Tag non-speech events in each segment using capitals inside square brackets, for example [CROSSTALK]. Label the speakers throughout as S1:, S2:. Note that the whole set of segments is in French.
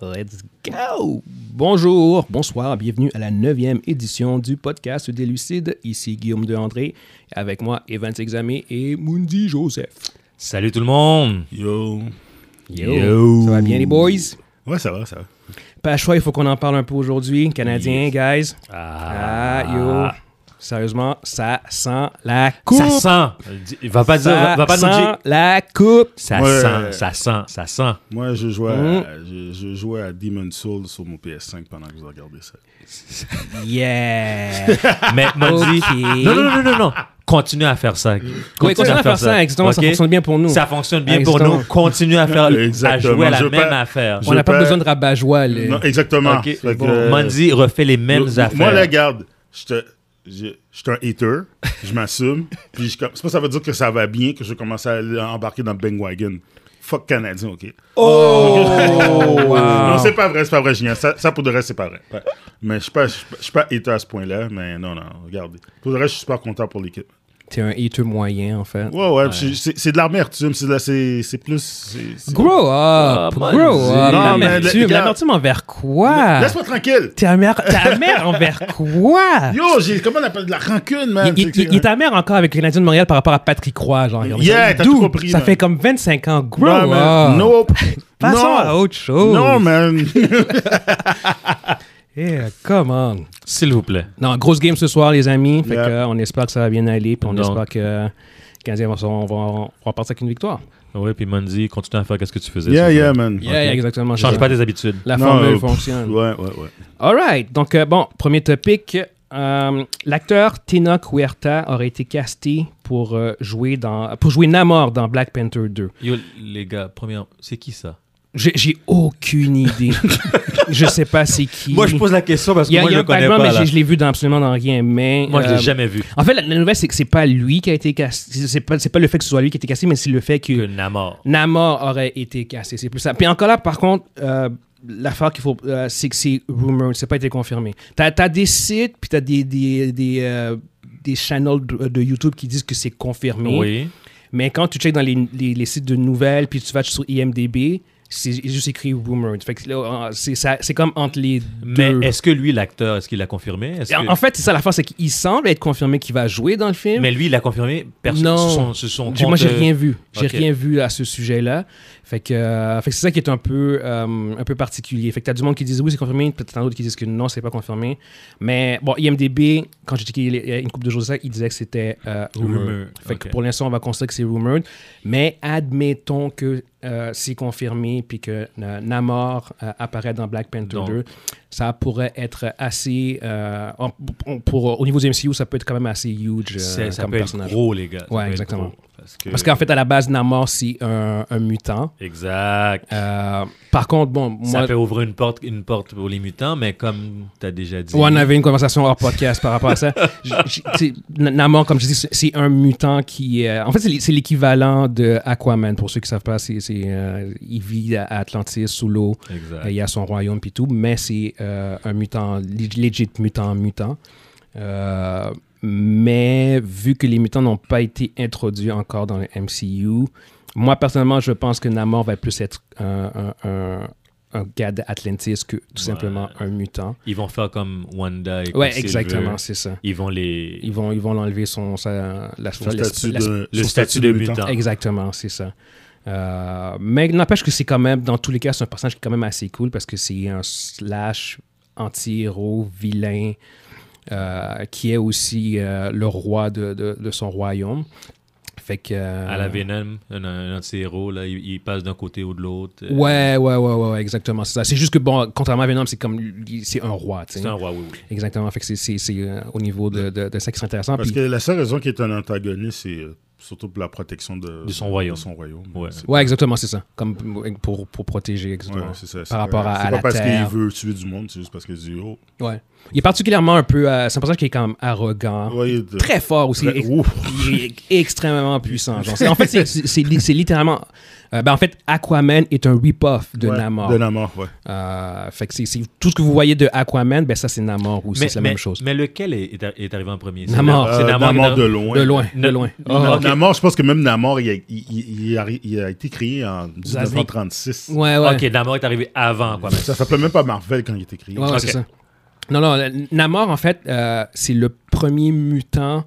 S1: Let's go! Bonjour, bonsoir, bienvenue à la 9e édition du podcast des Lucides. Ici Guillaume de André, avec moi Evan Examé et Mundi Joseph.
S2: Salut tout le monde!
S3: Yo.
S1: Yo.
S3: Yo.
S1: Ça va bien les boys?
S3: Ouais, ça va, ça va.
S1: Pas choix, il faut qu'on en parle un peu aujourd'hui. Canadien, guys. Ah, yo. Sérieusement, ça sent la coupe.
S2: Ça sent! Euh, dis- Va pas, dire,
S1: Ça
S2: va, va pas nous
S1: sent
S2: dire.
S1: la coupe.
S2: Ça
S3: Ouais.
S2: sent, ça sent, ça sent.
S3: Moi, je jouais, à,
S2: Mhm.
S1: Mm.
S3: je, je jouais à Demon's Soul sur mon PS5 pendant que vous regardez ça.
S2: [LAUGHS]
S1: Yeah.
S2: Mais Mondi.
S1: Ok.
S2: Non, non, non, non, non. Continue à faire ça. Continue,
S1: Oui, continue à faire ça, exactement, ça
S2: Ok?
S1: fonctionne bien pour nous.
S2: Ça fonctionne bien pour
S1: Exactement.
S2: nous. Continue à
S3: [LAUGHS]
S2: faire, à
S3: Exactement.
S2: jouer à la
S3: Je veux
S2: même
S3: pas-
S2: affaire.
S3: Je
S1: On n'a pas
S3: perds.
S1: besoin de rabat-joie. là.
S3: Non, exactement.
S2: Ok.
S3: Fait que,
S2: Bon.
S3: euh,
S2: Mondi refait les mêmes
S3: moi,
S2: affaires.
S3: Moi, là, regarde, je te- je je suis un hater,
S2: [LAUGHS]
S3: je m'assume, puis je com- c'est pas ça veut dire que ça va bien que je commence à aller embarquer dans le bandwagon. Fuck Canadien, OK?
S1: Oh, wow.
S3: Non, c'est pas vrai, c'est pas vrai, génial. Ça, ça, pour de vrai, c'est pas vrai. Ouais. Mais je suis pas, je suis pas- je suis pas hater à ce point-là, mais non, non, regardez. Pour de vrai, je suis super content pour l'équipe.
S1: euh, T'es un hater moyen, en fait.
S3: Ouais, ouais, puis c'est c'est de l'amertume, c'est de la- c'est c'est plus... c'est- c'est-
S1: Grow up,
S2: Ah, moi,
S1: grow
S2: je-
S1: up.
S3: Non, mais le-
S1: L'amertume,
S3: gars-
S1: l'amertume envers quoi?
S3: Laisse-moi tranquille!
S1: Ta mère, ta mère envers quoi?
S3: [LAUGHS] Yo, j'ai comment on appelle de la rancune, man.
S1: Il, il-
S3: C'est-
S1: il- il est ta mère encore avec les Canadiens de Montréal par rapport à Patrick Roy, genre. comme
S3: Yeah,
S1: ça.
S3: t'as tout
S1: Dude,
S3: compris,
S1: Ça
S3: man.
S1: fait comme 25 ans. Grow
S3: Non, man.
S1: up.
S3: Nope.
S1: Passons
S3: Non.
S1: à autre chose.
S3: Non,
S1: [LAUGHS]
S3: man.
S1: Yeah, come on.
S2: S'il vous plaît.
S1: Non, grosse game ce soir, les amis. Fait
S3: Yeah.
S1: que, euh, on espère que ça va bien aller. Puis on
S2: Donc.
S1: espère que euh, les Canadiens vont, vont, vont repartir avec une victoire.
S2: Oui, puis Mondi, continue à faire qu'est-ce que tu faisais. s'il
S3: yeah,
S2: vous plaît.
S3: yeah, man.
S1: Yeah, yeah, exactement. c'est
S2: Change
S1: ça.
S2: pas tes habitudes.
S1: La
S3: Non,
S1: formule
S3: euh, pff,
S1: fonctionne.
S3: Ouais, ouais, ouais.
S1: All right. Donc, euh, bon, premier topic. Euh, L'acteur Tina Huerta aurait été casté pour, euh, jouer dans, pour jouer Namor dans Black Panther 2.
S2: Yo, les gars, première, c'est qui ça?
S1: J'ai j'ai aucune
S2: [LAUGHS]
S1: idée. je sais pas c'est qui.
S2: Moi, je pose la question parce que
S1: Il y a,
S2: moi,
S1: il y
S2: je
S1: a
S2: le
S1: un
S2: connais
S1: background,
S2: pas.
S1: mais
S2: là.
S1: j'ai- je l'ai vu dans absolument dans rien. Mais,
S2: Moi, je
S1: euh,
S2: l'ai jamais vu.
S1: En fait, la, la nouvelle, c'est que c'est pas lui qui a été casté. C'est pas, c'est pas le fait que ce soit lui qui a été casté, mais c'est le fait que
S2: Que Namor.
S1: Namor aurait été cassé. C'est plus ça. Puis encore là, par contre, euh, l'affaire qu'il faut, euh, c'est que c'est rumor, c'est pas été confirmé. T'as as des sites, puis t'as des, des, des, euh, des channels de, de YouTube qui disent que c'est confirmé.
S2: Oui.
S1: Mais quand tu checkes dans les, les- les sites de nouvelles, puis tu vas sur IMDB, c'est juste écrit rumor. Fait que là, euh, c'est ça- c'est comme entre les
S2: Mais
S1: deux.
S2: est-ce que lui, l'acteur, est-ce qu'il l'a confirmé Est-ce
S1: Et en,
S2: que-
S1: en fait, c'est ça l'affaire, c'est qu'il semble être confirmé qu'il va jouer dans le film.
S2: Mais lui, il l'a confirmé. Personne.
S1: Non.
S2: Son, sur son
S1: Du- moi,
S2: compte,
S1: j'ai
S2: euh,
S1: rien vu. J'ai
S2: ok.
S1: rien vu à ce sujet-là. Fait que, euh, fait que c'est ça qui est un peu, euh, un peu particulier. Fait que t'as du monde qui disent oui, c'est confirmé, peut-être d'autres qui disent que non, c'est pas confirmé. Mais bon, IMDB, quand j'ai checké les- euh, une couple de jours de ça, il disait que c'était euh, rumor.
S2: Rumor,
S1: Fait que
S2: ok.
S1: pour l'instant, on va considérer que c'est rumored. Mais admettons que euh, c'est confirmé puis que euh, Namor euh, apparaît dans Black Panther
S2: Donc.
S1: 2, ça pourrait être assez. euh, en- pour, pour- au niveau du MCU, ça peut être quand même assez huge euh,
S2: c'est- ça
S1: comme
S2: peut
S1: personnage.
S2: être gros, les gars. Ça
S1: Ouais,
S2: peut être
S1: exactement.
S2: gros. Parce que.
S1: Parce qu'en fait, à la base, Namor, c'est un, un mutant.
S2: Exact.
S1: Euh, par contre, bon,
S2: ça
S1: moi,
S2: peut ouvrir une porte, une porte pour les mutants, mais comme tu as déjà dit.
S1: on avait une conversation hors podcast par rapport à
S2: [LAUGHS]
S1: ça. J- j- tu sais, N- Namor, comme je dis, c'est- c'est un mutant qui... est- en fait, c'est l'é- c'est l'équivalent de Aquaman. Pour ceux qui ne savent pas, c'est c'est, euh, il vit à Atlantis, sous l'eau.
S2: Exact.
S1: Euh, Il y a son royaume puis tout, mais c'est euh, un mutant, leg- legit mutant, mutant. Euh, mais vu que les mutants n'ont pas été introduits encore dans le MCU, moi personnellement, je pense que Namor va plus être un, un, un- un gars d'Atlantis que tout simplement un mutant.
S2: Ils vont faire comme Wanda et
S1: Ouais,
S2: Quicksilver.
S1: exactement, c'est ça.
S2: Ils vont les.
S1: Ils vont ils vont l'enlever son sa- la,
S3: Son
S1: la- la-
S3: statut
S1: la-
S3: de-
S2: le
S3: son
S2: statut de mutant.
S1: Exactement, c'est ça. Euh, mais n'empêche que c'est quand même, dans tous les cas, c'est un personnage qui est quand même assez cool parce que c'est un slash anti-héros, vilain, euh, qui est aussi euh, le roi de, de- de son royaume. Fait que. euh,
S2: À la Venom, un, un anti-héros, là, il, il passe d'un côté ou de l'autre. Euh,
S1: Ouais, ouais, ouais, ouais, ouais, exactement. C'est ça. C'est juste que, bon, contrairement à Venom, c'est comme. il- C'est un roi, tu sais.
S2: C'est un roi, oui, oui.
S1: Exactement. Fait que c'est- c'est c'est, euh, au niveau de, de- de ça qui c'est intéressant.
S3: Parce
S1: Puis-
S3: que la seule raison qu'il est un antagoniste, c'est euh, surtout pour la protection de,
S2: De son royaume.
S3: de son royaume.
S2: Ouais.
S3: C'est-
S1: Ouais, exactement, c'est ça. Comme pour, pour protéger,
S3: ouais,
S1: exactement.
S3: c'est ça. c'est
S1: Par rapport
S3: pas-
S1: à- à
S3: C'est pas
S1: la
S3: parce
S1: Terre.
S3: qu'il veut tuer du monde, c'est juste parce qu'il dit, oh,
S1: Ouais. Il est particulièrement un peu. euh, c'est un personnage qui est quand même arrogant.
S3: Ouais, il est,
S1: Ah,
S3: euh,
S1: Très fort aussi.
S3: très-
S1: ex-
S3: Ouf.
S1: il est extrêmement puissant. genre. C'est- En fait, c'est- c'est c'est li- c'est littéralement. euh, ben, en fait, Aquaman est un rip-off de
S3: Ouais,
S1: Namor.
S3: De Namor, ouais.
S1: Euh, fait que c'est- c'est- tout ce que vous voyez de Aquaman, ben ça, c'est Namor aussi. C'est la même chose.
S2: Mais lequel est, est- est arrivé en premier C'est
S1: Oh, Namor.
S2: Nam-
S3: Euh,
S2: C'est Namor,
S3: Namor
S2: qui
S3: de
S2: est
S3: loin.
S1: de loin, de
S2: Ne-
S1: loin.
S2: Ah, ok.
S3: Namor, je pense que même Namor, il a, il- il- il a- il a été créé en 1936.
S1: Ouais, ouais.
S2: dans- Ok, Namor est arrivé avant quoi.
S3: Ça s'appelait même pas Marvel quand il a été créé.
S1: Ouais, ouais,
S2: Ok.
S1: c'est ça. Non, non, le- Namor, en fait, euh, c'est le premier mutant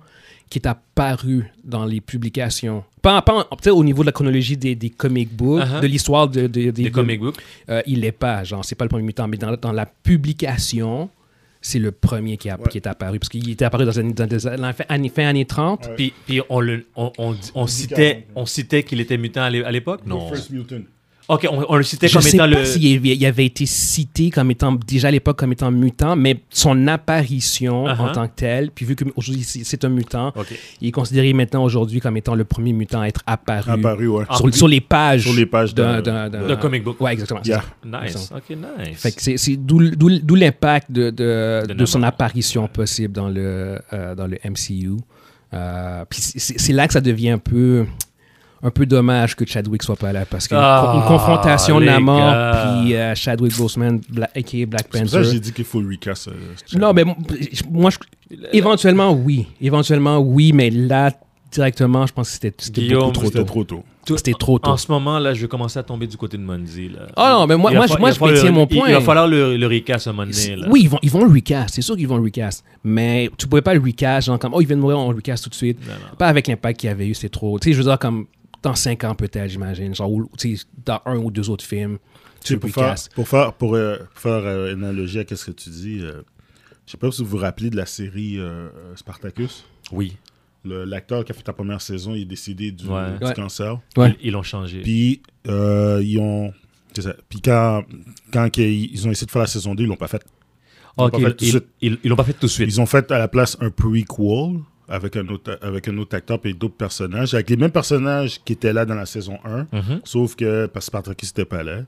S1: qui est apparu dans les publications. Pas, pas en- peut-être au niveau de la chronologie des, des comic books,
S2: Uh-huh.
S1: de l'histoire de, de- des-
S2: Des
S1: de-
S2: comic books.
S1: euh, il l'est pas, genre, c'est pas le premier mutant, mais dans, dans la publication, c'est le premier qui, a- qui est apparu. Parce qu'il était apparu dans les années, dans les années- fin, années- fin années 30.
S3: Ouais.
S2: Puis, puis on, le, on, on, on citait, on citait qu'il était mutant à l'é- à l'époque Non.
S3: First Mutant.
S2: Ok, on, on le citait
S1: Je
S2: comme
S1: sais
S2: étant
S1: pas
S2: le.
S1: s'il y- il avait été cité comme étant, déjà à l'époque, comme étant mutant, mais son apparition en
S2: Uh-huh.
S1: tant que telle, puis vu qu'aujourd'hui c'est c'est un mutant,
S2: Ok.
S1: il est considéré maintenant aujourd'hui comme étant le premier mutant à être apparu,
S3: Apparu, Ah, ouais.
S1: sur, sur les pages,
S3: Sur les pages
S1: d'un-
S3: de-
S1: d'un- d'un-
S2: de comic book.
S1: Euh, Ouais, exactement.
S3: Yeah.
S2: Nice. Ok, nice.
S1: Fait que c'est c'est d'où l- d'où l- d'où l'impact de, de,
S2: De
S1: de son
S2: Namor.
S1: apparition possible dans le, euh, dans le MCU. Euh, puis c'est- c'est c'est là que ça devient un peu, un peu dommage que Chadwick soit pas là parce qu'une
S2: Ah,
S1: une confrontation
S2: les
S1: Namor
S2: gars.
S1: puis euh, Chadwick Boseman, Bla- aka Black
S3: C'est pour ça que j'ai
S1: Panther.
S3: dit qu'il faut le recast. euh, ce
S1: Non, mais m- je- moi, je- éventuellement oui, éventuellement oui, mais là directement, je pense que c'était c'était beaucoup
S2: Guillaume,
S1: trop
S3: C'était
S1: tôt.
S3: trop tôt.
S2: Tout-
S1: C'était trop tôt.
S2: En ce moment, là, je vais commencer à tomber du côté de Monzi. Là.
S1: Ah non, mais moi-
S2: Il va
S1: moi,
S2: fa-
S1: je- moi,
S2: il va
S1: je
S2: falloir
S1: maintiens
S2: le-
S1: mon
S2: il-
S1: point.
S2: Il va falloir le, le recast à un moment donné.
S1: C'est-
S2: Là.
S1: Oui, ils vont, ils vont le recast. C'est sûr qu'ils vont le recast. Mais tu pouvais pas le recast, genre comme, oh, il vient de mourir, on le recast tout de suite.
S2: Non, non.
S1: Pas avec l'impact qu'il y avait eu, c'est trop. Tu sais, je veux dire, comme dans 5 ans peut-être, j'imagine. Genre, ou- tu sais, dans un ou deux autres films, tu
S3: Tu sais,
S1: le
S3: pour faire,
S1: recast.
S3: pour faire, pour, euh, pour faire euh, une analogie à ce que tu dis, euh, je sais pas si vous vous rappelez de la série euh, euh, Spartacus.
S2: Oui.
S3: Le- L'acteur qui a fait la première saison, il est décédé du,
S2: Ouais.
S3: du
S1: Ouais.
S3: cancer.
S1: Ouais.
S2: Ils ils l'ont changé.
S3: Puis, euh, ils ont. c'est ça. Puis, quand, quand qu'ils- ils ont essayé de faire la saison 2, ils l'ont pas fait.
S2: Ah,
S3: pas
S2: ok,
S3: fait tout de
S2: ils-
S3: suite.
S2: ils ils l'ont pas fait tout de suite.
S3: Ils ont fait à la place un prequel avec un autre, avec un autre acteur et d'autres personnages, avec les mêmes personnages qui étaient là dans la saison 1,
S2: Mhm.
S3: sauf que parce que Spartacus n'était pas là.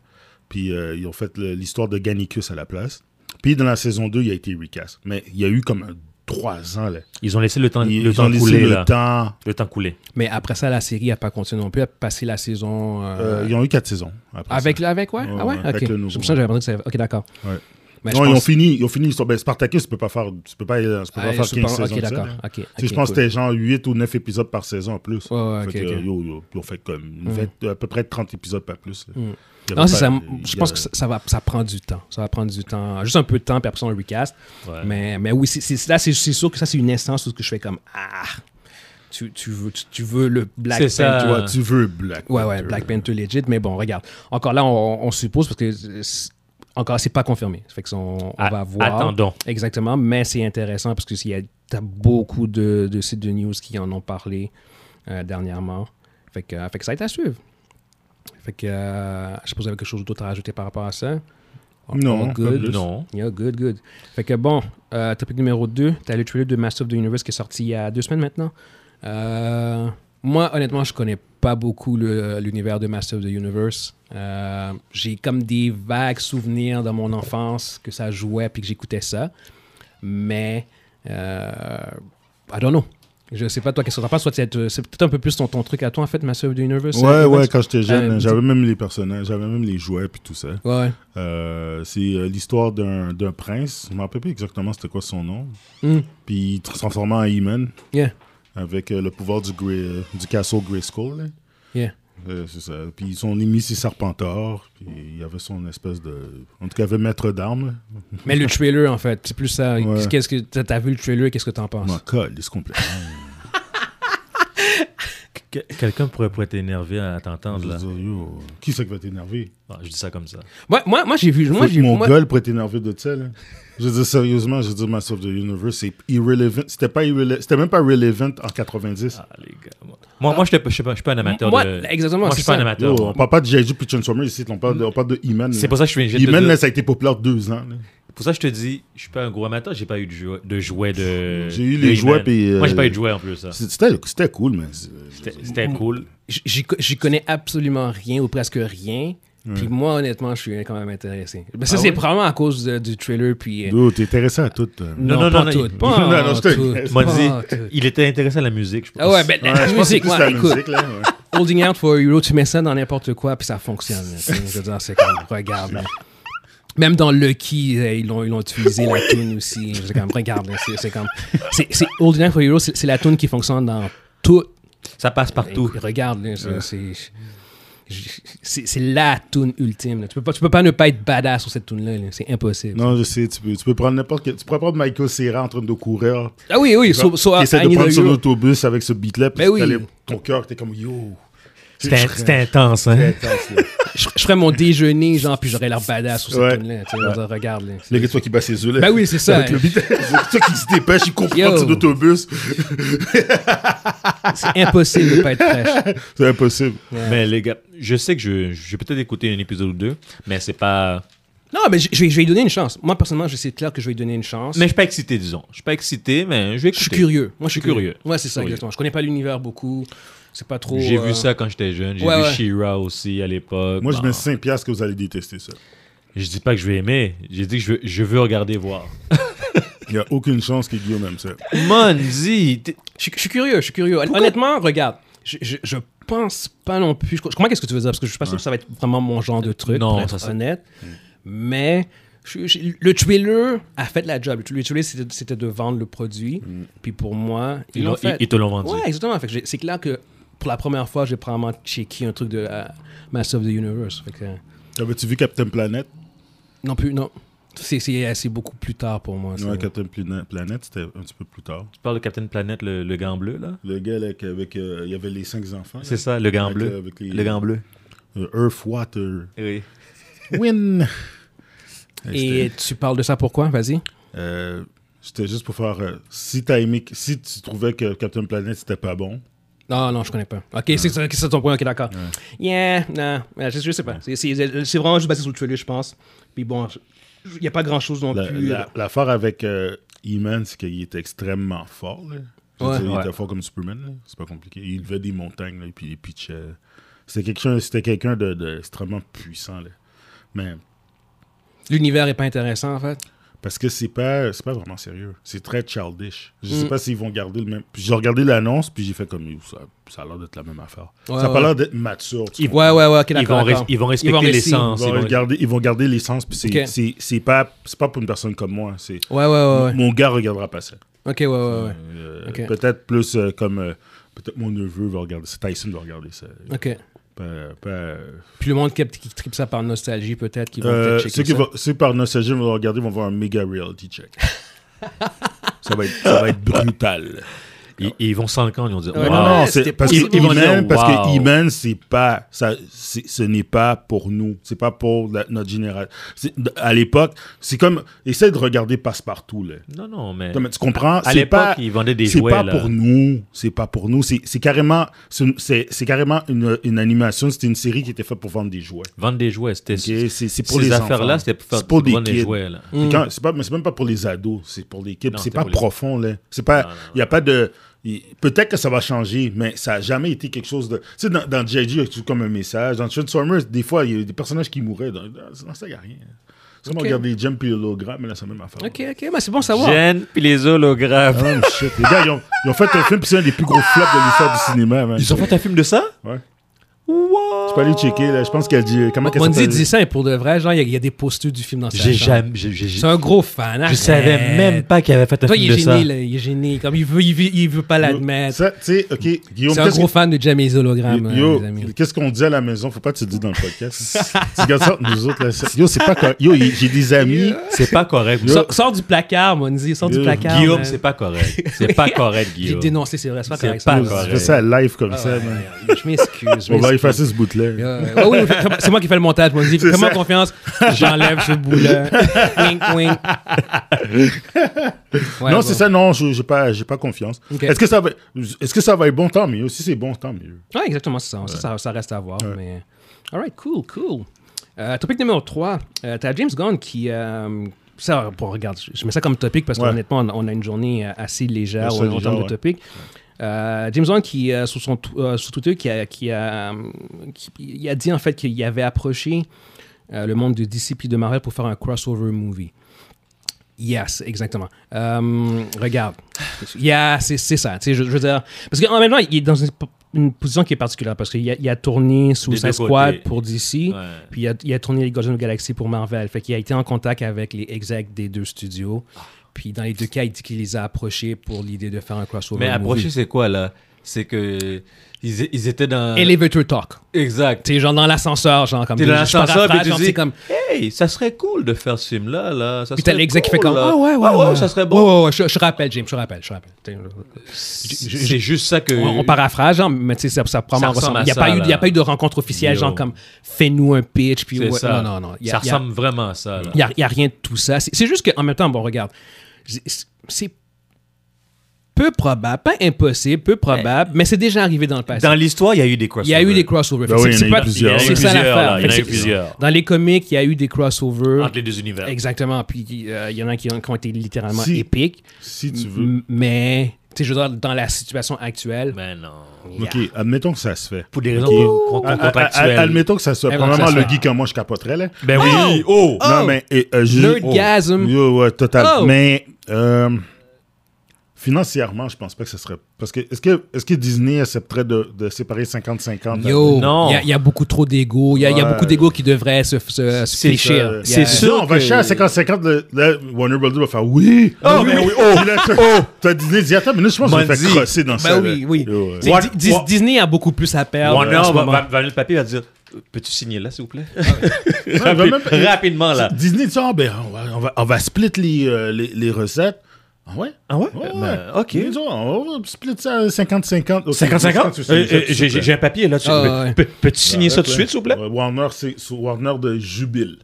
S3: Puis euh, ils ont fait le- l'histoire de Gannicus à la place. Puis dans la saison 2, il a été recast. Mais il y a eu comme un- trois ans là.
S2: Ils ont laissé le temps,
S3: Ils
S2: le
S3: ils
S2: temps
S3: ont laissé
S2: couler.
S3: le
S2: là.
S3: temps.
S2: Le temps couler.
S1: Mais après ça, la série a pas continué non plus. Elle a passé la saison. euh,
S3: Euh, ils ont eu quatre saisons. après
S1: avec,
S3: ça.
S1: la- avec, ouais?
S3: Ouais,
S1: ah ouais?
S3: ouais,
S1: Ok.
S3: avec le nouveau.
S1: C'est pour ça que j'avais pensé que ça. Ok, d'accord.
S3: Ouais.
S1: Mais
S3: non,
S1: je
S3: ils ont
S1: pense-
S3: fini. Ils ont fini l'histoire. Ben, Spartacus, tu peux pas faire, tu peux pas, tu peux pas
S1: Ah,
S3: faire
S1: je
S3: 15
S1: pense-
S3: saisons.
S1: Ok,
S3: de ça,
S1: d'accord.
S3: là.
S1: Ok.
S3: Tu sais,
S1: ok,
S3: je pense
S1: cool.
S3: que c'était genre 8 ou 9 épisodes par saison en plus.
S1: Ouais, ouais,
S3: Fait
S1: ok,
S3: que,
S1: ok.
S3: yo, yo, ils ont fait comme une vingt- à peu près 30 épisodes, pas plus. là.
S1: Mm.
S3: Il y avait
S1: Non, c'est
S3: pas- euh,
S1: ça.
S3: il
S1: Je
S3: y
S1: pense
S3: a-
S1: que ça, ça va, ça prend du temps. Ça va prendre du temps. Juste un peu de temps, puis après ça, on le recast.
S2: Ouais.
S1: Mais, mais oui, c'est- c'est- là, c'est c'est sûr que ça, c'est une instance où ce que je fais comme Ah, tu, tu veux, tu, tu veux le Black
S2: C'est ça.
S1: Panther.
S3: Tu vois, tu veux Black
S1: Ouais, ouais,
S3: Panther.
S1: Black Panther legit. Mais bon, regarde. Encore là, on, on suppose parce que c'est- encore, c'est pas confirmé. Ça fait que ça, on, on
S3: Ah,
S2: A-
S1: va voir.
S2: Attendons.
S1: Exactement. Mais c'est intéressant parce que s'il y a t'as beaucoup de, de sites de news qui en ont parlé euh, dernièrement. Fait que, euh, fait que ça va être à suivre. Fait que euh, je suppose qu'il y avait quelque chose d'autre à rajouter par rapport à ça.
S3: Non,
S1: All good.
S3: pas plus.
S2: Non.
S1: Yeah, good, good. Fait que bon, euh, topic numéro 2, t'as le trailer de Master of the Universe qui est sorti il y a deux semaines maintenant. Euh, moi, honnêtement, je connais pas beaucoup le- l'univers de Master of the Universe. Euh, j'ai comme des vagues souvenirs dans mon enfance que ça jouait puis que j'écoutais ça. Mais, euh, I don't know. Je sais pas, toi, qu'est-ce que t'en penses? Toi, c'est c'est peut-être un peu plus ton, ton truc à toi, en fait, Master of the Universe.
S3: Ouais,
S1: hein,
S3: ouais,
S1: Max?
S3: quand j'étais jeune,
S1: Euh,
S3: j'avais même les personnages, j'avais même les jouets puis tout ça.
S1: Ouais, ouais.
S3: Euh, c'est euh, l'histoire d'un d'un prince, je me rappelle plus exactement c'était quoi son nom,
S1: Hmm.
S3: puis il se transformait en He-Man
S1: Yeah.
S3: avec euh, le pouvoir du, Grey, du castle Grayskull. là.
S1: Yeah.
S3: Euh, c'est ça. Puis son ennemi, c'est Serpentor. Puis il y avait son espèce de. En tout cas, il y avait maître d'armes.
S1: Mais le trailer, en fait, c'est plus ça.
S3: Ouais.
S1: Qu'est-ce que t'as t'as vu le trailer, qu'est-ce que t'en penses?
S3: Mon col, c'est complet.
S2: Que- Quelqu'un pourrait, pourrait t'énerver à t'entendre. là.
S3: Qui c'est qui va t'énerver
S2: Ah, je dis ça comme ça.
S1: Ouais, moi, moi j'ai vu. Moi,
S3: Faut que
S1: j'ai
S3: Mon
S1: moi-
S3: gueule pourrait t'énerver de ça, là. Je veux dire, sérieusement, je veux dire, Master of the Universe, c'est irrelevant. C'était pas irrele- C'était même pas relevant en 90.
S2: Ah, les gars. Moi, moi, moi, je ne suis pas je suis pas un amateur
S1: Moi,
S2: de.
S1: exactement,
S2: Moi, je
S1: c'est
S2: suis pas
S1: ça.
S2: un
S3: Yo,
S2: amateur.
S3: Oh, on parle pas de J.J. puis Transformers ici, on parle de, on parle de He-Man.
S2: C'est pour ça que je suis j'ai-
S3: He-Man,
S2: de-
S3: là, ça a été populaire deux ans. là.
S2: Pour ça, je te dis, je suis pas un gros amateur, j'ai pas eu de, jou- de jouets de.
S3: J'ai eu
S2: de
S3: les
S2: He-Man.
S3: jouets, puis, euh,
S2: Moi, j'ai pas eu de jouets en plus. hein.
S3: C'est- C'était c'était cool, mais. c'est-
S2: C'était c'était cool.
S1: J'y j'y connais absolument rien ou presque rien. Puis moi, honnêtement, je suis quand même intéressé. Mais
S2: Ah
S1: ça, c'est probablement à cause de- du trailer. Puis, euh,
S3: Dude, t'es intéressé à tout. euh.
S2: Non, non,
S1: pas
S2: non,
S1: tout.
S2: il-
S1: Pas
S3: Non, non,
S1: en
S3: je te- [LAUGHS]
S1: tout,
S3: je
S2: M'a
S1: pas
S2: dit,
S1: en tout.
S2: il était intéressé à la musique, je pense.
S1: Ah ouais, ben, la [LAUGHS]
S3: Ouais, je pense que c'est
S1: musique,
S3: plus
S1: moi,
S3: la
S1: écoute.
S3: musique, là. ouais.
S1: Holding Out for a Euro, tu mets ça dans n'importe quoi, puis ça fonctionne. là, tu sais. Je veux dire, c'est comme, regarde. là. Même dans Lucky, euh, ils l'ont ils l'ont utilisé, la tune aussi. C'est comme, regarde, là, c'est- c'est comme... c'est- c'est- Holding Out for a Euro, c'est c'est la tune qui fonctionne dans tout.
S2: Ça passe partout.
S1: Écoute, regarde, là, c'est- c'est... je- C'est c'est la tune ultime. là. Tu, peux pas, tu peux pas ne pas être badass sur cette tune-là. là. C'est impossible.
S3: Non, je sais, tu peux, tu peux prendre n'importe quel. Tu pourrais prendre Michael Serra en train de courir.
S1: Ah oui, oui.
S3: Il
S1: So, so, I
S3: essaie de
S1: need
S3: prendre
S1: a
S3: son
S1: Euro.
S3: autobus avec ce beat-là. puis
S1: Ben oui.
S3: t'as les- Ton cœur, t'es comme yo.
S2: C'était c'était intense, hein?
S1: [LAUGHS] je, je ferais mon déjeuner, genre, puis j'aurais l'air badass sur cette
S3: Ouais.
S1: tune-là. tu sais, je veux dire, Regarde, là.
S3: Le gars, toi qui bat ses yeux là.
S1: Ben oui, c'est ça.
S3: Avec le beat. [LAUGHS] C'est toi qui se dépêche, il court
S1: Yo.
S3: prendre son autobus.
S1: C'est impossible de pas être fraîche.
S3: C'est impossible.
S2: Mais les gars, je sais que je, je vais peut-être écouter un épisode ou deux, mais c'est pas.
S1: Non, mais je je vais, je vais lui donner une chance. Moi, personnellement, je sais clair que je vais lui donner une chance.
S2: Mais je suis pas excité, disons. Je suis pas excité, mais je vais
S1: je suis
S2: écouter.
S1: curieux. Moi, je suis
S2: Je suis curieux.
S1: curieux. Ouais, c'est ça,
S2: Oui.
S1: exactement. Je connais pas l'univers beaucoup. C'est pas trop.
S2: J'ai
S1: euh,
S2: vu ça quand j'étais jeune. J'ai
S1: ouais,
S2: vu
S1: ouais.
S2: She-Ra aussi à l'époque.
S3: Moi, je
S2: Bon,
S1: Bah.
S3: mets 5 piastres que vous allez détester ça.
S2: je dis pas que je vais aimer. J'ai dit que je veux, je veux regarder voir.
S3: Il n'y a aucune chance que Guillaume aime ça.
S2: Mondi! t'es-
S1: Je, suis- je suis curieux, je suis curieux. Honnêtement, regarde, je, je, je pense pas non plus. Je, je comprends qu'est-ce que tu veux dire parce que je suis pas sûr que ça va être vraiment mon genre de truc.
S2: Non,
S1: pour être
S2: ça, c'est- Mm.
S1: honnête. Mais je- je- le trailer a fait la job. Le trailer, c'était c'était de vendre le produit. Puis pour moi, ils,
S2: Mm. Ils, l'ont-
S1: l'ont
S2: ils-
S1: fait.
S2: ils te l'ont vendu.
S1: Ouais, exactement. Fait que j'ai- c'est clair que pour la première fois, j'ai probablement checké un truc de euh, Master of the Universe. Fait que, euh,
S3: Avais-tu vu Captain Planet
S1: Ah, non plus, non. C'est- C'est euh, c'est beaucoup plus tard pour moi. ça.
S3: Non, Captain Plana- Planet, c'était un petit peu plus tard.
S2: Tu parles de Captain Planet, le, le gant bleu, là?
S3: Le gars, là, avec, avec, euh, il y avait les 5 enfants. là.
S2: C'est ça, le gant
S3: Avec,
S2: bleu.
S3: euh, avec les-
S2: Le gant bleu.
S3: Euh, Earth, Water,
S2: Oui.
S3: Win.
S1: Et tu parles de ça pourquoi Vas-y.
S3: Euh, C'était juste pour faire. euh, si, t'as aimé, si tu trouvais que Captain Planet c'était pas bon,
S1: Non, non, je connais pas. Ok, c'est ça, c'est ça ton point, ok, d'accord. Yeah, non, ouais, je, je sais pas. C'est- C'est c'est vraiment juste basé sur le trailer, je pense. Puis bon, il n'y a pas grand chose non
S3: la-
S1: plus.
S3: la- l'affaire avec euh, E-Man, c'est qu'il était extrêmement fort. là. Je veux
S1: Ouais.
S3: dire, il
S2: Ouais.
S3: était fort comme Superman, là. c'est pas compliqué. Il levait des montagnes, là, et puis il pitchait. C'était quelqu'un c'était quelqu'un de, de extrêmement puissant. Là. Mais
S1: L'univers est pas intéressant en fait.
S3: Parce que c'est pas, c'est pas vraiment sérieux. C'est très childish. Je
S1: Mm.
S3: sais pas s'ils vont garder le même. Puis j'ai regardé l'annonce, puis j'ai fait comme Yo, ça, ça a l'air d'être la même affaire.
S1: Ouais,
S3: ça a pas
S1: ouais.
S3: l'air d'être mature. tu
S2: Ils-
S3: comprends?
S1: Ouais, ouais, ouais, ok,
S2: Ils
S1: d'accord.
S2: vont, res-
S1: d'accord.
S2: ils vont respecter
S1: vont rester-
S2: l'essence.
S3: Ils
S2: ils
S3: vont,
S2: vont-
S3: regarder, ils vont garder l'essence, puis c'est,
S1: Ok.
S3: c'est, c'est pas, c'est pas pour une personne comme moi. C'est,
S1: Ouais, ouais, ouais, ouais.
S3: Mon gars regardera pas ça.
S1: Ok, ouais, ouais, ouais.
S3: Euh,
S1: Ok.
S3: Peut-être plus euh, comme. euh, peut-être mon neveu va regarder ça. Tyson va regarder ça.
S1: Ok.
S3: Pas- pas, euh,
S1: Puis le monde qui, qui tripe ça par nostalgie, peut-être, qui vont
S3: euh,
S1: peut-être checker
S3: ceux, qui
S1: ça.
S3: vont- ceux par nostalgie vont regarder vont voir un méga reality check. ça, va être, ça va être brutal.
S2: Ils, ils vont sans le camp, ils vont dire
S1: Ouais,
S2: Wow.
S3: Non,
S1: Ah,
S3: non,
S1: c'était
S3: c'est parce que
S1: possible. Ils
S2: vont dire,
S3: Iman, parce que
S2: wow.
S3: Iman, c'est pas, ça, c'est- ce n'est pas pour nous, c'est pas pour la- notre génération. C'est- d- À l'époque, c'est comme, essaie de regarder passe-partout là.
S2: Non, non, mais.
S3: Non, mais tu comprends
S2: À
S3: c'est
S2: l'époque,
S3: pas-
S2: ils vendaient des
S3: C'est
S2: jouets,
S3: pas
S2: là.
S3: pour nous, c'est pas pour nous. C'est c'est carrément, c'est c'est- c'est carrément une, une animation. C'était une série qui était faite pour vendre des jouets.
S2: Vendre des jouets, c'était.
S3: Ok, C'est c'est pour
S2: ces
S3: les
S2: affaires-là,
S3: enfants.
S2: c'était pour faire
S3: C'est pour
S2: pour
S3: des
S2: vendre des
S3: kids.
S2: jouets, là.
S3: C'est
S1: Mm.
S3: quand- c'est pas, mais c'est même pas pour les ados, c'est pour les kids.
S2: Non,
S3: C'est
S2: c'est
S3: pas
S2: pour les-
S3: profond, là. C'est pas, il y a pas de. y- Peut-être que ça va changer, mais ça a jamais été quelque chose de. Tu sais, dans, dans J.J., il y a toujours comme un message. Dans Transformers, des fois, il y a des personnages qui mouraient. Dans, dans- dans ça, il n'y a rien. C'est comme
S1: Ok.
S3: regarder Jump et l'hologramme, mais là, c'est la même affaire.
S1: Ok, ok, mais c'est bon à savoir.
S2: Jen, puis les hologrammes.
S3: Ah, mais shit. Les gars, ils ont, ils ont fait un film, puis c'est un des plus gros flops de l'histoire du cinéma, man.
S2: Ils ont fait un film de ça
S3: Ouais.
S2: Wow
S3: Tu peux aller checker, là. Je pense qu'elle dit. euh, Comment qu'elle
S1: On dit
S3: s'appelle?
S1: dit ça, et pour de vrai, genre, il y, a- il y a des postures du film dans sa
S2: J'ai
S1: chambre.
S2: jamais. j'ai- j'ai- j'ai-
S1: C'est un gros fan.
S2: Je
S1: arrête.
S2: savais même pas qu'il avait fait un
S1: Toi,
S2: film
S1: il est
S2: de ça.
S1: gêné, là. Il est gêné. Comme il veut, il veut, il veut pas l'admettre.
S3: Ça, tu sais, OK. Guillaume,
S1: C'est un
S3: qu'est-ce
S1: gros
S3: que-
S1: fan de Jamais Hologramme,
S3: Yo,
S1: les amis.
S3: qu'est-ce qu'on dit à la maison? Faut pas que tu le dises dans le podcast. tu regardes ça, nous autres, là, ça- Yo, c'est pas quoi. Yo, j'ai des amis.
S2: C'est pas correct.
S1: Sors, sors du placard, Monzi, sors du
S3: Yo,
S1: placard.
S2: Guillaume,
S1: man.
S2: c'est pas correct. [LAUGHS] C'est pas correct,
S1: J'ai
S2: Guillaume.
S1: dénoncé, c'est vrai, c'est pas
S2: C'est
S1: correct.
S2: pas
S1: ça.
S3: Yo,
S2: correct.
S3: Tu fais ça live
S1: Ah
S3: comme ça, man.
S1: Je m'excuse. je
S3: On va
S1: m'excuse.
S3: effacer ce bout-là.
S1: Euh, ouais, oui, oui, fais- c'est moi qui fais le montage, Monzi. Fais-moi
S3: ça.
S1: confiance, j'enlève ce bout-là.
S3: [LAUGHS]
S1: Wink, wink. Ouais,
S3: non,
S1: bon.
S3: c'est ça, non, je- j'ai pas, j'ai pas confiance.
S1: Ok.
S3: Est-ce que ça va, est-ce que ça va être bon tant mieux? Si c'est bon tant mieux.
S1: Ouais, exactement, c'est ça. Ça, ça. ça reste à voir. Mais... All right, cool, cool. Euh, topic numéro 3. T'as James Gunn qui. euh, ça, bon, regarde, je je mets ça comme topic parce
S3: Ouais.
S1: qu'honnêtement, on, on a une journée euh, assez légère
S3: Assez
S1: en en
S3: légère,
S1: termes de
S3: ouais.
S1: topic. Euh, James Wan qui euh, sur son tw- euh, sur Twitter qui a qui a hum, qui- il a dit en fait qu'il avait approché euh, le monde de DC puis de Marvel pour faire un crossover movie. Yes, exactement. Hum, regarde. Yeah, c'est c'est ça. Tu sais, je, je veux dire, parce qu'en même temps, il est dans une, une position qui est particulière parce qu'il a, il a tourné sous
S2: Des
S1: sa
S2: deux
S1: squad
S2: côtés.
S1: pour DC.
S2: Ouais.
S1: Puis il a, il a tourné les Guardians of the Galaxy pour Marvel. Fait qu'il a été en contact avec les execs des deux studios. Puis dans les deux cas, il dit qu'il les a approchés pour l'idée de faire un crossover.
S2: Mais approcher,
S1: movie.
S2: c'est quoi là C'est que ils, é- ils étaient dans.
S1: Elevator talk.
S2: Exact.
S1: T'es genre dans l'ascenseur, genre comme.
S2: T'es dans l'ascenseur, puis
S1: paraphrase,
S2: tu
S1: genre,
S2: dis-
S1: c'est comme.
S2: Hey, ça serait cool de faire ce film là. là. Ça
S1: Puis t'as
S2: serait
S1: l'exec qui fait
S2: cool,
S1: comme.
S2: là.
S1: Ah ouais, ouais,
S2: Ah ouais, ça serait bon.
S1: Ouais, ouais, ouais, je, je rappelle, James, je rappelle, je rappelle. T'es-
S2: C'est c'est juste ça que.
S1: On, on paraphrase, genre, mais tu sais, ça, ça prend
S2: Ça
S1: en ressemble.
S2: ressemble à
S1: Il n'y a,
S2: ça,
S1: pas eu-
S2: là.
S1: il y a pas eu de rencontre officielle,
S2: Yo.
S1: genre comme fais-nous un pitch, puis
S2: C'est
S1: ouais.
S2: ça.
S1: Non, non, non. Il y a-
S2: ça
S1: il y a-
S2: ressemble vraiment à ça. là.
S1: Il n'y a, rien de tout ça. C'est c'est juste qu'en même temps, bon, regarde, c'est- c'est peu probable, pas impossible, peu probable, mais c'est déjà arrivé dans le passé.
S2: Dans l'histoire, il y a eu des crossovers.
S1: il y a eu des crossovers.
S3: Ben
S1: Fait que
S3: oui,
S1: c'est- c'est
S3: il y en a eu
S1: pas-
S3: plusieurs.
S1: C'est ça
S4: Il y en a eu
S1: l'affaire.
S4: plusieurs, là. Il y
S1: Fait
S4: en a eu
S1: que c'est-
S4: plusieurs.
S1: Dans les comics, il y a eu des crossovers.
S4: Entre les deux univers.
S1: Exactement. Puis euh, il y en a qui ont, qui ont été littéralement
S3: Si.
S1: épiques.
S3: Si tu veux.
S1: M- Mais, tu sais, je veux dire, dans la situation actuelle,
S2: Mais non.
S1: yeah.
S3: OK, admettons que ça se fait.
S2: Pour des raisons
S3: Ok.
S2: con- con-
S3: Ah, ah,
S2: contractuelles.
S3: ah, Admettons que ça se fait.
S1: Admettons que
S3: Premièrement,
S1: ça se
S3: le
S1: fait.
S3: geek comme moi, je capoterais, là.
S4: Ben oui. Oh!
S3: Non, mais. et, euh, je-
S1: Nerdgasm.
S3: Oh. Yo, ouais, total.
S1: Oh.
S3: Mais. euh, Financièrement, je pense pas que ce serait. Parce que est-ce que, est que Disney accepterait de, de séparer Ben, 50-50
S1: Yo,
S2: Non.
S1: il y a- il y, a beaucoup trop d'ego. Il y, a- il y a
S3: Ouais.
S1: beaucoup d'ego qui devraient se, se, se
S2: C'est
S1: fléchir.
S2: ça.
S1: Il y a-
S3: C'est sûr. On va
S2: que-
S3: chercher à 50-50. le- le Warner Brothers va faire oui.
S2: Oh, ben oui,
S3: Oh, oh. T'as Disney dit attends, mais là, je pense que je vais me
S2: Mandy.
S3: faire crosser dans ça.
S1: Ben oui,
S3: là.
S1: oui.
S3: Yo, ouais.
S1: Tu sais,
S2: Wa-
S1: Di- Dis-
S2: Wa-
S1: Disney a beaucoup plus à perdre.
S2: Warner
S1: en ce
S2: va,
S1: moment.
S2: va, va venir le papier et va dire Peux-tu signer là, s'il vous plaît
S3: Ouais,
S4: Ah,
S3: il va même pas-
S2: Rapidement là.
S3: Disney dit, Ah, ben, on, va, on, va, on va split les, euh, les, les recettes. Ah ouais?
S2: Ah ouais,
S3: Ouais,
S2: Ben,
S3: ouais.
S2: Ok.
S3: Ils disent, on va split ça à 50-50. Ok,
S4: 50-50?
S3: c'est-
S4: Euh,
S3: c'est-
S4: euh, J'ai j'ai- j'ai un papier là. tu-
S1: Ah,
S4: peux-
S1: ouais.
S4: peux- Peux-tu signer ça tout de suite, s'il vous plaît?
S3: Ouais, Warner, c'est sous Warner de
S4: [LAUGHS]
S3: jubile.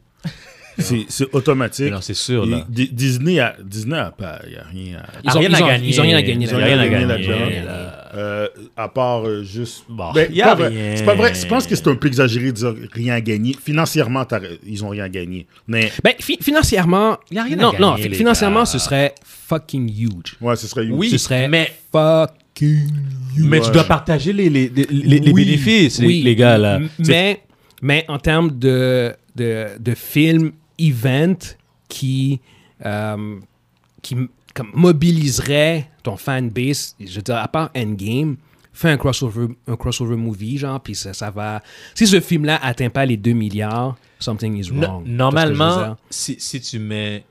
S3: C'est c'est automatique.
S2: Mais non, c'est sûr, là.
S3: Et Di- Disney a, Disney a pas, y a rien à.
S1: Ils ont-
S2: rien
S1: ils
S2: à
S1: ont-
S2: gagner.
S1: Ils ont rien à gagner.
S3: Ils ont
S1: là.
S3: rien à
S1: Ils ont
S3: gagner
S1: rien à
S3: là-dedans.
S1: gagner.
S3: Euh, à part euh, juste.
S4: Bah,
S2: Bon,
S3: Ben,
S2: y a
S3: pas vrai.
S2: rien.
S3: C'est pas vrai. Je pense que c'est un peu exagéré de dire rien à gagner. Financièrement, t'as- ils ont rien gagné. Mais
S1: Ben, fi- financièrement,
S2: Il y a rien à
S1: non,
S2: gagner,
S1: non,
S2: les
S1: financièrement,
S2: gars.
S1: ce serait fucking huge.
S3: ouais, ce serait.
S1: Ce serait fucking huge.
S2: Mais tu
S3: Ouais.
S2: dois partager les, les, les, les- les
S1: Oui,
S2: bénéfices, les-
S1: oui.
S2: les gars là.
S1: M-
S2: C'est-
S1: Mais, mais en termes de, de, de film event qui, euh, qui m- comme mobiliserait ton fanbase, je veux dire, à part Endgame, fais un crossover, un crossover movie, genre, puis ça, ça va. Si ce film-là atteint pas les 2 milliards, something is
S2: No-
S1: wrong. Tu vois
S2: normalement, si, si tu mets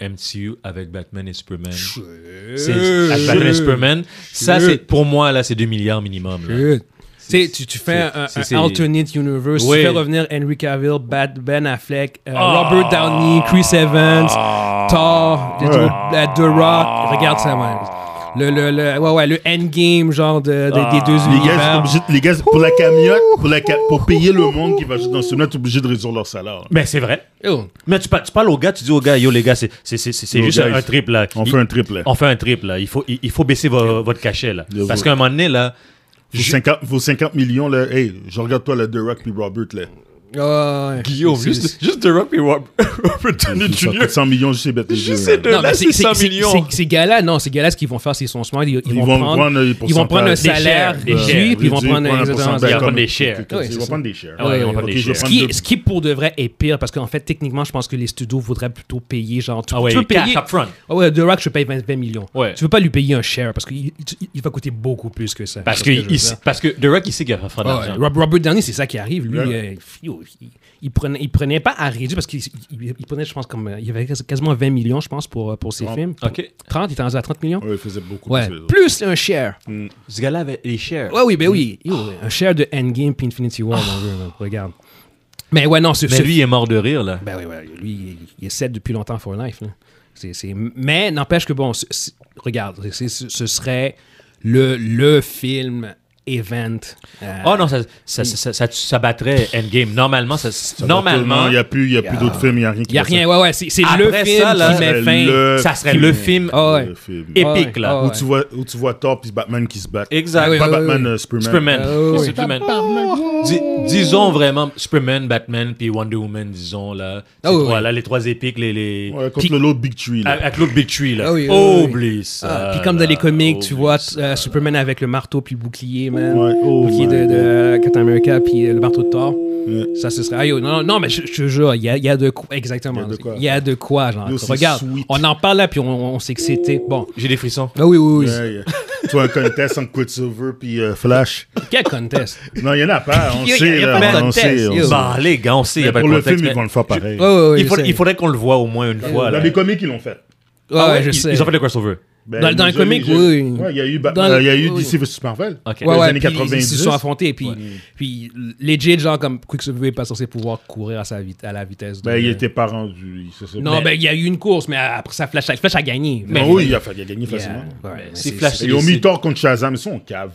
S2: MCU avec Batman et Superman,
S1: ce que je veux dire?
S2: c'est avec Batman et Superman, ça
S1: Shit.
S2: c'est pour moi là c'est 2 milliards minimum. là.
S1: Shit. Tu sais, tu, tu fais un,
S2: c'est-
S1: un
S2: c'est-
S1: alternate universe,
S2: Oui.
S1: tu fais revenir Henry Cavill, Bat, Ben Affleck, euh, Robert Downey, Chris Evans, Thor, The, la- The Rock, regarde ça, man. Le, le, le, ouais, ouais, le endgame, genre, de, de- des deux
S3: Les gars,
S1: univers.
S3: sont obligés de- les gars, pour la camionne, pour, la ca- pour payer le monde qui va jouer dans ce film-là, t'es obligé de réduire leur salaire.
S4: Ben c'est vrai.
S1: Oh.
S4: Mais tu, par- tu parles aux gars, tu dis aux gars, yo les gars, c'est c'est- c'est- c'est- c'est
S3: Yo,
S4: juste
S3: guys,
S4: un triple là.
S3: On
S4: Il-
S3: fait un triple.
S1: Oh,
S4: on fait un triple là. Il faut, il, il faut baisser vo- votre cachet là.
S3: Yo,
S4: Parce
S3: vous-
S4: qu'à un moment donné là,
S3: Vos 50, vos 50 millions, là, hey, je regarde toi, le The Rock puis Robert, là.
S1: Ah, ouais.
S2: Guillaume,
S1: C'est- c'est-
S2: juste, juste The Rock et [LAUGHS] Rob- Robert Downey
S3: Ça
S2: Jr.
S3: coûte 100 millions, je sais, bête. les
S2: Juste
S3: deux,
S2: ces
S3: là.
S2: deux. Là,
S1: mais
S2: c'est 100 millions.
S1: c'est- Ces gars-là, non, ces gars-là, ce qu'ils vont faire, s'ils sont smart, ils, ils
S3: Ils
S1: vont, prendre,
S3: les
S1: ils vont prendre un
S3: pourcentages.
S1: salaire
S4: Des shares,
S1: réduit, puis ils vont
S3: Réduire,
S1: prendre
S3: un
S1: exactement
S3: pourcentage
S4: Ils vont
S3: comme-
S4: prendre des shares.
S3: comme-
S1: Ouais,
S3: Ils
S1: c'est
S3: vont
S1: ça.
S3: prendre des shares.
S4: Ah ouais, ils vont
S3: Ok,
S4: prendre des
S3: je vais
S4: shares.
S1: Ce
S3: prendre
S1: qui,
S3: deux-
S1: ce qui, pour de vrai est pire, parce qu'en fait, techniquement, je pense que les studios voudraient plutôt payer, genre, tu,
S2: Ah ouais,
S1: tu peux
S2: cash
S1: payer.
S2: upfront.
S1: Ah ouais, The Rock, je paye 20, 20 millions.
S2: Ouais.
S1: Tu veux pas lui payer un share parce qu'il il- il va coûter beaucoup plus que ça.
S2: Parce
S1: C'est
S2: que,
S1: ce je veux
S2: il-
S1: dire.
S2: parce que The Rock il sait qu'il va faire de
S1: Ah ouais,
S2: l'argent.
S1: Rob- Robert Downey, c'est ça qui arrive. Lui, euh,
S3: Ouais.
S1: yo, il, il prenait, il prenait pas à réduire parce qu'il il- il prenait, je pense, comme. euh, Il avait quas- quasiment 20 millions, je pense, pour, euh, pour ses
S3: Bon.
S1: films.
S2: Ok.
S1: 30, il était rendu à 30 millions.
S3: Ouais, ils faisaient beaucoup
S1: Ouais.
S3: plus, les autres.
S1: Plus un share.
S2: Ce gars-là avait les shares.
S1: Ouais, oui, ben oui. Yo, Un share de Endgame puis Infinity War, mon vieux, man. Regarde. Mais ouais, non, ce,
S2: Ah. Mais
S1: ce
S2: lui il est mort de rire là.
S1: Ben oui, ouais, lui, il- il est set depuis longtemps for life. là. C'est- c'est- Mais n'empêche que, bon, c- c- regarde, c'est- ce ce serait le, le film event. euh,
S2: Oh non, ça, ça, ça, ça, ça- ça battrait Endgame. Normalement, ça,
S3: Ça va
S2: normalement
S3: tellement- Il n'y a plus, il y a plus
S1: Yeah.
S3: d'autres films, il n'y a rien qui
S1: Il n'y a
S3: va
S1: rien. Ouais, ouais, c'est c'est le
S2: Après
S1: film
S2: ça, là,
S1: qui met
S3: sortir.
S1: fin.
S3: Le
S2: ça serait
S3: film.
S2: le film
S1: Ah ouais.
S3: Le film.
S2: Et- épique, là.
S1: Ah ouais,
S3: Où
S1: ah
S3: tu vois, où tu vois Thor puis Batman qui se battent.
S2: exact.
S1: Ah oui,
S3: Pas
S1: oui,
S3: Batman,
S1: oui.
S3: euh, Superman.
S2: Superman.
S1: Euh, oui.
S2: Superman. Dis- disons vraiment Superman, Batman, puis Wonder Woman, disons là. Ces
S1: Ah oui,
S2: trois,
S1: oui.
S2: là, les trois épiques, les. les...
S3: Ouais,
S2: Puis-
S3: contre le lot Big Tree, là.
S2: à- Avec l'autre Big Tree, là.
S1: Ah oui, oui, oui.
S2: Oublie
S1: Ah,
S2: ça.
S1: puis comme dans
S2: là.
S1: les comics, tu
S2: Oublie
S1: vois
S2: ça.
S1: euh, Superman avec le marteau puis le bouclier, man.
S3: Ouais. Oh,
S1: le bouclier ah.
S3: ouais.
S1: de, de Captain America puis euh, le marteau de Thor.
S3: Ouais.
S1: Ça, ce serait... Ah, yo, non, non, mais je je te jure, il y a, il y a de quoi... Exactement.
S3: Il y a de quoi.
S1: Il y a de quoi, genre.
S3: Yo, c'est
S1: Regarde,
S3: sweet.
S1: on en parle là, puis on, on s'est excité. Bon.
S2: J'ai des frissons.
S1: Ah oui, oui, oui.
S3: Ouais, yeah. tu vois un contest entre Quicksilver puis euh, Flash.
S1: Quel contest.
S3: Non, il n'y en a pas. On
S1: Il y a-
S3: sait,
S1: il y a
S3: là,
S1: pas de
S3: on
S1: contest,
S3: sait. on
S1: yo.
S3: sait.
S2: Bah, les gars, on sait, il n'y a pas
S3: Pour
S2: de
S3: le
S2: contexte.
S3: film,
S2: mais
S3: ils vont le faire pareil.
S1: [LAUGHS] Ouais, ouais, ouais,
S2: il, faut-
S1: Ah je sais. Ah
S2: il faudrait qu'on le voit au moins une fois.
S3: Dans
S2: là.
S3: les comics, ils l'ont fait.
S1: Ouais,
S2: Ah
S1: ouais,
S2: ouais,
S1: je
S2: ils-
S1: sais. Ah,
S2: Ils ont fait le crossover.
S3: Ben,
S1: Dans- dans les
S3: déjà,
S1: comics,
S3: déjà-
S1: oui.
S3: Ouais, il y a eu, Bat-
S1: Dans le-
S3: euh, il y a eu
S1: oui.
S3: DC vs Marvel.
S2: Ok.
S1: Ouais,
S3: les
S1: ouais,
S3: années
S1: puis ils- Ils se
S3: 90.
S1: sont affrontés. Puis, puis legit, genre, comme Quicksilver est pas censé pouvoir courir à, sa vit- à la vitesse. de-
S3: Ben, il était pas rendu. il- c'est ça.
S1: Non,
S3: Mais-
S1: ben, il y a eu une course, mais après ça, Flash, Flash a gagné.
S3: Non, Ben oui, il a, fait- il a gagné
S1: Yeah.
S3: facilement.
S1: Ouais, mais
S2: C'est
S1: c'est-
S2: Flash.
S1: c'est-
S3: Ils ont
S2: c'est-
S3: mis Thor contre Shazam, ils sont en cave.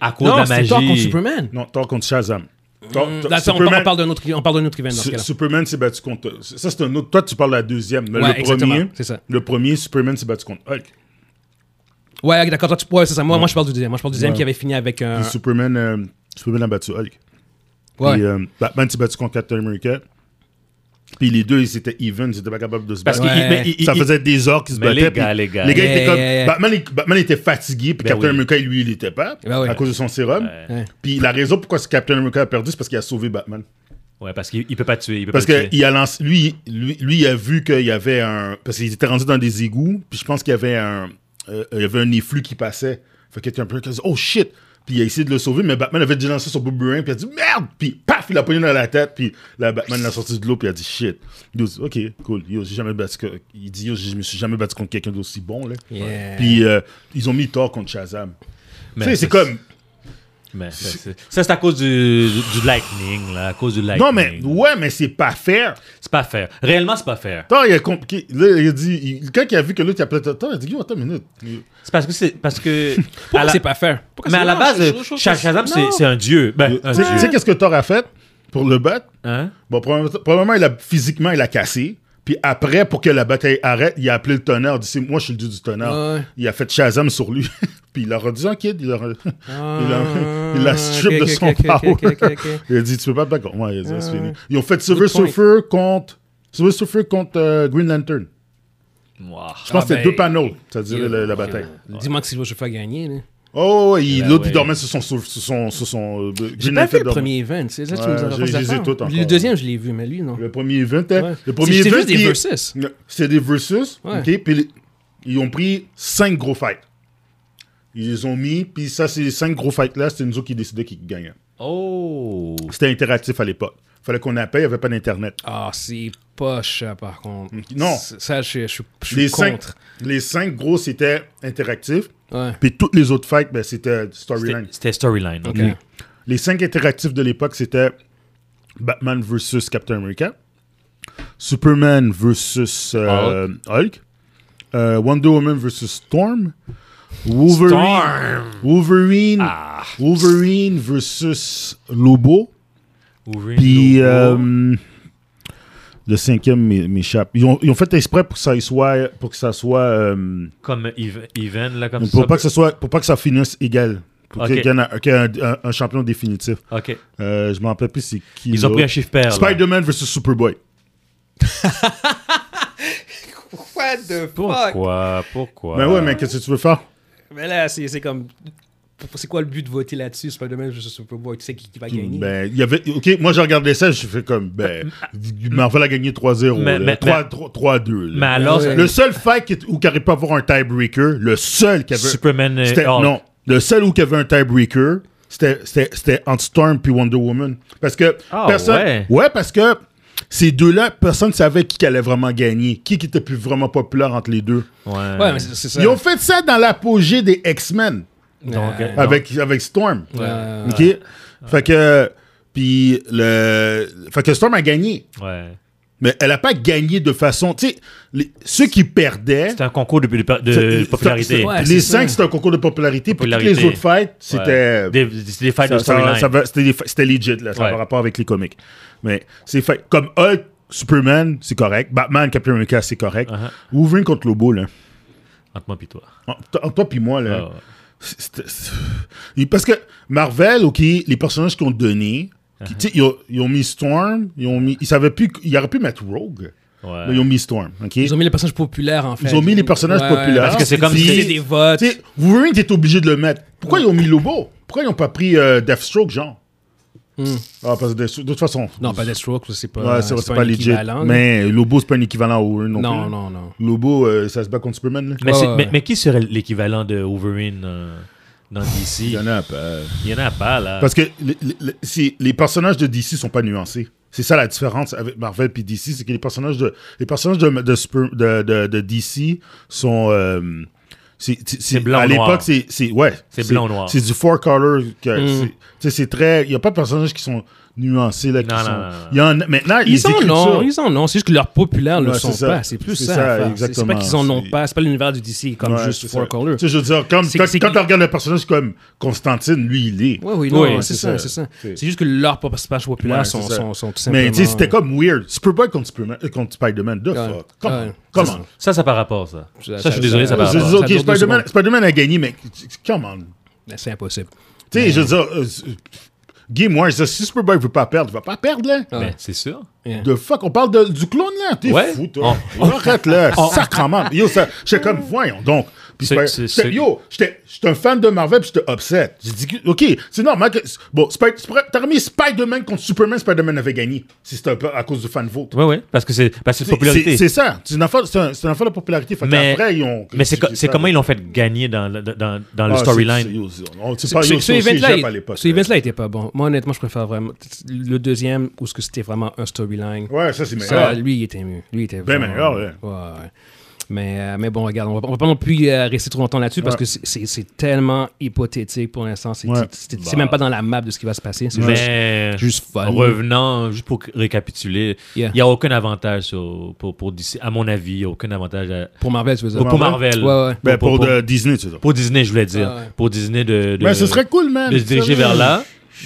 S2: À cause de
S1: Non,
S2: la
S1: c'est
S2: magie.
S1: Thor contre Superman.
S3: Non, Thor contre Shazam. Thor- Thor-
S1: Mm, Là, ça, on,
S3: Superman-
S1: on parle d'un autre, on parle d'un autre event dans ce
S3: Su-
S1: cas-là.
S3: Superman s'est battu contre. Ça, c'est un autre. Toi, tu parles de la deuxième. Mais
S1: Ouais,
S3: le premier,
S1: exactement, c'est ça.
S3: le premier, Superman s'est battu contre Hulk.
S1: Ouais, d'accord, toi, tu ouais, c'est ça. Moi, moi, je parle du deuxième. Moi, je parle du deuxième qui avait fini avec un.
S3: Puis Superman, euh, Superman a battu Hulk.
S1: Ah. Ouais.
S3: Puis euh, Batman s'est battu contre Captain America. Puis les deux, ils étaient even, ils étaient pas capables de se
S2: Parce
S3: battre.
S2: qu'il
S1: Ouais.
S2: mais il-
S3: Ça
S2: il-
S3: faisait des heures qui se
S4: Mais
S3: battaient.
S4: les gars,
S3: puis
S4: les gars.
S3: Les gars
S1: Yeah,
S3: étaient comme.
S1: yeah, yeah.
S3: Batman, il- Batman était fatigué, puis
S4: Ben
S3: Captain
S4: oui.
S3: America, lui, il était pas.
S1: Ben oui.
S3: À cause de son sérum.
S1: Ouais.
S3: Puis la raison pourquoi ce Captain America a perdu, c'est parce qu'il a sauvé Batman.
S4: Ouais, parce qu'il il peut pas tuer. il peut
S3: Parce
S4: pas tuer.
S3: que il a lancé, lui, lui, lui, il a vu qu'il y avait un. Parce qu'ils étaient rendus dans des égouts, puis je pense qu'il y avait un. euh, il y avait un efflux qui passait. Fait qu'il était un peu. qu'il a dit, Oh shit! Puis il a essayé de le sauver, mais Batman avait déjà lancé son boomerang, puis il a dit merde! Puis paf, il l'a pogné dans la tête, puis là, Batman l'a sorti de l'eau, puis il a dit shit. Yo, c'est- ok, cool. Yo, j'ai jamais battu. que- Il dit yo, je me suis jamais battu contre quelqu'un d'aussi bon, là.
S1: Yeah.
S3: Puis euh, ils ont mis Thor contre Shazam. Tu
S2: mais
S3: sais, c'est comme.
S2: mais c'est- c'est- Ça, c'est à cause du, du, du lightning, là. À cause du lightning.
S3: Non, mais ouais, mais c'est pas faire.
S2: C'est pas faire. Réellement, c'est pas faire.
S3: Thor, il a compliqué. Là, il a dit. il- quand il a vu que l'autre, il appelait Thor, il a dit Yo, attends une minute.
S1: Euh,
S2: C'est parce que c'est. Parce que. à
S1: [LAUGHS] Pourquoi
S2: la-
S1: c'est pas faire Pourquoi
S2: Mais
S1: c'est-
S2: à la
S1: non,
S2: base,
S1: je- je- je- je-
S2: Shaz- Shazam, c'est
S1: non.
S2: c'est un dieu. Ben, un
S1: euh,
S3: Tu sais- tu sais
S2: dieu.
S3: qu'est-ce que Thor a fait pour le battre
S2: Hein?
S3: Bon, premièrement, premièrement, il a, physiquement, il a cassé. Puis après, pour que la bataille arrête, il a appelé le tonnerre. Il dit C'est Moi, je suis le dieu du tonnerre.
S1: Ouais.
S3: Il a fait Shazam sur lui. [LAUGHS] puis il leur a dit en kid. Il leur a- [LAUGHS] il leur-
S1: Ah,
S3: il l'a strip
S1: ok,
S3: de
S1: ok,
S3: son
S1: ok, ok,
S3: power.
S1: ok, ok, ok.
S3: [LAUGHS] Il a dit Tu peux pas te battre contre moi. Il a dit, C'est fini. Ils ont fait Silver
S1: Good point.
S3: Surfer contre, Silver Surfer contre euh, Green Lantern.
S2: Wow.
S3: Je pense
S1: Ah,
S3: que c'est
S1: ben,
S3: deux panneaux, ça a duré
S1: il-
S3: la, la bataille.
S1: Dis-moi que Silver Surfer a gagné. là.
S3: Oh, ouais, il-
S2: Ben
S3: l'autre,
S2: ouais.
S3: il dormait sur son. Sur son, sur son euh, Green
S1: J'ai pas
S3: Lantern
S1: vu le
S3: dormait.
S1: premier event. C'est ça, tu
S3: Ouais,
S1: nous as
S3: j'ai-
S1: raconté
S3: j'ai
S1: l'affaire.
S3: tout encore.
S1: Le deuxième, je l'ai vu, mais lui, non.
S3: Le premier event, hein.
S1: Ouais.
S3: Le premier
S1: C'était
S3: event,
S1: juste des
S3: il-
S1: versus.
S3: C'était des versus.
S1: Ouais.
S3: OK? Puis les- ils ont pris cinq gros fights. Ils les ont mis, puis ça, ces cinq gros fights-là, c'était nous autres qui décidait qui gagnait.
S2: Oh.
S3: C'était interactif à l'époque. Fallait qu'on appelle, il n'y avait pas d'Internet.
S1: Ah, c'est poche, ça, par contre.
S3: Mm, Non.
S1: C- Ça, je je- je- je suis
S3: Les cinq,
S1: contre.
S3: les cinq gros, c'était interactif.
S1: Ouais.
S3: Puis toutes les autres fights, ben, c'était storyline.
S2: C'était- C'était storyline.
S1: Ok.
S2: ok.
S3: Les cinq interactifs de l'époque, c'était Batman versus Captain America, Superman versus euh, Hulk, euh, Wonder Woman versus Storm, Wolverine, Wolverine,
S2: Ah.
S3: Wolverine versus Lobo,
S2: Wolverine,
S3: puis
S2: Lobo.
S3: euh, le cinquième m'é- m'échappe. Ils ont, ils ont fait exprès pour que ça y soit, pour que ça soit, euh,
S2: Comme Eve- Even, là, comme
S3: pour
S2: ça.
S3: pas que ça soit, pour pas que ça finisse égal, pour
S2: Ok.
S3: qu'il y en a- qu'il y ait un- un- un champion définitif.
S2: Ok.
S3: Euh, je m'en rappelle plus c'est qui.
S2: Ils ont
S3: là.
S2: pris un chiffre pair. là.
S3: Spider-Man versus Superboy.
S1: What the fuck?
S4: Pourquoi Pourquoi
S3: Mais Ben ouais, mais qu'est-ce que tu veux faire?
S1: Mais là, c'est c'est comme. C'est quoi le but de voter là-dessus? C'est pas le même, je sais pas. Tu sais qui, qui va gagner.
S3: Ben, il y avait. Ok, moi j'ai regardé ça, je fais comme. Ben, Marvel a gagné 3-0.
S2: Mais-
S3: là.
S2: mais-
S3: 3 3 3-2.
S2: Mais
S3: là.
S2: alors,
S1: Ouais.
S3: Le seul fight qui est- où il n'arrivait pas à avoir un tiebreaker, le seul qui avait.
S2: Superman et
S3: c'était-
S2: Hulk.
S3: Non, le seul où il y avait un tiebreaker, c'était- c'était c'était entre Storm puis Wonder Woman. Parce que.
S2: Ah,
S3: personne,
S2: ouais.
S3: parce que. Ces deux-là, personne ne savait qui allait vraiment gagner, qui qui était plus vraiment populaire entre les deux.
S2: Ouais.
S1: ouais, mais c'est c'est ça.
S3: Ils ont fait ça dans l'apogée des X-Men.
S2: Donc, euh,
S3: avec, avec Storm.
S1: Ouais.
S3: euh, OK? Fait que. Puis le. Fait que Storm a gagné.
S2: Ouais.
S3: mais elle n'a pas gagné de façon. Tu sais, les- ceux qui perdaient.
S2: C'est un concours de, de- de
S3: c'est-
S2: popularité.
S3: c'est-
S1: Ouais,
S3: les
S1: c'est ça.
S3: cinq, c'était un concours de popularité. Puis toutes les
S2: Popularité.
S3: autres fights, c'était.
S2: Ouais. Des, des fights
S3: Ça-
S2: de
S3: ça-
S2: storyline.
S3: ça va- C'était des fa- c'était legit, là, ça
S2: Ouais.
S3: avait rapport avec les comics. Mais c'est fait. Comme Hulk, Superman, c'est correct. Batman, Captain America, c'est correct.
S2: Uh-huh.
S3: Wolverine contre Lobo, là.
S2: Entre moi et toi.
S3: En- en- Toi puis moi, là.
S2: Ah ouais.
S3: C'était- c'est- Et Parce que Marvel, OK, les personnages qu'ils ont donnés,
S1: Uh-huh.
S3: qui- tu sais, ils, ont- ils ont mis Storm, ils ont mis. Ils savaient plus. qu- Ils auraient pu mettre Rogue,
S2: Ah, Ouais.
S3: mais ils ont mis Storm, OK?
S1: Ils ont mis les personnages populaires, en fait.
S3: Ils ont mis les personnages
S1: Ouais,
S3: populaires.
S1: Parce que c'est
S2: Parce
S1: comme
S2: que
S1: si
S2: c'est-
S1: c'est des votes.
S3: Tu sais, Wolverine, t'es obligé de le mettre. Pourquoi ils ont mis Lobo? Pourquoi ils n'ont pas pris euh, Deathstroke, genre?
S1: Hmm.
S3: Ah, parce que de, de toute façon.
S1: Non, pas Deathstroke, c'est pas,
S3: Ouais, c'est c'est
S1: un
S3: pas, legit.
S1: équivalent.
S3: Mais Lobo, c'est pas un équivalent à Wolverine non,
S1: Non,
S3: plus.
S1: non, non.
S3: Lobo, euh, ça se bat contre Superman, là?
S2: Mais, c'est-
S1: ouais,
S2: mais-
S1: ouais.
S2: mais qui serait l'équivalent de Wolverine euh, dans DC
S3: Il y
S2: Il
S3: en a euh, pas.
S2: n'y en a pas, là.
S3: Parce que le- le- le- c'est- les personnages de DC sont pas nuancés. C'est ça la différence avec Marvel puis DC, c'est que les personnages de les personnages de de, Super- de- de- de DC sont euh, c'est- c'est- c'est-
S2: blanc
S3: à
S2: ou noir.
S3: l'époque c'est c'est ouais
S2: C'est blanc ou noir.
S3: c'est du four color que
S1: Mm.
S3: c'est- tu sais, c'est très il y a pas de personnages qui sont nuancés là qui
S2: Non, non,
S3: sont-
S2: non, non.
S3: il y en a- maintenant les
S1: Ils en
S3: écritures-
S1: ont, ils en ont. C'est juste que leurs populaires ne le
S3: Ouais,
S1: sont
S3: c'est ça.
S1: pas. C'est plus
S3: C'est
S1: ça.
S3: ça,
S1: l'affaire. C'est- C'est pas
S3: exactement.
S1: qu'ils en ont
S3: C'est-
S1: pas. C'est pas l'univers du DC comme
S3: ouais,
S1: juste
S3: c'est
S1: Four
S3: ça.
S1: Color.
S3: Tu sais, je veux dire comme
S1: C'est-
S3: quand,
S1: c'est-
S3: quand tu regardes le personnage comme Constantine lui il est
S1: Oui, oui, non,
S3: Oui,
S1: c'est
S3: c'est
S1: ça,
S3: ça.
S1: c'est ça.
S3: C'est-
S1: C'est juste que leurs personnages populaires
S3: Ouais, c'est
S1: sont,
S3: ça.
S1: sont, sont tout simplement... euh,
S3: mais tu sais c'était comme weird Superboy contre Superman euh, contre Spider-Man deux
S1: Ouais.
S3: fois comment
S1: Ouais.
S3: comment
S2: Ça, ça par rapport, ça.
S1: Ça-
S2: Ça,
S1: ça-
S2: je suis désolé,
S1: ça-
S2: ça, par
S1: va,
S3: Je veux
S1: va.
S2: rapport.
S3: dire,
S1: Ça
S3: ok,
S1: dure deux
S3: Spider-Man, Spider-Man a gagné, mais come on.
S1: Mais C'est impossible.
S3: Tu sais, je veux dire, euh, Guy, moi, je dis, si Superboy veut pas perdre, il va pas perdre, là.
S1: Ah.
S2: Mais c'est sûr.
S3: De fuck, on parle de- du clone, là. T'es
S2: Ouais.
S3: fou, toi.
S1: Oh.
S3: [LAUGHS] Arrête, là. Sacrement. Yo, ça, j'étais comme, voyons donc. Puis
S2: C'est- c'est-
S3: Spider- j'étais-
S2: c'est-
S3: Yo, j'étais j'étais un fan de Marvel, puis j'étais upset. J'ai dit, que- ok, c'est normal que. Bon, Spi- Spi- t'as remis Spider-Man contre Superman, Spider-Man avait gagné. Si c'était un peu à cause du fan vote.
S2: Oui, oui. Parce que c'est parce que c'est
S3: C'est- C'est
S2: popularité.
S3: c'est ça. C'est une affaire c'est un- c'est une affaire de popularité. Fait
S2: Mais-
S3: qu'après, ils ont.
S2: Mais c'est co- c'est
S3: ça,
S2: comment
S3: là.
S2: ils l'ont fait gagner dans, le- dans, dans le
S3: Ah, c'est- c'est-
S2: storyline.
S3: yo, c'est- on- c'est
S1: Ce-
S3: pas-
S1: ce-
S3: yo,
S1: Ce
S3: c'est aussi
S1: event-là,
S3: Jap à
S1: il-
S3: l'époque,
S1: ce
S3: là.
S1: event-là était pas bon. Moi, honnêtement, je préfère vraiment le deuxième où ce que c'était vraiment un storyline.
S3: Ouais, ça c'est meilleur.
S1: Ça, lui, il était mieux. Lui, il était
S3: Ben
S1: vraiment-
S3: meilleur, ouais.
S1: ouais. Mais, euh, mais bon, regarde, on va, pas- on va pas non plus euh, rester trop longtemps là-dessus parce
S3: Ouais.
S1: que c'est- c'est c'est tellement hypothétique pour l'instant. C'est
S3: Ouais.
S1: c'est-
S2: Bah.
S1: c'est même pas dans la map de ce qui va se passer. C'est juste,
S2: Mais
S1: juste fun.
S2: revenant, juste pour récapituler, il
S1: Yeah.
S2: n'y a aucun avantage sur- pour, pour DC. À mon avis, il n'y a aucun avantage à-
S1: Pour Marvel, tu veux dire.
S2: pour, pour
S3: Marvel?
S2: Marvel.
S1: Ouais, ouais.
S3: Ben,
S2: pour,
S3: pour,
S2: pour-
S3: de Disney, tu sais.
S2: pour Disney, je voulais dire.
S1: Ah ouais.
S2: Pour Disney de, de,
S3: Mais ce serait cool, man.
S2: de se diriger
S3: Sérieux.
S2: vers là.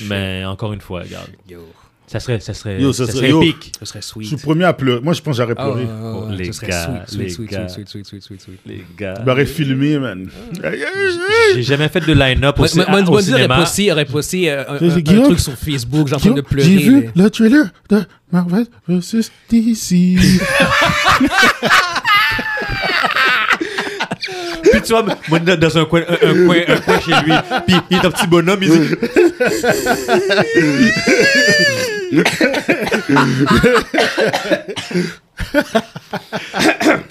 S2: Mais encore une fois, regarde.
S1: Yo,
S2: Ça serait, ça serait,
S3: Yo, ça
S2: ça serait
S3: serait- yo.
S2: épique.
S1: ce serait
S3: Je
S1: sweet.
S3: suis le premier à pleurer. Moi, je pense que j'aurais
S1: Ah, ouais,
S3: pleuré.
S1: ouais, ouais, ouais,
S2: les
S1: ce serait
S2: gars,
S1: sweet, sweet,
S2: les
S1: sweet,
S2: gars.
S1: sweet, sweet, sweet, sweet, sweet, sweet.
S2: Les gars.
S3: Je l'aurais filmé, man.
S2: Ah. J'ai jamais fait de line-up au,
S1: Moi,
S2: cin-
S1: moi, moi,
S2: au
S1: je aurait
S2: cinéma.
S1: posté, aurait posté euh, un, un-
S3: J'ai dit,
S1: un
S3: Guillaume,
S1: truc sur Facebook, genre en train de pleurer.
S3: J'ai vu
S1: mais-
S3: le trailer de Marvel vs. DC.
S2: Puis [LAUGHS] tu vois, moi, dans- dans un coin, un, un coin, un coin chez lui. Puis il est un petit bonhomme, il dit...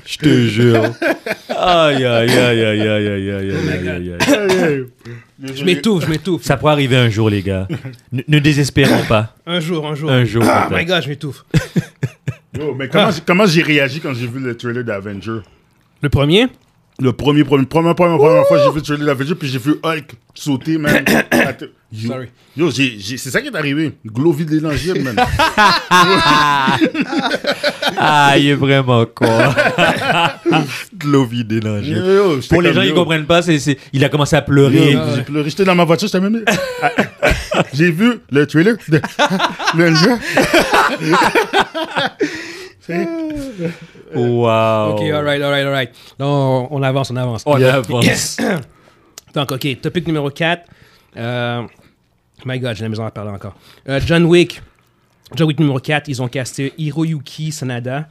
S2: Je te jure. Aïe, aïe, aïe, aïe, aïe, aïe, aïe, aïe, aïe, aïe.
S1: Je m'étouffe, je m'étouffe.
S2: Ça pourrait arriver un jour, les gars. Ne, ne désespérons pas.
S1: Un jour, un jour.
S2: Un jour,
S1: Oh my
S2: peut-être.
S1: god, je m'étouffe.
S3: Yo, mais comment, comment j'ai réagi quand j'ai vu le trailer d'Avenger?
S1: Ah. Le premier
S3: Le premier, premier, premier, premier, première fois, j'ai vu le trailer d'Avenger, puis j'ai vu Hulk sauter, man.
S1: [COUGHS]
S3: Attends. Yo,
S1: Sorry.
S3: Yo, j'ai- j'ai- c'est ça qui est arrivé. Glow vide l'élangible,
S1: [LAUGHS]
S3: man.
S2: Ah, il est vraiment con. Glow vidé dans le
S3: Yo,
S2: jeu.
S3: yo, j'étais
S2: Pour les
S3: comme,
S2: gens qui
S3: yo.
S2: comprennent pas, c'est, c'est- il a commencé à
S3: Yo,
S2: pleurer.
S1: ouais.
S3: J'ai pleuré. J'étais dans ma voiture, j'étais même. [LAUGHS] Ah, ah, J'ai vu le trailer de [LAUGHS] le jeu.
S2: Wow.
S1: Ok, alright, alright, alright. Non, on avance, on avance.
S2: On
S3: Oh,
S2: avance.
S1: [CLEARS THROAT] Donc, ok, topic numéro 4. my god, j'ai la maison à parler encore. Euh, John Wick. John Wick numéro 4, ils ont casté Hiroyuki Sanada.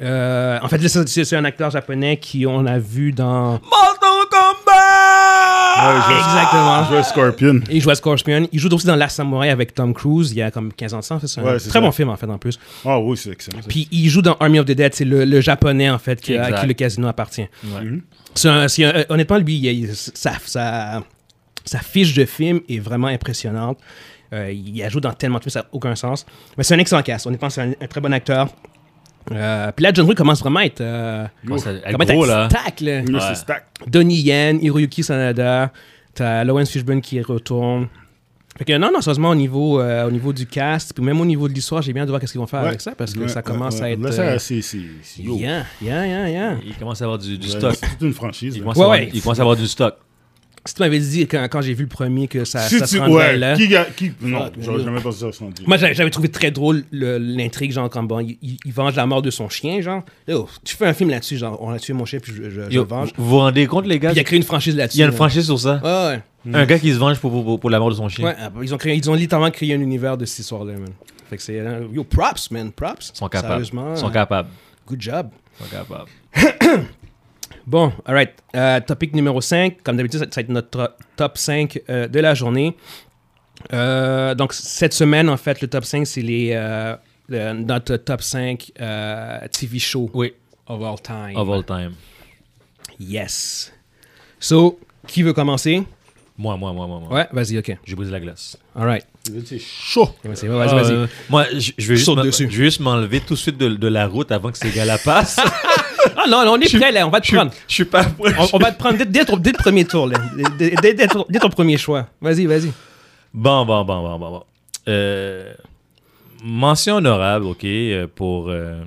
S1: Euh, en fait, là, c'est c'est- c'est un acteur japonais qui on a vu dans.
S2: Mortal Kombat!
S1: Ah, Exactement.
S3: Ah, Je vois Scorpion.
S1: Et il joue à Scorpion. Il joue aussi dans Last Samurai avec Tom Cruise il y a comme 15 ans de ça. C'est un
S3: Ouais, c'est
S1: très
S3: ça.
S1: bon film en fait en plus.
S3: Ah oui, c'est excellent.
S1: Puis il joue dans Army of the Dead. C'est le, le japonais en fait qui- à
S2: Exact.
S1: qui le casino appartient.
S2: Ouais.
S1: C'est un- c'est un- euh, honnêtement, lui, il, il- sa, sa- sa fiche de film est vraiment impressionnante. Euh, il ajoute dans tellement de films, ça n'a aucun sens. Mais c'est un excellent cast. On pense c'est un, un très bon acteur. Euh, puis là, John Wick commence vraiment à être. euh,
S2: Commence à être
S1: comment
S2: gros,
S1: être
S2: là.
S1: stack, là.
S3: Yo,
S2: Ouais.
S3: c'est stack.
S1: Donnie Yen, Hiroyuki Sanada, t'as Lawrence Fishburne qui retourne. Fait que non, non, sérieusement, au niveau, euh, au niveau du cast, puis même au niveau de l'histoire, j'ai bien hâte de voir qu'est-ce qu'ils vont faire
S3: Ouais.
S1: avec Ah, ça, parce que
S3: Ouais,
S1: ça
S3: ouais,
S1: commence
S3: ouais.
S1: à être...
S3: Là, ça,
S1: euh,
S3: c'est- c'est- c'est- yo.
S1: yeah, yeah, yeah, yeah.
S2: Il commence à avoir du, du
S3: Ouais,
S2: stock.
S3: C'est toute une franchise.
S2: Il
S3: là.
S2: commence,
S1: Ouais,
S2: à avoir,
S1: ouais.
S2: il commence à avoir du stock.
S1: Si tu m'avais dit quand, quand j'ai vu le premier que ça,
S3: Si
S1: ça se
S3: tu-
S1: rendrait
S3: ouais,
S1: là...
S3: qui, ga- qui- non,
S1: Fuck,
S3: j'aurais
S1: yo.
S3: jamais pensé à se rendre.
S1: Moi, j'avais j'avais trouvé très drôle le- l'intrigue, genre, quand bon, il, il- il venge la mort de son chien, genre. Yo, tu fais un film là-dessus, genre, on a tué mon chien, puis je, je- je
S2: Yo,
S1: le venge.
S2: vous vous rendez compte, les gars
S1: Puis il a créé une franchise là-dessus.
S2: Il y a une
S1: là.
S2: franchise sur ça.
S1: Ouais,
S2: Un gars qui se venge pour, pour- pour- pour la mort de son
S1: ouais.
S2: chien.
S1: ouais. ah, bah, Ils ont, créé, ils ont littéralement créé un univers de cette histoire-là, man. Fait que c'est. euh, Yo, props, man, props.
S2: Ils sont capables.
S1: Sérieusement.
S2: Ils sont
S1: euh,
S2: capables.
S1: Good job.
S2: Ils sont capables.
S1: Bon, alright. euh, topic numéro 5. Comme d'habitude, ça, ça va être notre tro- top 5 euh, de la journée. Euh, donc, cette semaine, en fait, le top 5, c'est les, euh, le- notre top 5 euh, TV show
S2: Oui,
S1: of all time.
S2: of all time.
S1: Yes. So, qui veut commencer?
S2: Moi, moi, moi, moi. moi.
S1: Ouais, vas-y, ok.
S2: J'ai brisé la glace.
S1: Alright.
S3: C'est chaud.
S1: Vas-y, vas-y.
S2: Ah,
S1: vas-y.
S2: euh, moi, je je vais juste
S1: Saute
S2: m'en- je
S1: dessus.
S2: vais juste m'enlever tout de suite de, de la route avant que ces gars la
S1: [LAUGHS]
S2: passent.
S1: Ah non, non, on est prêt là, on va te
S2: je,
S1: prendre.
S2: je suis pas prêt.
S1: On, on va te prendre dès, dès ton, dès le premier tour, là. Dès, dès- dès ton, dès ton premier choix. Vas-y, vas-y.
S2: Bon, bon, bon, bon, bon, bon. Euh, mention honorable, OK, euh, pour euh,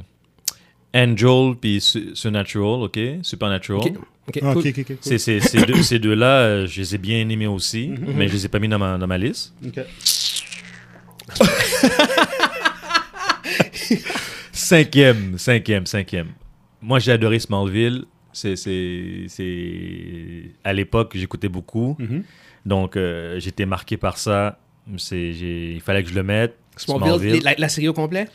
S2: Angel puis Su- Supernatural, OK? Supernatural.
S1: Ok, ok,
S3: Ah,
S1: cool.
S3: ok, ok, ok, cool.
S2: C'est- c'est- ces deux- ces deux-là, euh, je les ai bien aimés aussi,
S1: Mhm.
S2: mais je les ai pas mis dans ma, dans ma liste.
S3: Ok.
S2: Cinquième, cinquième, cinquième. Moi, j'ai adoré Smallville. C'est, c'est, c'est... À l'époque, j'écoutais beaucoup.
S3: Mhm.
S2: Donc, euh, j'étais marqué par ça. C'est, j'ai... Il fallait que je le mette.
S1: Smallville, les- la, la série au complet?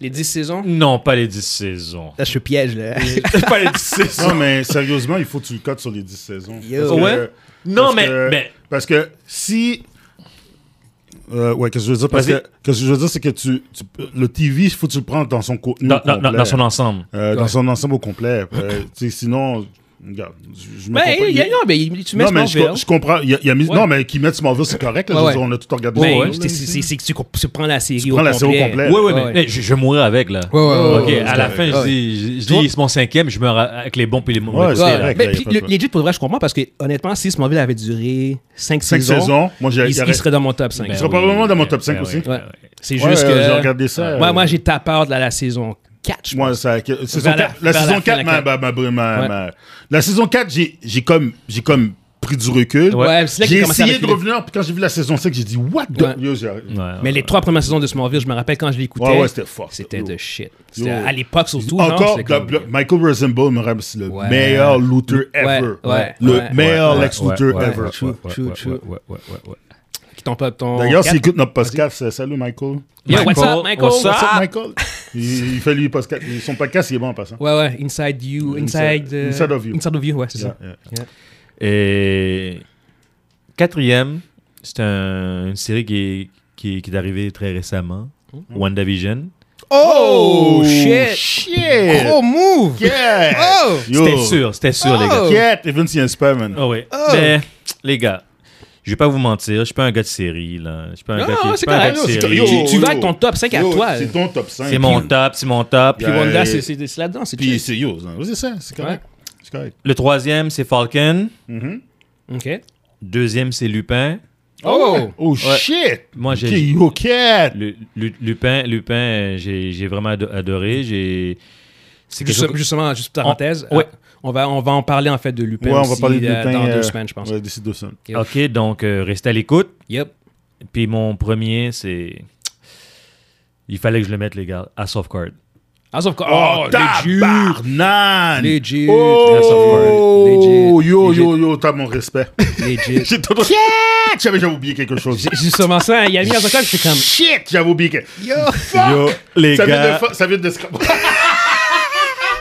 S1: Les 10 saisons?
S2: Non, pas les 10 saisons.
S1: Là, je suis piège, là.
S2: [LAUGHS] pas les 10 saisons.
S3: Non, mais sérieusement, il faut que tu le cotes sur les 10 saisons.
S1: Yo.
S3: Parce que-
S2: Ouais. Non,
S3: parce
S2: mais-
S3: que-
S2: mais-
S3: Parce que si. Euh, ouais, qu'est-ce que je veux dire? Parce que,
S2: Vas-y.
S3: qu'est-ce que je veux dire, c'est que tu, tu peux- le TV, il faut que tu le prennes dans son contenu.
S2: Dans, dans-
S3: complet.
S2: dans son ensemble.
S3: Euh, dans son ensemble au complet. Euh, tu sais, sinon, regarde, je, je me
S1: [LAUGHS] Ben,
S3: comprends-
S1: il y a- non, mais il- tu mets
S3: non, mais je,
S1: Smallville.
S3: co- je comprends. Il y a- il y a mis-
S1: Ouais.
S3: Non, mais qu'ils mettent Smallville, c'est correct. là, je
S1: Ouais,
S3: veux dire,
S1: ouais.
S3: on a tout regardé.
S1: Ben,
S3: ensemble, là,
S1: c'est- c'est c'est- c'est que tu, comp- tu prends la série au
S3: prends
S1: complet.
S3: la série au complet.
S2: Oui, oui,
S1: Ouais,
S2: mais
S1: ouais.
S2: mais je, je mourrai avec, là.
S1: ouais,
S2: ok,
S1: ouais,
S2: à la fin, je dis, je, je dis, c'est mon cinquième, je meurs avec les bons puis les mauvais.
S3: Ouais,
S2: côtés,
S3: c'est
S2: là.
S3: vrai.
S1: Mais
S3: là,
S1: Ben,
S3: y a
S1: puis,
S3: pas
S1: le-
S3: de-
S1: legit, pour vrai, je comprends parce que honnêtement, si Smallville avait duré 5
S3: Cinq
S1: saisons,
S3: saisons. Moi, j'ai.
S1: il,
S3: il y
S1: il
S3: aurait-
S1: serait dans mon top 5.
S2: Ben
S3: serait probablement dans mon top
S2: ben
S3: cinq
S2: oui,
S3: aussi.
S2: ben
S1: Ouais.
S2: oui.
S1: C'est
S3: Ouais,
S1: juste que.
S3: euh, j'ai regardé ça, euh,
S1: Moi, moi j'ai tapé de la, la saison 4. je
S3: Moi,
S1: pense.
S3: ça, que- saison
S1: la-
S3: 4, la,
S1: vers la
S3: saison
S1: fin,
S3: 4,
S1: la
S3: ma, ma, ma- ma- ma- la saison 4, j'ai, j'ai comme, j'ai comme pris du recul.
S1: Ouais, c'est là qu'il
S3: j'ai
S1: a commencé à
S3: essayé de
S1: reculer.
S3: revenir, puis quand j'ai vu la saison 5, j'ai dit, what the...
S1: Ouais.
S3: Yo, j'ai-
S2: Ouais,
S1: Ah, Mais
S2: ouais.
S1: les trois premières saisons de Smallville, je me rappelle quand je l'écoutais.
S3: Ouais, ouais, c'était fucked.
S1: C'était
S3: Yo.
S1: de shit.
S3: Yo.
S1: C'était À à l'époque, surtout. genre,
S3: Encore,
S1: c'était comme-
S3: le- le- Michael Rosenbaum, me rappelle, c'est le
S1: Ouais.
S3: meilleur looter
S1: Ouais,
S3: ever.
S1: ouais,
S3: le
S1: ouais.
S3: meilleur
S2: Ouais,
S3: Lex
S2: ouais,
S3: Looter
S2: ouais,
S3: ever.
S2: ouais,
S1: True,
S2: ouais,
S1: true,
S2: ouais,
S1: true.
S2: ouais, ouais, ouais, ouais, ouais.
S1: Qui tombe pas ton.
S3: D'ailleurs,
S1: quatre.
S3: s'il écoute notre podcast, euh, salut Michael.
S1: Yeah, what's
S2: Michael,
S1: up, Michael?
S2: what's up?
S3: What's up, Michael? il, il fait lui podcast, son podcast, il est bon en passant.
S1: Ouais, ouais, Inside You, Inside.
S3: Mm,
S1: euh,
S3: Inside- Inside of You.
S1: Inside of You, ouais, c'est ça.
S3: Yeah, yeah.
S2: Et quatrième, c'est un- une série qui est, qui, est- qui est arrivée très récemment,
S1: Mmh.
S2: WandaVision.
S1: Oh, shit.
S3: Shit!
S1: Gros move!
S3: Yeah!
S1: Oh!
S3: Yo.
S2: C'était sûr, c'était sûr, les gars.
S1: Oh.
S3: Inquiète, Even s'il y a un spam, man.
S2: Oh, oui.
S1: Ah.
S2: Mais les gars, je vais pas vous mentir, je suis pas un gars de série là. Je suis pas un
S1: Non,
S2: gars, qui-
S1: non,
S2: je
S1: c'est
S2: suis pas un
S1: correct,
S2: gars
S1: non,
S2: de
S1: c'est
S2: série.
S1: correct. Yo, tu vas avec ton top cinq à
S3: yo,
S1: toi, euh, là.
S3: C'est ton top 5.
S2: C'est mon top, c'est mon top.
S1: Puis Wanda,
S3: Euh,
S1: c'est- c'est c'est là-dedans, c'est
S3: Puis
S1: chill.
S3: c'est yo. hein. C'est ça, c'est correct. C'est correct.
S2: Le troisième, c'est Falcon.
S1: Ok.
S2: Deuxième, c'est Lupin.
S1: Oh!
S3: Oh shit!
S2: Moi, j'ai-
S3: Ok, Yo, cat!
S2: Lu- Lu- Lupin, Lupin, euh, j'ai j'ai vraiment ado- adoré. J'ai. C'est quelque
S1: Juste-
S2: chose-
S1: justement, juste parenthèse.
S2: On- ouais.
S1: euh, On va, on va en parler en fait de Lupin.
S3: Ouais, on va
S1: aussi,
S3: parler de
S1: euh,
S3: Lupin.
S1: dans
S3: euh,
S1: deux semaines, je pense.
S3: Ouais, d'ici deux semaines.
S2: Ok, donc euh, restez à l'écoute.
S1: Yep.
S2: Puis mon premier, c'est. Il fallait que je le mette, les gars, à Softcard.
S1: House of Cards. Oh, legit.
S3: tabarnane!
S1: Legit. House of
S3: Oh!
S1: Cards. Legit.
S3: Yo,
S1: Legit.
S3: yo, yo, t'as mon respect.
S1: Legit.
S3: J'ai tout- Shit! J'avais j'avais oublié quelque chose.
S1: Justement ça, hein. il y a mis House of Cards, c'est comme.
S3: Shit! J'avais oublié quelque chose.
S1: Yo!
S2: Yo, les
S3: Ça vient
S2: gars.
S3: de fa- ça vient de
S1: [LAUGHS]
S3: se-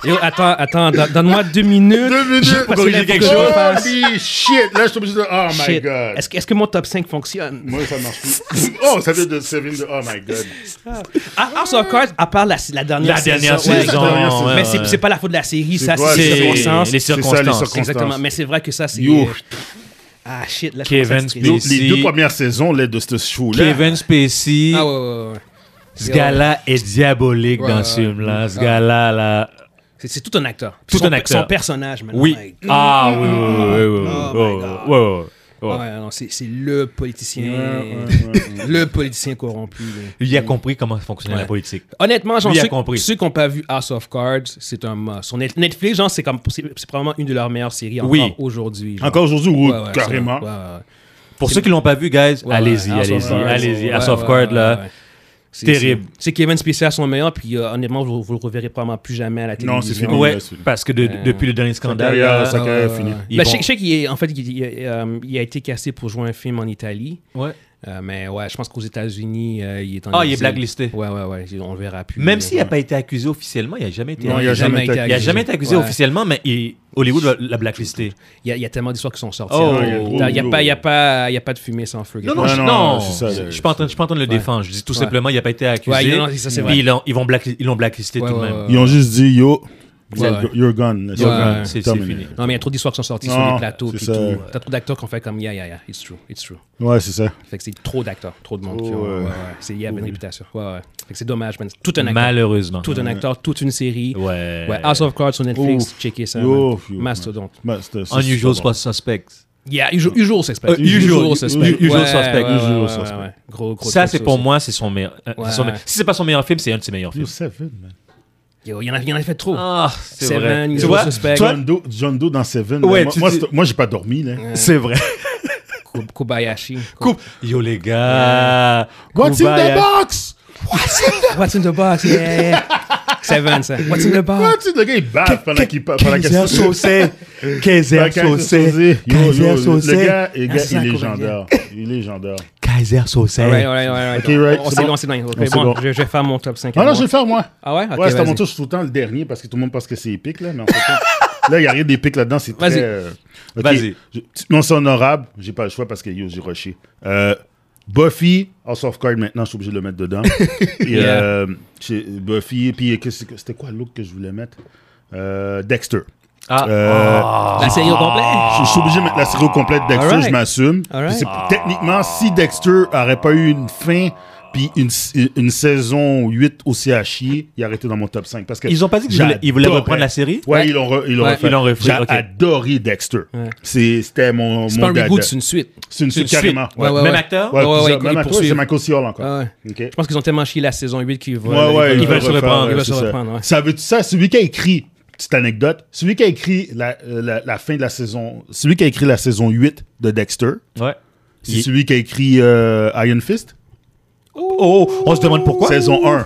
S1: Yo, attends, attends, don- donne-moi deux minutes.
S3: Deux minutes!
S1: Parce que là,
S2: quelque
S1: faut que je
S2: chose.
S1: fasse.
S3: Holy shit! Là, je suis obligé de. Oh my
S1: Shit.
S3: god!
S1: Est-ce que, est-ce que mon top 5 fonctionne?
S3: Moi, ça marche plus. Oh, ça vient de. Ça vient de. Oh my god!
S1: Ah, House of Cards, à part la, la dernière
S2: La
S1: saison.
S2: dernière
S1: ouais,
S2: saison. euh,
S3: la dernière
S2: ouais,
S3: saison.
S1: Mais
S2: ouais,
S1: c'est
S2: ouais.
S1: c'est pas la faute de la série, ça,
S3: quoi,
S1: c'est
S3: c'est-
S1: les
S2: C'est
S1: circonstances.
S2: les
S3: ça, les
S2: circonstances.
S3: circonstances.
S1: Exactement, mais c'est vrai que ça, c'est.
S3: Yo.
S1: Ah shit, là, je
S2: Kevin
S1: commence à stresser.
S2: Spacey.
S3: Yo, les
S2: Ici-
S3: deux premières saisons là, de ce show-là.
S2: Kevin Spacey.
S1: Ah ouais, ouais, ouais, ouais.
S2: Ce gars-là est diabolique
S1: Ouais,
S2: dans
S1: ouais,
S2: ce
S1: ouais. Ah.
S2: film-là. Ce gars-là, là.
S1: C'est, c'est tout un acteur.
S2: Tout
S1: Son-
S2: un acteur.
S1: Oh Son personnage, maintenant.
S2: Oui.
S1: Like, Oh
S2: Ah, oui, oui, oui, oui, oui, oui, oui, oui, oui, oui. Ouais.
S1: Ouais, non, c'est c'est le politicien. [LAUGHS] Le politicien corrompu. là.
S2: Lui a compris comment fonctionnait
S1: Mm. Ouais.
S2: la politique.
S1: Honnêtement, genre,
S2: Lui a
S1: ceux,
S2: compris.
S1: ceux qui n'ont pas vu House of Cards, c'est un must. Sur Net- Netflix, genre, c'est comme c'est c'est probablement une de leurs meilleures séries encore
S2: Oui.
S1: aujourd'hui. genre.
S3: Encore aujourd'hui, ou
S1: Ouais, ouais,
S3: carrément.
S1: c'est vrai. Ouais, ouais.
S2: Pour ceux qui l'ont pas vu, guys,
S1: Ouais,
S2: allez-y,
S1: ouais, House of
S2: allez-y,
S1: Cards.
S2: allez-y.
S1: Ouais,
S2: À
S1: ouais, ouais,
S2: Softcard, là.
S1: ouais. C'est-
S2: terrible.
S1: C'est c'est Kevin Spacey à son meilleur, puis euh, honnêtement, vous, vous le reverrez probablement plus jamais à la télévision.
S3: Non, c'est fini.
S2: Ouais,
S3: là, celui-là.
S2: parce que de-
S1: Ouais.
S2: depuis le dernier scandale,
S3: carrière,
S2: là,
S3: sa
S1: Ouais,
S3: carrière
S1: ouais,
S3: est finie.
S1: ouais.
S2: Ils
S1: Ben,
S2: vont-
S1: je sais- je sais qu'il est- en fait, il, il- euh, il a été cassé pour jouer un film en Italie,
S2: ouais.
S1: Euh, mais ouais, je pense qu'aux États-Unis, euh, il est en
S2: Ah, il est
S1: exil.
S2: blacklisté.
S1: Ouais, ouais, ouais, on le verra plus.
S2: Même
S1: là.
S2: s'il n'a pas été accusé officiellement, il n'a jamais été
S3: Non,
S2: accusé.
S3: il a jamais été
S2: Il a jamais été accusé
S1: Ouais.
S2: officiellement, mais il- Hollywood l'a- l'a blacklisté.
S1: Il y, a- il y a tellement d'histoires qui sont sorties.
S2: Oh,
S1: là.
S2: il
S3: y a
S1: il n'y a,
S3: gros
S1: pas- il y a,
S3: boulot.
S1: pas- il y a pas de fumée sans feu.
S2: Non,
S1: gars.
S2: non, je-
S3: non,
S2: non,
S3: c'est ça,
S2: je ne
S3: c'est-
S2: suis pas en train je suis pas en train de le
S1: Ouais.
S2: défendre. Je dis tout
S1: Ouais.
S2: simplement, il n'a pas été accusé.
S1: Ouais, non, ça, c'est vrai.
S2: Puis ils l'ont- ils vont black- ils l'ont blacklisté
S1: Ouais,
S2: tout de
S1: ouais,
S2: même.
S1: ouais.
S3: Ils ont juste dit, yo,
S1: Ouais, ouais.
S3: you're gone.
S1: You're gone,
S2: c'est- c'est fini.
S1: Non, mais il y a trop d'histoires qui sont sorties sur
S3: Non,
S2: Ah,
S1: les plateaux.
S3: c'est
S1: puis
S3: ça.
S1: tout. T'as trop d'acteurs qui ont fait comme yeah, yeah, yeah, it's true, it's true.
S3: Ouais, c'est ça.
S1: Fait que c'est trop d'acteurs, trop de monde. qui ont,
S3: Oh,
S1: ouais,
S3: ouais.
S1: ouais, c'est- Il y avait une réputation. Ouais, ouais. Fait que c'est dommage, man. Tout un acteur.
S2: Malheureusement.
S1: Tout un acteur, toute une série.
S2: Ouais.
S1: Ouais, House of Cards sur Netflix,
S3: Ouf.
S1: checker ça.
S3: Yo,
S1: man.
S3: yo,
S1: Mastodonte.
S3: Ben, c'était- ça, c'est
S2: Unusual
S3: super bon.
S2: Spot Suspect.
S1: Yeah, usual, usual suspect.
S2: Euh, usual,
S1: suspect.
S2: usual
S1: Ouais,
S2: suspect,
S1: ouais,
S3: usual
S1: ouais, ouais,
S3: suspect.
S1: ouais. Gros, gros
S2: Ça,
S1: truc,
S2: c'est pour moi, c'est son meilleur. euh, c'est son
S1: Ouais.
S2: meilleur- Si c'est pas son meilleur film, c'est un de ses meilleurs
S3: Yo,
S2: films.
S3: Seven, man.
S1: Yo, Il y en a- il y en a fait trop.
S2: Ah, c'est vrai.
S1: Seven,
S2: Tu vois,
S1: Usual Suspect,
S3: John Doe, John Doe dans Seven.
S2: Ouais,
S3: là, moi,
S2: tu
S3: moi,
S2: dis-
S3: c'est- moi, j'ai pas dormi. Là.
S2: c'est vrai.
S1: Ko- Kobayashi.
S2: [LAUGHS] Coupe. Yo, les gars.
S3: What's in
S2: Kubaya-
S3: the box?
S1: What's in the box? Yeah, yeah. [LAUGHS] Seven, ça. What's in the box?
S3: What's in the gars, il bat pendant qu'il parle. pendant qu'il-
S4: saucé. 15
S3: pendant qu'il- Yo, yo,
S4: Kaiser
S3: Le
S4: saucé.
S3: gars, le gars,
S1: Assassin
S3: il
S1: Kobayashi.
S3: est légendaire. Il est légendaire.
S4: Kaiser
S1: Alright,
S4: saucé.
S1: alright, alright, alright.
S3: Ok, right,
S1: On
S3: c'est
S1: s'est
S3: bon.
S1: lancé dans les autres.
S3: On
S1: Ok,
S3: s'est
S1: bon,
S3: bon.
S1: je, je vais faire mon top 5. à
S3: Ah non,
S1: moi.
S3: je vais le faire, moi.
S1: Ah ouais? Ok,
S3: ouais, c'est à
S1: vas-y.
S3: mon tour, je suis tout le temps le dernier parce que tout le monde pense que c'est épique, là. Mais en fait, là, il n'y a rien d'épique là-dedans. C'est très.
S1: Vas-y.
S3: euh, ok.
S2: Vas-y.
S3: Je- petit- Non, c'est honorable. J'ai pas le choix parce que yo, j'ai rushé. Euh, Buffy, House of Cards, maintenant, je suis obligé de le
S1: [LAUGHS]
S3: mettre dedans. Et,
S1: Yeah.
S3: euh, j'ai- Buffy, et puis euh, qu'est-ce que- c'était quoi l'autre que je voulais mettre Euh, Dexter.
S2: Ah.
S3: Euh,
S1: La série au complet?
S3: Je je suis obligé de mettre la série au complet de Dexter,
S1: Alright.
S3: je m'assume.
S1: Alright.
S3: Puis c'est- Techniquement, si Dexter aurait pas eu une fin, puis une, une saison 8 au CHI, il aurait été dans mon top 5. Parce que
S2: Ils ont pas dit qu'ils voulaient- ils voulaient
S3: j'adorais.
S2: reprendre la série?
S3: Ouais,
S1: Ouais.
S3: ils l'ont re- ils l'ont
S1: Ouais.
S3: refait.
S2: Ils l'ont refait,
S3: J'ai
S2: ok.
S3: adoré Dexter.
S1: Ouais.
S3: C'est- C'était mon,
S1: C'est
S3: mon
S1: pas un
S3: dada.
S1: reboot, c'est une suite.
S3: C'est une
S2: C'est une
S3: suite carrément.
S2: suite.
S3: Ouais,
S1: Ouais, ouais,
S2: Même
S1: ouais.
S2: acteur?
S1: Ouais, ouais,
S3: plusieurs-
S1: ouais, ils-
S3: même
S1: ils
S3: à toi,
S1: poursuivent.
S3: c'est Michael Ciol encore.
S1: Ah ouais.
S3: Ok.
S1: Je pense qu'ils ont tellement chié la saison 8 qu'ils vont.
S3: Ouais, ouais,
S1: ils
S2: veulent se
S1: veulent.
S2: reprendre,
S1: ils veulent
S3: ouais,
S1: se
S3: c'est ça.
S1: reprendre, ouais.
S3: Ça veut dire ça, celui qui a écrit, petite anecdote, celui qui a écrit la, euh, la, la fin de la saison, celui qui a écrit la saison 8 de Dexter,
S2: Ouais.
S3: c'est
S2: Il-
S3: celui qui a écrit euh, Iron Fist,
S2: Oh, oh, on se demande pourquoi.
S3: saison 1.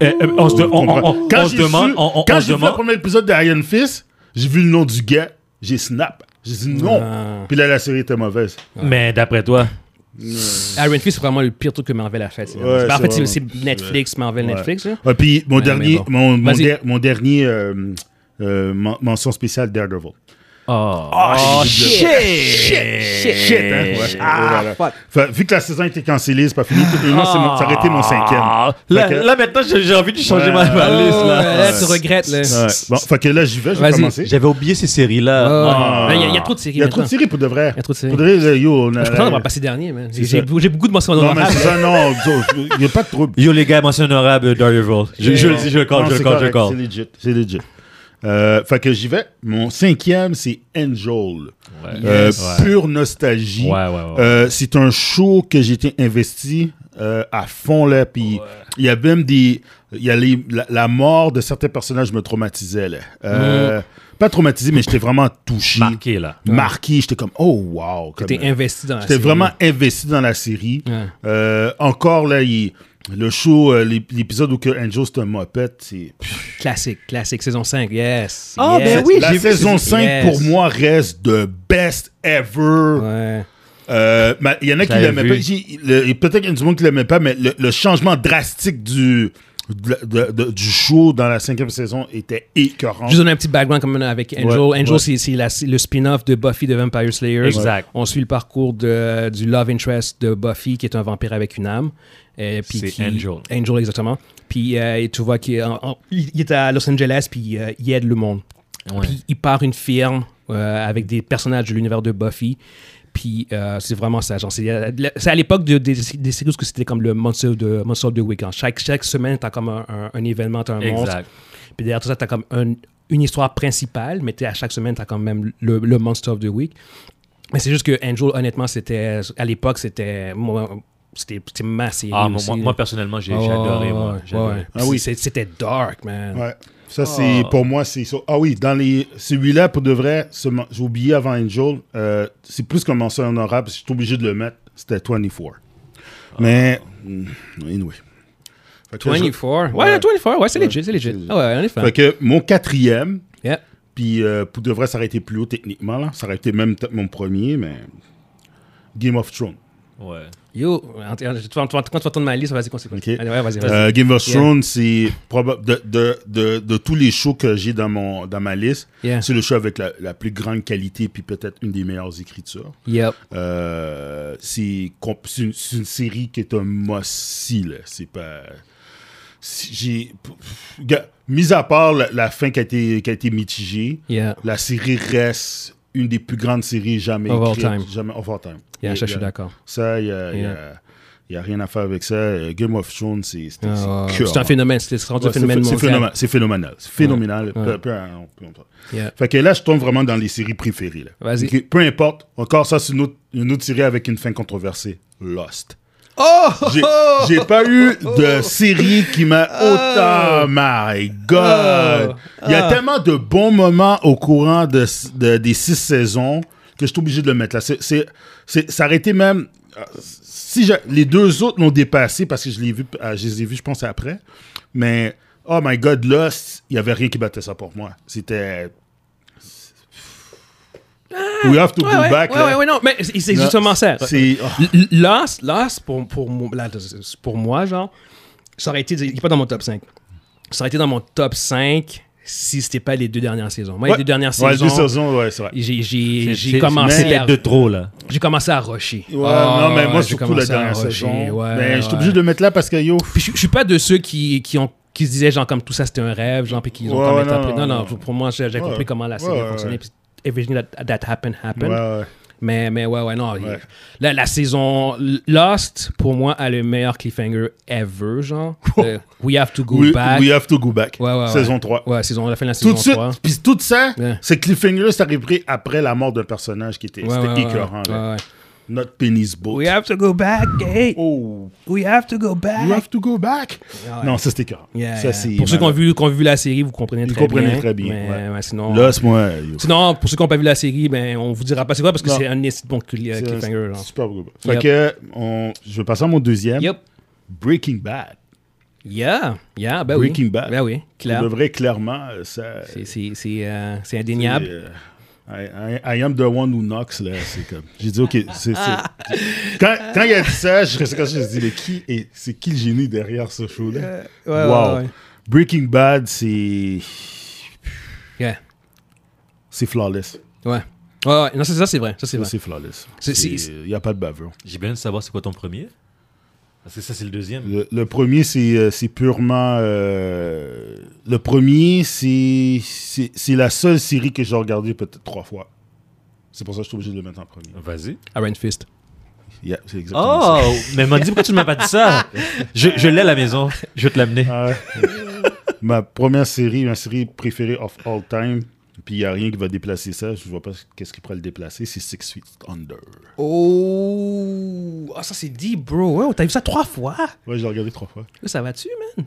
S2: Eh, eh, on se de- on- on- on-
S3: quand
S2: on se
S3: j'ai
S2: demande.
S3: su-
S2: on- on-
S3: quand
S2: on se
S3: j'ai vu le
S2: demande.
S3: premier épisode de Iron Fist, j'ai vu le nom du gars, j'ai snap. J'ai dit non.
S1: Ah.
S3: Puis là, la série était mauvaise.
S2: Mais d'après toi.
S1: Iron Fist, c'est vraiment le pire truc que Marvel a fait. c'est
S3: Ouais,
S1: vrai. Ben, en
S3: c'est
S1: fait, c'est-
S3: vraiment-
S1: c'est Netflix, Marvel,
S3: Ouais.
S1: Netflix. là.
S3: Ah, puis mon
S1: Ouais, mais
S3: dernier,
S1: bon.
S3: mon, mon
S1: Vas-y.
S3: der- mon dernier euh, euh, men- mention spéciale Daredevil.
S2: Oh,
S3: Shit, shit, hein, ouais.
S2: Ah,
S3: Voilà. Fait- vu que la saison a été cancellée, c'est pas fini. Moi, c'est mon- ça aurait été mon
S2: Ah,
S3: cinquième.
S2: Là,
S3: Fait que-
S2: là, maintenant, j'ai j'ai envie de changer
S3: Ouais.
S2: ma, ma
S1: Oh,
S2: liste. Là.
S1: là, tu regrettes. là.
S3: Ouais. Bon, fait que là, j'y vais, je vais
S1: Vas-y.
S3: commencer.
S2: J'avais oublié ces séries-là.
S1: Ah. Il y a- il y a trop de séries.
S3: Il y a trop de
S1: maintenant.
S3: séries pour de vrai.
S1: Il y a trop de séries.
S3: Pour de vrai, là, yo, on
S2: [LAUGHS]
S3: a-
S1: Je pense qu'on va passer dernier, man. J'ai j'ai
S3: ça.
S1: beaucoup j'ai beaucoup de mentions
S3: Non, mais
S1: honorables.
S3: c'est ça, non. Il n'y a pas de trouble.
S2: Yo, les gars, mention honorable euh, Daredevil. [LAUGHS] Je, je le dis, je le
S3: Non,
S2: call, je
S3: c'est
S2: le call, je le
S3: correct, C'est
S2: call.
S3: legit. C'est legit. Euh, fait que j'y vais. Mon cinquième, c'est Angel. Euh, Pure nostalgie.
S2: Ouais, ouais, ouais.
S3: Euh, c'est un show que j'étais investi euh, à fond là. Puis il y a même des, il y a les- la, la mort de certains personnages me traumatisait là. Euh, Pas traumatisé, mais j'étais vraiment touché, marqué.
S2: Marqué, là.
S3: J'étais comme oh wow. comme,
S1: T'es
S3: euh,
S1: investi dans la
S3: J'étais
S1: série.
S3: vraiment investi dans la série.
S1: Ouais.
S3: Euh, encore là, il- le show, euh, l'ép- l'épisode où que Angel c'est un mopette, c'est
S1: Classique, classique, saison 5, yes.
S4: Ah,
S1: yes.
S4: ben oui,
S3: la
S4: j'ai vu
S3: saison
S1: ces-
S3: 5
S1: Yes.
S3: pour moi reste the best ever.
S1: Ouais.
S3: Euh, mais Il y en a qui
S2: J'avais
S3: l'aimaient
S2: vu.
S3: pas. J'ai- le- et Peut-être qu'il y a du monde qui l'aimait pas, mais le, le changement drastique du, de- de- de- du show dans la cinquième saison était écœurant.
S1: Juste donner un petit background comme avec Angel.
S3: Ouais,
S1: Angel,
S3: ouais.
S1: c'est- c'est la- c'est le spin-off de Buffy de Vampire Slayer.
S2: Exact.
S1: On suit le parcours de, du love interest de Buffy, qui est un vampire avec une âme. Et puis
S2: C'est
S1: qui-
S2: Angel.
S1: Angel, exactement. Puis euh, et tu vois qu'il est, en- en- il il est à Los Angeles, puis euh, il aide le monde.
S2: Ouais.
S1: Puis il part une firme euh, avec des personnages de l'univers de Buffy. Puis euh, c'est vraiment ça. genre, C'est euh, le- c'est à l'époque de- des, des séries où c'était comme le Monster de, Monster of the Week. hein. Chaque, chaque semaine, t'as comme un, un- un événement, t'as un monstre.
S2: Exact.
S1: Puis derrière tout ça, tu as comme un- une histoire principale, mais t'es- à chaque semaine, tu as quand même le, le Monster of the Week. Mais c'est juste que Angel, honnêtement, c'était. À l'époque, c'était. moi, C'était c'était ma série.
S2: Ah, moi,
S1: aussi,
S2: moi,
S1: là.
S2: moi, personnellement, j'ai j'ai
S1: Ouais,
S2: adoré.
S1: ouais,
S2: Moi,
S1: ouais,
S2: J'ai adoré.
S1: ouais.
S3: Ah oui.
S1: C'est- C'était dark, man.
S3: Ouais. Ça, c'est pour moi, c'est ça. Ah oui, dans les. Celui-là, pour de vrai, ce- j'ai oublié avant Angel, euh, c'est plus comme mention honorable, parce que je suis obligé de le mettre. C'était 24. Mais. mm, Anyway. Fait que je-
S1: 24. Ouais,
S3: Ouais.
S1: 24. Ouais, c'est
S3: Ouais,
S1: legit, c'est legit.
S3: c'est legit.
S1: Ah ouais, on est fan.
S3: Fait que mon quatrième,
S1: Yeah.
S3: puis euh, pour de vrai, ça aurait été plus haut techniquement, là. Ça aurait été même peut-être mon premier, mais. Game of Thrones.
S2: Ouais.
S1: Yo, en- en- tu vas- tu vas- quand tu vas tourner ma liste, vas-y, qu'on s'y va.
S3: Ok.
S1: Allez, ouais, vas-y, vas-y.
S3: Euh, Game of
S1: Yeah.
S3: Thrones, c'est probable de, de, de, de tous les shows que j'ai dans mon dans ma liste,
S1: Yeah.
S3: c'est le show avec la, la plus grande qualité puis peut-être une des meilleures écritures.
S1: Yep.
S3: Euh, c'est comp- c'est une, c'est une série qui est un must-see, là. C'est pas. si- J'ai. pff, gars, Mis à part la, la fin qui a été, qui a été mitigée,
S1: Yeah.
S3: la série reste une des plus grandes séries jamais
S1: Of all
S3: écrites.
S1: time.
S3: Jamais of all time.
S1: Yeah,
S3: Et-
S1: ça, je suis
S3: et-
S1: d'accord.
S3: ça, il n'y a, il y a-
S1: Yeah.
S3: il y a rien à faire avec ça. Euh, Game of Thrones, c'est c'est-
S1: Ah, ouais.
S3: c'est
S1: C'est un phénomène, c'est c'est rendu
S3: Ouais,
S1: un
S3: c'est
S1: phénomène
S3: phénoménal.
S1: mondial.
S3: C'est phénoménal. C'est phénoménal.
S1: Ouais.
S3: Peu- peu- on peut- on peut-
S1: Yeah.
S3: Fait que là, je tombe vraiment dans les séries préférées. là.
S1: Vas-y.
S3: Ok, Peu importe. Encore ça, c'est une autre, une autre série avec une fin controversée. Lost.
S1: Oh!
S3: J'ai j'ai pas eu
S1: [LAUGHS]
S3: de série qui m'a
S1: Ah.
S3: autant. My God! Il y a tellement de bons moments au courant de, de- des six saisons que je suis obligé de le mettre là. C'est- c'est- c'est- Ça aurait été même. euh, Si je- les deux autres l'ont dépassé parce que je, l'ai vu, euh, je les ai vus, je pense, après. Mais, oh my God, là, il n'y avait rien qui battait ça pour moi. C'était. We have
S1: Ah!
S3: to
S1: Ouais,
S3: go
S1: ouais,
S3: back.
S1: ouais,
S3: là.
S1: ouais, ouais, non, mais c'est c'est
S3: Là,
S1: justement ça.
S3: c'est- oh.
S1: L- Lost, Lost, pour, pour, mo- là, c'est- pour moi, genre, ça aurait été. Il n'est pas dans mon top 5. Ça aurait été dans mon top 5 si c'était pas les deux dernières saisons. Moi,
S3: Ouais.
S1: les deux dernières
S3: Ouais, les
S1: saisons.
S3: deux saisons, ouais, c'est vrai.
S1: j'ai- J'ai
S2: C'est-
S1: j'ai commencé,
S3: mais-
S1: à-
S2: de trop, là.
S1: j'ai commencé à rusher.
S3: Ouais,
S1: Ah,
S3: non, mais moi,
S1: ouais, j'ai
S3: surtout la
S1: commencé à
S3: dernière
S1: rusher,
S3: saison.
S1: ouais,
S3: mais je suis
S1: ouais.
S3: obligé de le mettre là parce que yo.
S1: Puis je, je suis pas de ceux qui, qui ont qui se disaient genre comme tout ça c'était un rêve genre puis qu'ils ont
S3: Ouais,
S1: comme
S3: ouais,
S1: interprété- non,
S3: non, non,
S1: non,
S3: non.
S1: pour moi j'ai j'ai
S3: Ouais,
S1: compris comment la
S3: ouais,
S1: série
S3: ouais, ouais.
S1: fonctionnait puis everything that, that happened
S3: Ouais,
S1: happened
S3: ouais.
S1: mais mais ouais ouais non
S3: Ouais.
S1: la, la saison Lost pour moi a le meilleur cliffhanger ever
S3: [LAUGHS]
S1: genre Euh, we have to go
S3: We,
S1: back
S3: we have to go back.
S1: Ouais, ouais, ouais.
S3: saison 3.
S1: ouais saison la fin de la
S3: Tout de
S1: saison
S3: suite,
S1: 3
S3: puis tout ça,
S1: Ouais.
S3: c'est cliffhanger, ça arrive pris après la mort d'un personnage qui était,
S1: Ouais,
S3: c'était
S1: ouais, ouais,
S3: écœurant.
S1: ouais,
S3: là.
S1: ouais.
S3: Notre pénis boat.
S1: we have to go back hey
S3: Oh,
S1: we have to go
S3: we
S1: back
S3: have to go back. Non, ça c'était écœurant.
S1: Ah Yeah,
S3: ça,
S1: yeah.
S3: c'est
S1: pour ceux qui ont
S3: malade.
S1: vu qui ont vu la série vous comprenez
S3: Ils
S1: très
S3: comprenaient
S1: bien
S3: très bien,
S1: mais,
S3: ouais.
S1: ouais, sinon
S3: Là, c'est moi. yo.
S1: Sinon, pour ceux qui n'ont pas vu la série, ben, on vous dira pas c'est quoi parce que
S3: Non.
S1: c'est un esti de bon cli- euh,
S3: C'est un
S1: cliffhanger. genre.
S3: Super beau. Fait
S1: Yep.
S3: que, on- je vais passer à mon deuxième.
S1: Yep.
S3: Breaking Bad.
S1: Yeah. Yeah, ben oui.
S3: Breaking Bad.
S1: Ben oui, clair.
S3: Pour de vrai, clairement, euh, ça.
S1: C'est- C'est c'est, euh, c'est indéniable.
S3: Euh, I, I- I am the one who knocks, là. C'est comme. J'ai dit, OK, c'est.
S1: Ah.
S3: c'est- Quand, quand il a dit ça, je restais comme ça, je me suis dit, mais qui est. C'est qui le génie derrière ce show-là?
S1: Euh, ouais,
S3: euh, wow.
S1: ouais, ouais.
S3: Breaking Bad, c'est.
S1: Yeah.
S3: C'est flawless.
S1: Ouais. Ouais, ouais. Non, c'est ça, c'est vrai. Ça, c'est
S3: Ça,
S1: vrai.
S3: C'est flawless.
S1: C'est- c'est-
S3: Il n'y a pas de bavure.
S2: J'ai bien de savoir c'est quoi ton premier. Parce que ça, c'est le deuxième.
S3: Le, le premier, c'est euh, c'est purement. euh, Le premier, c'est. C'est c'est la seule série que j'ai regardée peut-être trois fois. C'est pour ça que je suis obligé de le mettre en premier.
S2: Vas-y.
S1: Iron Fist.
S3: Yeah, c'est exactement ça.
S2: Oh, mais Mandy, pourquoi tu ne m'as pas dit ça Je, je l'ai à la maison. Je vais te l'amener.
S3: Ah ouais. ma première série, ma série préférée of all time. Puis il n'y a rien qui va déplacer ça. Je vois pas qu'est-ce qui pourrait le déplacer. C'est Six Feet Under.
S1: Oh. Ah, ça, c'est deep, bro. Ouais, oh, t'as vu ça trois fois.
S3: Ouais, je l'ai regardé trois fois.
S1: Yo, ça va-tu, man?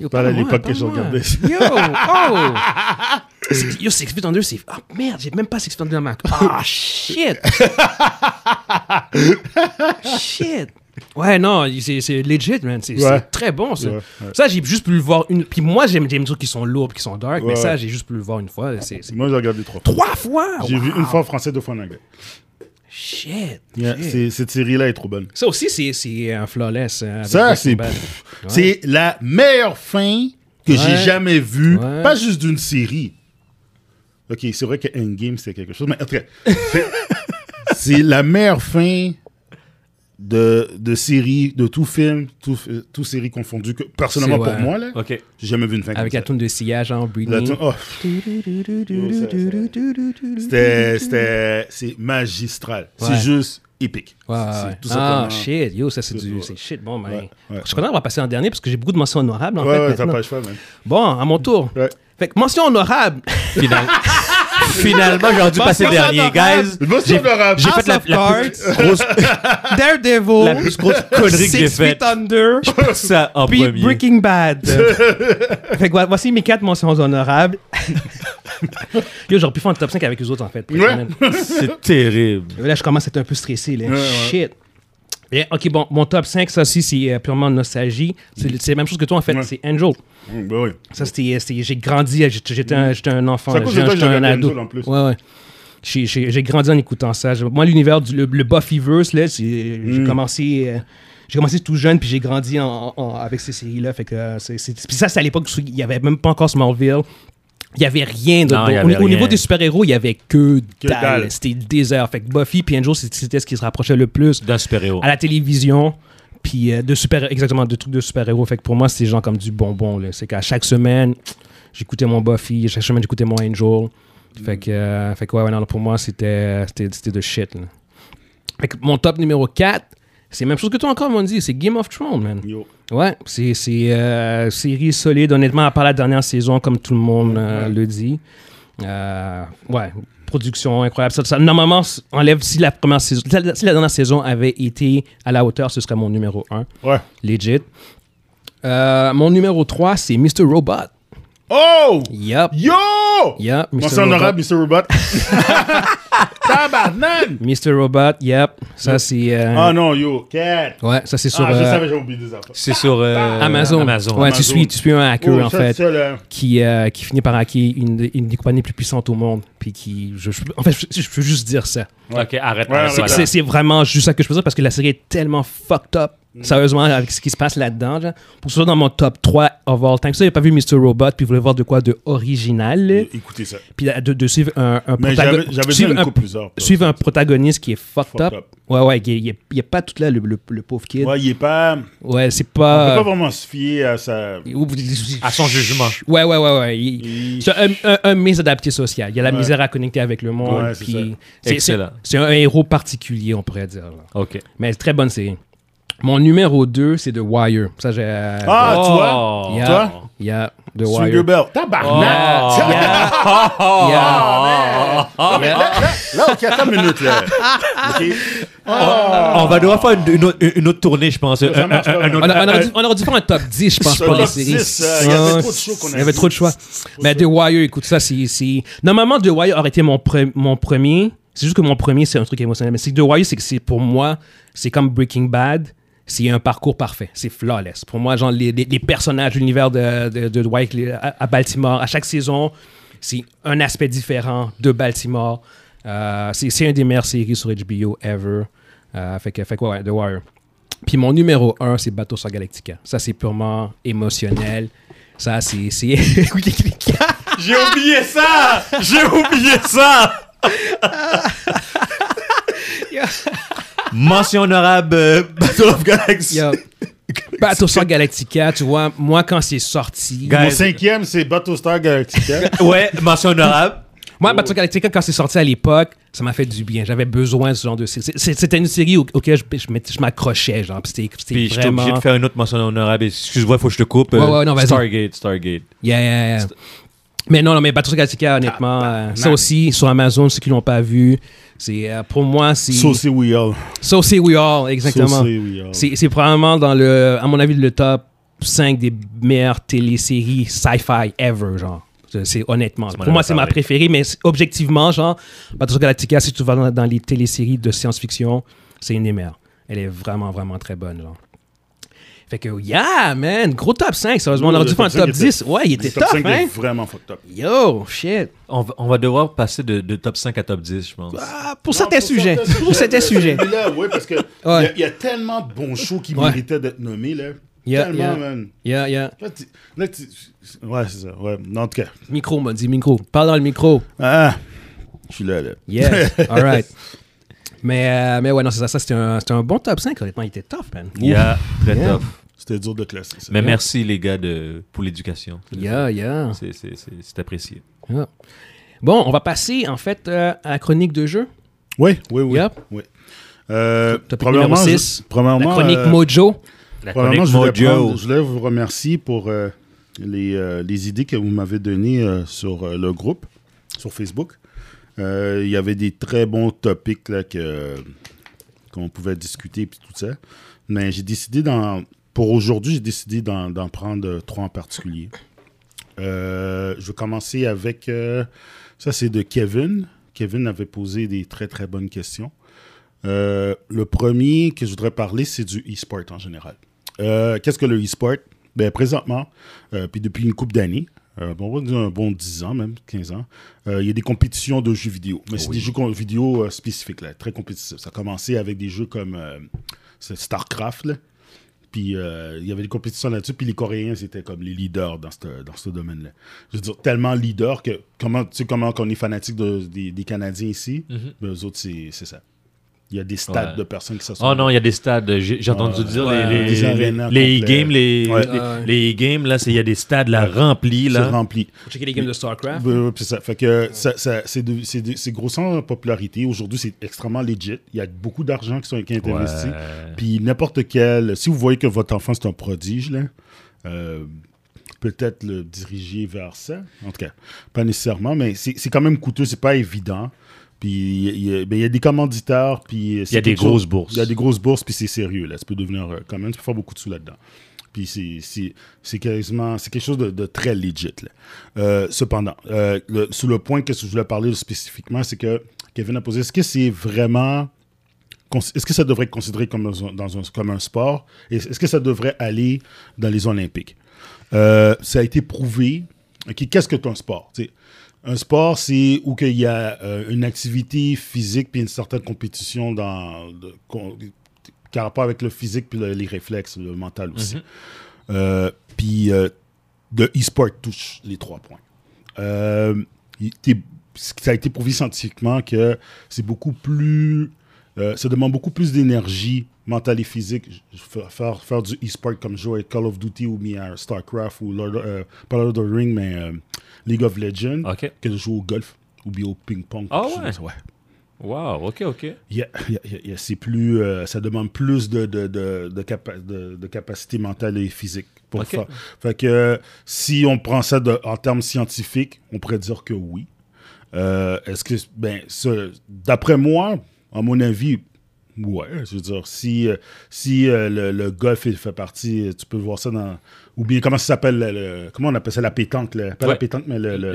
S1: Yo,
S3: Pas à
S1: parle-moi,
S3: l'époque que je
S1: parle-moi.
S3: regardais.
S1: Yo, oh!
S3: [LAUGHS]
S1: Six- Yo, Six Feet Under, c'est. Ah merde, j'ai même pas Six Feet Under dans ma. Ah shit! shit! Ouais, non, c'est c'est legit, man. C'est
S3: Ouais.
S1: c'est très bon, ça.
S3: Ouais, ouais.
S1: Ça, j'ai juste pu le voir une. Puis moi, j'aime des trucs qui sont lourds, qui sont dark,
S3: Ouais,
S1: mais ça,
S3: ouais.
S1: j'ai juste pu le voir une fois. C'est. c'est-
S3: Moi, j'ai regardé trois fois.
S1: Trois fois!
S3: J'ai
S1: Wow.
S3: vu une fois en français, deux fois en anglais.
S1: Shit!
S3: Yeah,
S1: shit.
S3: c'est- Cette série-là est trop bonne.
S1: Ça aussi, c'est- c'est un flawless. euh, avec
S3: Ça,
S1: Breaking
S3: c'est.
S1: Bad.
S3: pff, C'est la meilleure fin que j'ai
S1: Ouais.
S3: jamais vue.
S1: Ouais.
S3: Pas juste d'une série. Ok, c'est vrai que Endgame, c'était quelque chose. Mais en tout cas, c'est-
S1: [LAUGHS]
S3: c'est la meilleure fin de, de série, de tout film, tout, euh, tout série confondue. Que, personnellement,
S1: C'est
S3: pour
S1: vrai.
S3: moi, là,
S2: OK.
S3: j'ai jamais vu une fin
S1: Avec
S3: comme
S1: la toune de sillage en
S3: ça. La
S1: Britney.
S3: toune- oh, c'était- c'était- C'est magistral.
S1: Ouais.
S3: C'est juste épique.
S1: Ouais,
S3: C'est-
S1: ouais.
S3: c'est tout
S1: ah,
S3: simplement-
S1: shit, yo, ça c'est
S3: C'est-
S1: du
S3: ouais.
S1: c'est shit, bon, man.
S3: Ouais, ouais.
S1: Je suis content d'avoir passé en dernier parce que j'ai beaucoup de mentions honorables en
S3: Ouais,
S1: fait.
S3: ouais, t'as
S1: maintenant.
S3: pas le choix, man.
S1: Bon, à mon tour.
S3: Ouais.
S4: [LAUGHS]
S3: [LAUGHS]
S1: Fait que mention honorable.
S2: Final-
S4: Finalement, j'aurais dû passer
S5: Mention
S4: dernier,
S5: honorable.
S4: guys.
S3: Mention honorable.
S4: J'ai
S5: House
S4: fait la,
S5: of
S4: la plus
S3: [LAUGHS]
S4: grosse,
S5: Daredevil.
S4: la plus grosse connerie que j'ai
S5: Six Feet
S4: faite.
S5: Under.
S3: [LAUGHS]
S4: Ça en
S5: Puis
S4: premier.
S5: Breaking Bad. fait que voilà, voici mes quatre mentions honorables.
S1: [LAUGHS] Yo, j'aurais pu faire un top 5 avec les autres, en fait.
S3: Ouais. [LAUGHS]
S4: C'est terrible.
S1: Là, je commence à être un peu stressé. Là.
S3: ouais.
S1: Shit. Bien, ok, bon, mon top 5, ça aussi, c'est euh, purement nostalgie. C'est c'est la même chose que toi, en fait.
S3: Ouais.
S1: C'est Angel.
S3: Mmh, ben oui.
S1: Ça, c'était. c'était- J'ai grandi, j'étais j'étais un, j'étais un enfant.
S3: C'est à cause de
S1: j'étais
S3: toi que
S1: j'étais
S3: j'ai
S1: un
S3: regardé
S1: ado.
S3: Angel, en plus.
S1: Ouais, ouais. J'ai- J'ai j'ai grandi en écoutant ça. Je- Moi, l'univers du le, le Buffyverse, là, c'est- j'ai
S3: Hmm.
S1: commencé. euh, j'ai commencé tout jeune, puis j'ai grandi en- en- avec ces séries-là. Fait que euh, c'est- c'est- Puis ça, c'est à l'époque où il n'y avait même pas encore Smallville. Il n'y avait rien. De,
S2: Non,
S1: bon.
S2: il y
S1: Au-
S2: avait
S1: au, niveau
S2: rien.
S1: des super-héros, il n'y avait que,
S3: Que
S1: dalle.
S3: dalle.
S1: C'était le désert. Fait que Buffy puis Angel, c'est- c'était ce qui se rapprochait le plus
S2: D'un super-héros.
S1: à la télévision. Puis euh, de super, exactement, de trucs de super-héros. Fait que pour moi, c'est genre comme du bonbon. là. C'est qu'à chaque semaine, j'écoutais mon Buffy, chaque semaine, j'écoutais mon Angel. Fait que, euh, fait que ouais, ouais, non, pour moi, c'était euh, c'était- c'était de shit. là. Fait que mon top numéro 4, c'est la même chose que toi encore, dit c'est Game of Thrones, man.
S3: Yo.
S1: Ouais, c'est c'est, euh, série solide, honnêtement, à part la dernière saison, comme tout le monde euh, le dit. Euh, ouais, production incroyable. Ça, ça- normalement, s- enlève si la première saison, si la- si la dernière saison avait été à la hauteur, ce serait mon numéro 1.
S3: Ouais.
S1: Legit. Euh, mon numéro 3, c'est Mr. Robot.
S3: Oh!
S1: Yup.
S3: Yo!
S1: Yup. Mr.
S3: Mention
S1: Robot.
S3: honorable, Mr. Robot.
S1: [LAUGHS]
S3: Tabarnak!
S1: Mr. Robot, yup. Ça, c'est. euh,
S3: Ah non, yo, cat!
S1: Ouais, ça, c'est sur.
S3: Ah, je
S1: euh,
S3: savais, j'ai oublié des affaires.
S2: C'est sur euh,
S1: Amazon.
S2: Amazon.
S1: Ouais,
S3: Amazon.
S1: Tu, suis, tu suis un hacker,
S3: Oh,
S1: en
S3: ça,
S1: fait.
S3: ça, là.
S1: qui, euh, qui finit par hacker une, de- une des compagnies les plus puissantes au monde. Puis qui. je- je- en fait, je, je peux juste dire ça.
S3: Ah.
S2: Ok, arrête.
S3: Ouais,
S2: arrête,
S3: ouais,
S1: C'est-
S2: voilà.
S1: C'est c'est vraiment juste ça que je peux dire parce que la série est tellement fucked up.
S3: Mm.
S1: Sérieusement, avec ce qui se passe là-dedans. genre. Pour ça, dans mon top 3 of all time. Si vous n'avez pas vu Mr. Robot, puis vous voulez voir de quoi de original, là,
S3: Écoutez ça.
S1: puis de, de suivre un, un
S3: Mm. Mais
S1: protago-
S3: j'avais j'avais déjà
S1: suivre
S3: une
S1: un-
S3: coupe plusieurs.
S1: suivre un protagoniste qui est fucked,
S3: Fucked
S1: up.
S3: up.
S1: Ouais, ouais, il n'y a, il est pas tout là, le, le- le pauvre kid. Ouais,
S3: Ouais, il est pas.
S1: c'est
S3: On peut
S1: pas.
S3: pas vraiment se fier à sa.
S2: À son jugement.
S1: Ouais, ouais, ouais, ouais. Il-
S3: Il-
S1: C'est un, un, un mésadapté social. Il y a la
S3: Ouais.
S1: misère à connecter avec le monde.
S3: Ouais, c'est
S1: puis
S3: ça.
S1: c'est-
S2: Excellent.
S1: C'est c'est un héros particulier, on pourrait dire. là.
S3: Ah,
S2: Ok.
S1: Mais très bonne série. Mon numéro 2, c'est The Wire. Ça, j'ai. euh,
S3: Ah, tu vois?
S2: Oh.
S1: yeah,
S3: toi?
S1: Yeah, The Wire.
S3: Sugar Bell. Tabarnak!
S2: Oh.
S3: [LAUGHS] Tiens.
S1: Yeah.
S3: Ah, Oh. Là, ok, attends une
S1: [LAUGHS]
S3: minute, là. Ok?
S4: Oh, On va devoir faire une, une autre, une autre tournée, je pense. Un-
S3: Ça
S4: un-
S3: marche pas.
S4: un- un
S1: On,
S4: autre-
S1: a- on aurait dû, on aurait dû faire un top 10, je pense,
S3: Un
S1: pour les
S3: top
S1: séries.
S3: 10, euh, il y avait
S1: Ouais,
S3: trop de shows qu'on a
S1: Il y avait
S3: vus.
S1: trop de choix. Mais The Wire, écoute, ça, c'est. c'est- Normalement, The Wire aurait été mon, pre- mon premier. C'est juste que mon premier, c'est un truc émotionnel. Mais c'est que The Wire, c'est que c'est pour moi, c'est comme Breaking Bad. C'est un parcours parfait. C'est flawless. Pour moi, genre, les, les- les personnages, l'univers de, de, de The Wire les- à, à Baltimore, à chaque saison, c'est un aspect différent de Baltimore. Euh, c'est c'est une des meilleures séries sur HBO ever. Euh, fait que, fait que ouais, ouais, The Wire. Puis mon numéro 1, c'est Bateau sur Galactica. Ça, c'est purement émotionnel. Ça, c'est. c'est- [LAUGHS] Oui, clic, clic.
S4: J'ai oublié ça! Ah, J'ai oublié
S1: [LAUGHS]
S4: ça! Mention honorable euh, Battle of Galaxy.
S1: Yo. Bateau sur Galactica, tu vois, moi, quand c'est sorti.
S4: Guys.
S3: Mon cinquième, c'est Battlestar
S1: [LAUGHS]
S3: Galactica.
S4: Ouais, mention honorable.
S1: Moi, Bateau sur Galactica, quand c'est sorti à l'époque, ça m'a fait du bien. J'avais besoin de ce genre de série. C'est- c'est- C'était une série au- auquel je, je m'étais- je m'accrochais, genre. Puis c'était-
S4: Puis
S1: c'était
S4: je suis
S1: vraiment.
S4: obligé de faire une autre mention honorable. Excuse-moi, faut que je te coupe. euh,
S1: Ouais, ouais, non, vas-y.
S4: Stargate, Stargate.
S1: Yeah, yeah, yeah. Mais non, non, mais Bateau sur Galactica, honnêtement,
S4: Ah,
S1: euh,
S4: bah,
S1: ça aussi, sur Amazon, ceux qui l'ont pas vu, c'est euh, pour moi, c'est.
S3: Saucy We All.
S1: So Say We All, exactement.
S3: Saucy We All.
S1: C'est c'est probablement dans le, à mon avis, le top 5 des meilleures téléséries sci-fi ever, genre. C'est- C'est honnêtement. Pour
S2: en
S1: moi,
S2: avait
S1: c'est ma
S2: parlé.
S1: préférée, mais c'est- objectivement, genre, Battlestar Galactica, si tu vas dans, dans les téléséries de science-fiction, c'est une des meilleures. Elle est vraiment, vraiment très bonne, genre. Fait que, yeah, man, gros top 5, sérieusement. On
S3: Oui,
S1: aurait
S3: le
S1: dû faire un
S3: top
S1: top
S3: 5 était-
S1: 10. Ouais, il
S3: Le
S1: était
S3: top
S1: top,
S3: 5 est
S1: hein.
S3: vraiment fucked up.
S1: Yo, shit.
S2: On va, on va devoir passer de, de top 5 à top 10, je pense.
S1: Ah, pour certains sujets. Pour certains
S3: [LAUGHS]
S1: sujets.
S3: Là, ouais, parce que il
S1: Ouais.
S3: y a- il y, a tellement de bons shows qui
S1: Ouais.
S3: méritaient d'être nommés, là.
S1: Yeah,
S3: tellement,
S1: yeah.
S3: man.
S1: Yeah, yeah.
S3: Là, tu- là, tu- Ouais, c'est ça. Ouais, en tout cas.
S1: Micro, m'a dit micro. Parle dans le micro.
S3: Ah, je suis là, là. [LAUGHS]
S1: Yes, all right. Mais, euh, mais ouais, non, c'est ça. ça c'était, un, c'était un bon top 5, honnêtement. Il était tough, man.
S2: Yeah, très
S1: Yeah.
S2: top.
S3: C'était dur de classer ça.
S2: Mais merci les gars de, pour l'éducation.
S1: Yeah, yeah.
S2: C'est- c'est- C'est c'est apprécié.
S1: yeah. Bon, on va passer, en fait, euh, à la chronique de jeu.
S3: Oui, oui, oui.
S1: Yep.
S3: oui. Euh,
S1: Topic
S3: premièrement,
S1: numéro
S3: je-
S1: six. La
S3: premièrement,
S1: chronique
S3: euh,
S1: Mojo.
S2: La
S3: premièrement,
S2: chronique
S3: je voulais,
S2: Mojo.
S3: prendre- je voulais vous remercier pour euh, les, euh, les idées que vous m'avez données euh, sur euh, le groupe, sur Facebook. Euh, Il y avait des très bons topics là, que, qu'on pouvait discuter puis tout ça. Mais j'ai décidé d'en. Pour aujourd'hui, j'ai décidé d'en, d'en prendre euh, trois en particulier. Euh, je vais commencer avec. euh, ça, c'est de Kevin. Kevin avait posé des très, très bonnes questions. Euh, le premier que je voudrais parler, c'est du e-sport en général. Euh, Qu'est-ce que le e-sport ben, Présentement, euh, puis depuis une couple d'années, euh, bon, on va dire un bon 10 ans, même 15 ans, euh, il y a des compétitions de jeux vidéo. Mais c'est des jeux con- vidéo euh, spécifiques, là, très compétitifs. Ça a commencé avec des jeux comme euh, c'est StarCraft, là. Puis euh, il y avait des compétitions là-dessus. Puis les Coréens, c'était comme les leaders dans ce dans ce domaine-là. Je veux dire, tellement leaders que comment, tu sais, comment on est fanatique de- des, des Canadiens ici, ben, eux autres, c'est c'est ça. Il y a des stades
S2: Mhm. Ouais.
S3: de personnes qui se sont.
S2: Oh non, il y a des stades. J'ai j'ai entendu
S3: Ouais.
S2: dire
S1: Ouais.
S2: les-
S3: Des
S2: les- les
S3: arénas
S2: les
S3: complets.
S2: e-games, les
S3: Ouais.
S1: Ouais.
S2: les e-games là, c'est il y a des stades là remplis
S3: c'est
S2: là.
S3: rempli.
S1: Pour checker les games de StarCraft.
S3: Oui, oui, puis ça. Fait que ça, ça- c'est, de- c'est, de- c'est grossant en popularité. Aujourd'hui, c'est extrêmement legit. Il y a beaucoup d'argent qui, sont, qui est investi.
S2: Euh,
S3: Puis n'importe quel. Si vous voyez que votre enfant, c'est un prodige, là, euh, peut-être le diriger vers ça. En tout cas, pas nécessairement, mais c'est, c'est quand même coûteux. C'est pas évident. Puis il y, a- ben, il y a des commanditaires. Puis
S2: Il y a des grosses bourses.
S3: Il y a des grosses bourses, puis c'est sérieux. Là. Tu peux devenir euh, quand même, tu peux faire beaucoup de sous là-dedans. Puis c'est- c'est c'est quasiment, c'est quelque chose de, de très legit. là. Euh, cependant, euh, le- sur le point que je voulais parler spécifiquement, c'est que Kevin a posé, est-ce que c'est vraiment, cons- est-ce que ça devrait être considéré comme, dans un- dans un, comme un sport? Et Est-ce que ça devrait aller dans les Olympiques? Euh, ça a été prouvé. OK, Qu'est-ce que ton sport? tu sais? un sport, c'est où il y a euh, une activité physique puis une certaine compétition dans, de- con- qui a rapport avec le physique puis le- les réflexes, le mental aussi. Euh, puis euh, le e-sport touche les trois points. Euh, il- t'es- ça a été prouvé scientifiquement que c'est beaucoup plus. euh, ça demande beaucoup plus d'énergie mentale et physique. Je- je- Faire, faire du e-sport comme jouer à Call of Duty ou bien à StarCraft ou Lord, euh, pas Lord of the Ring, mais euh, League of Legends
S2: Ok.
S3: que de jouer au golf ou bien au ping-pong.
S2: Ah
S3: quelque
S2: ouais?
S3: chose.
S2: Wow. Ok, ok.
S3: Yeah, yeah, yeah, yeah. C'est plus, euh, ça demande plus de, de, de, de, capa- de- de capacité mentale et physique. Pour
S2: Ok.
S3: faire. Fait que euh, si on prend ça de- en termes scientifiques, on pourrait dire que oui. Euh, Est-ce que, ben, ce- d'après moi, à mon avis, ouais. Je veux dire, si, euh, si euh, le, le golf il fait partie, euh, tu peux voir ça dans. Ou bien, comment ça s'appelle le- le- Comment on appelle ça la pétanque là? Pas la
S2: Ouais.
S3: pétanque, mais le. le,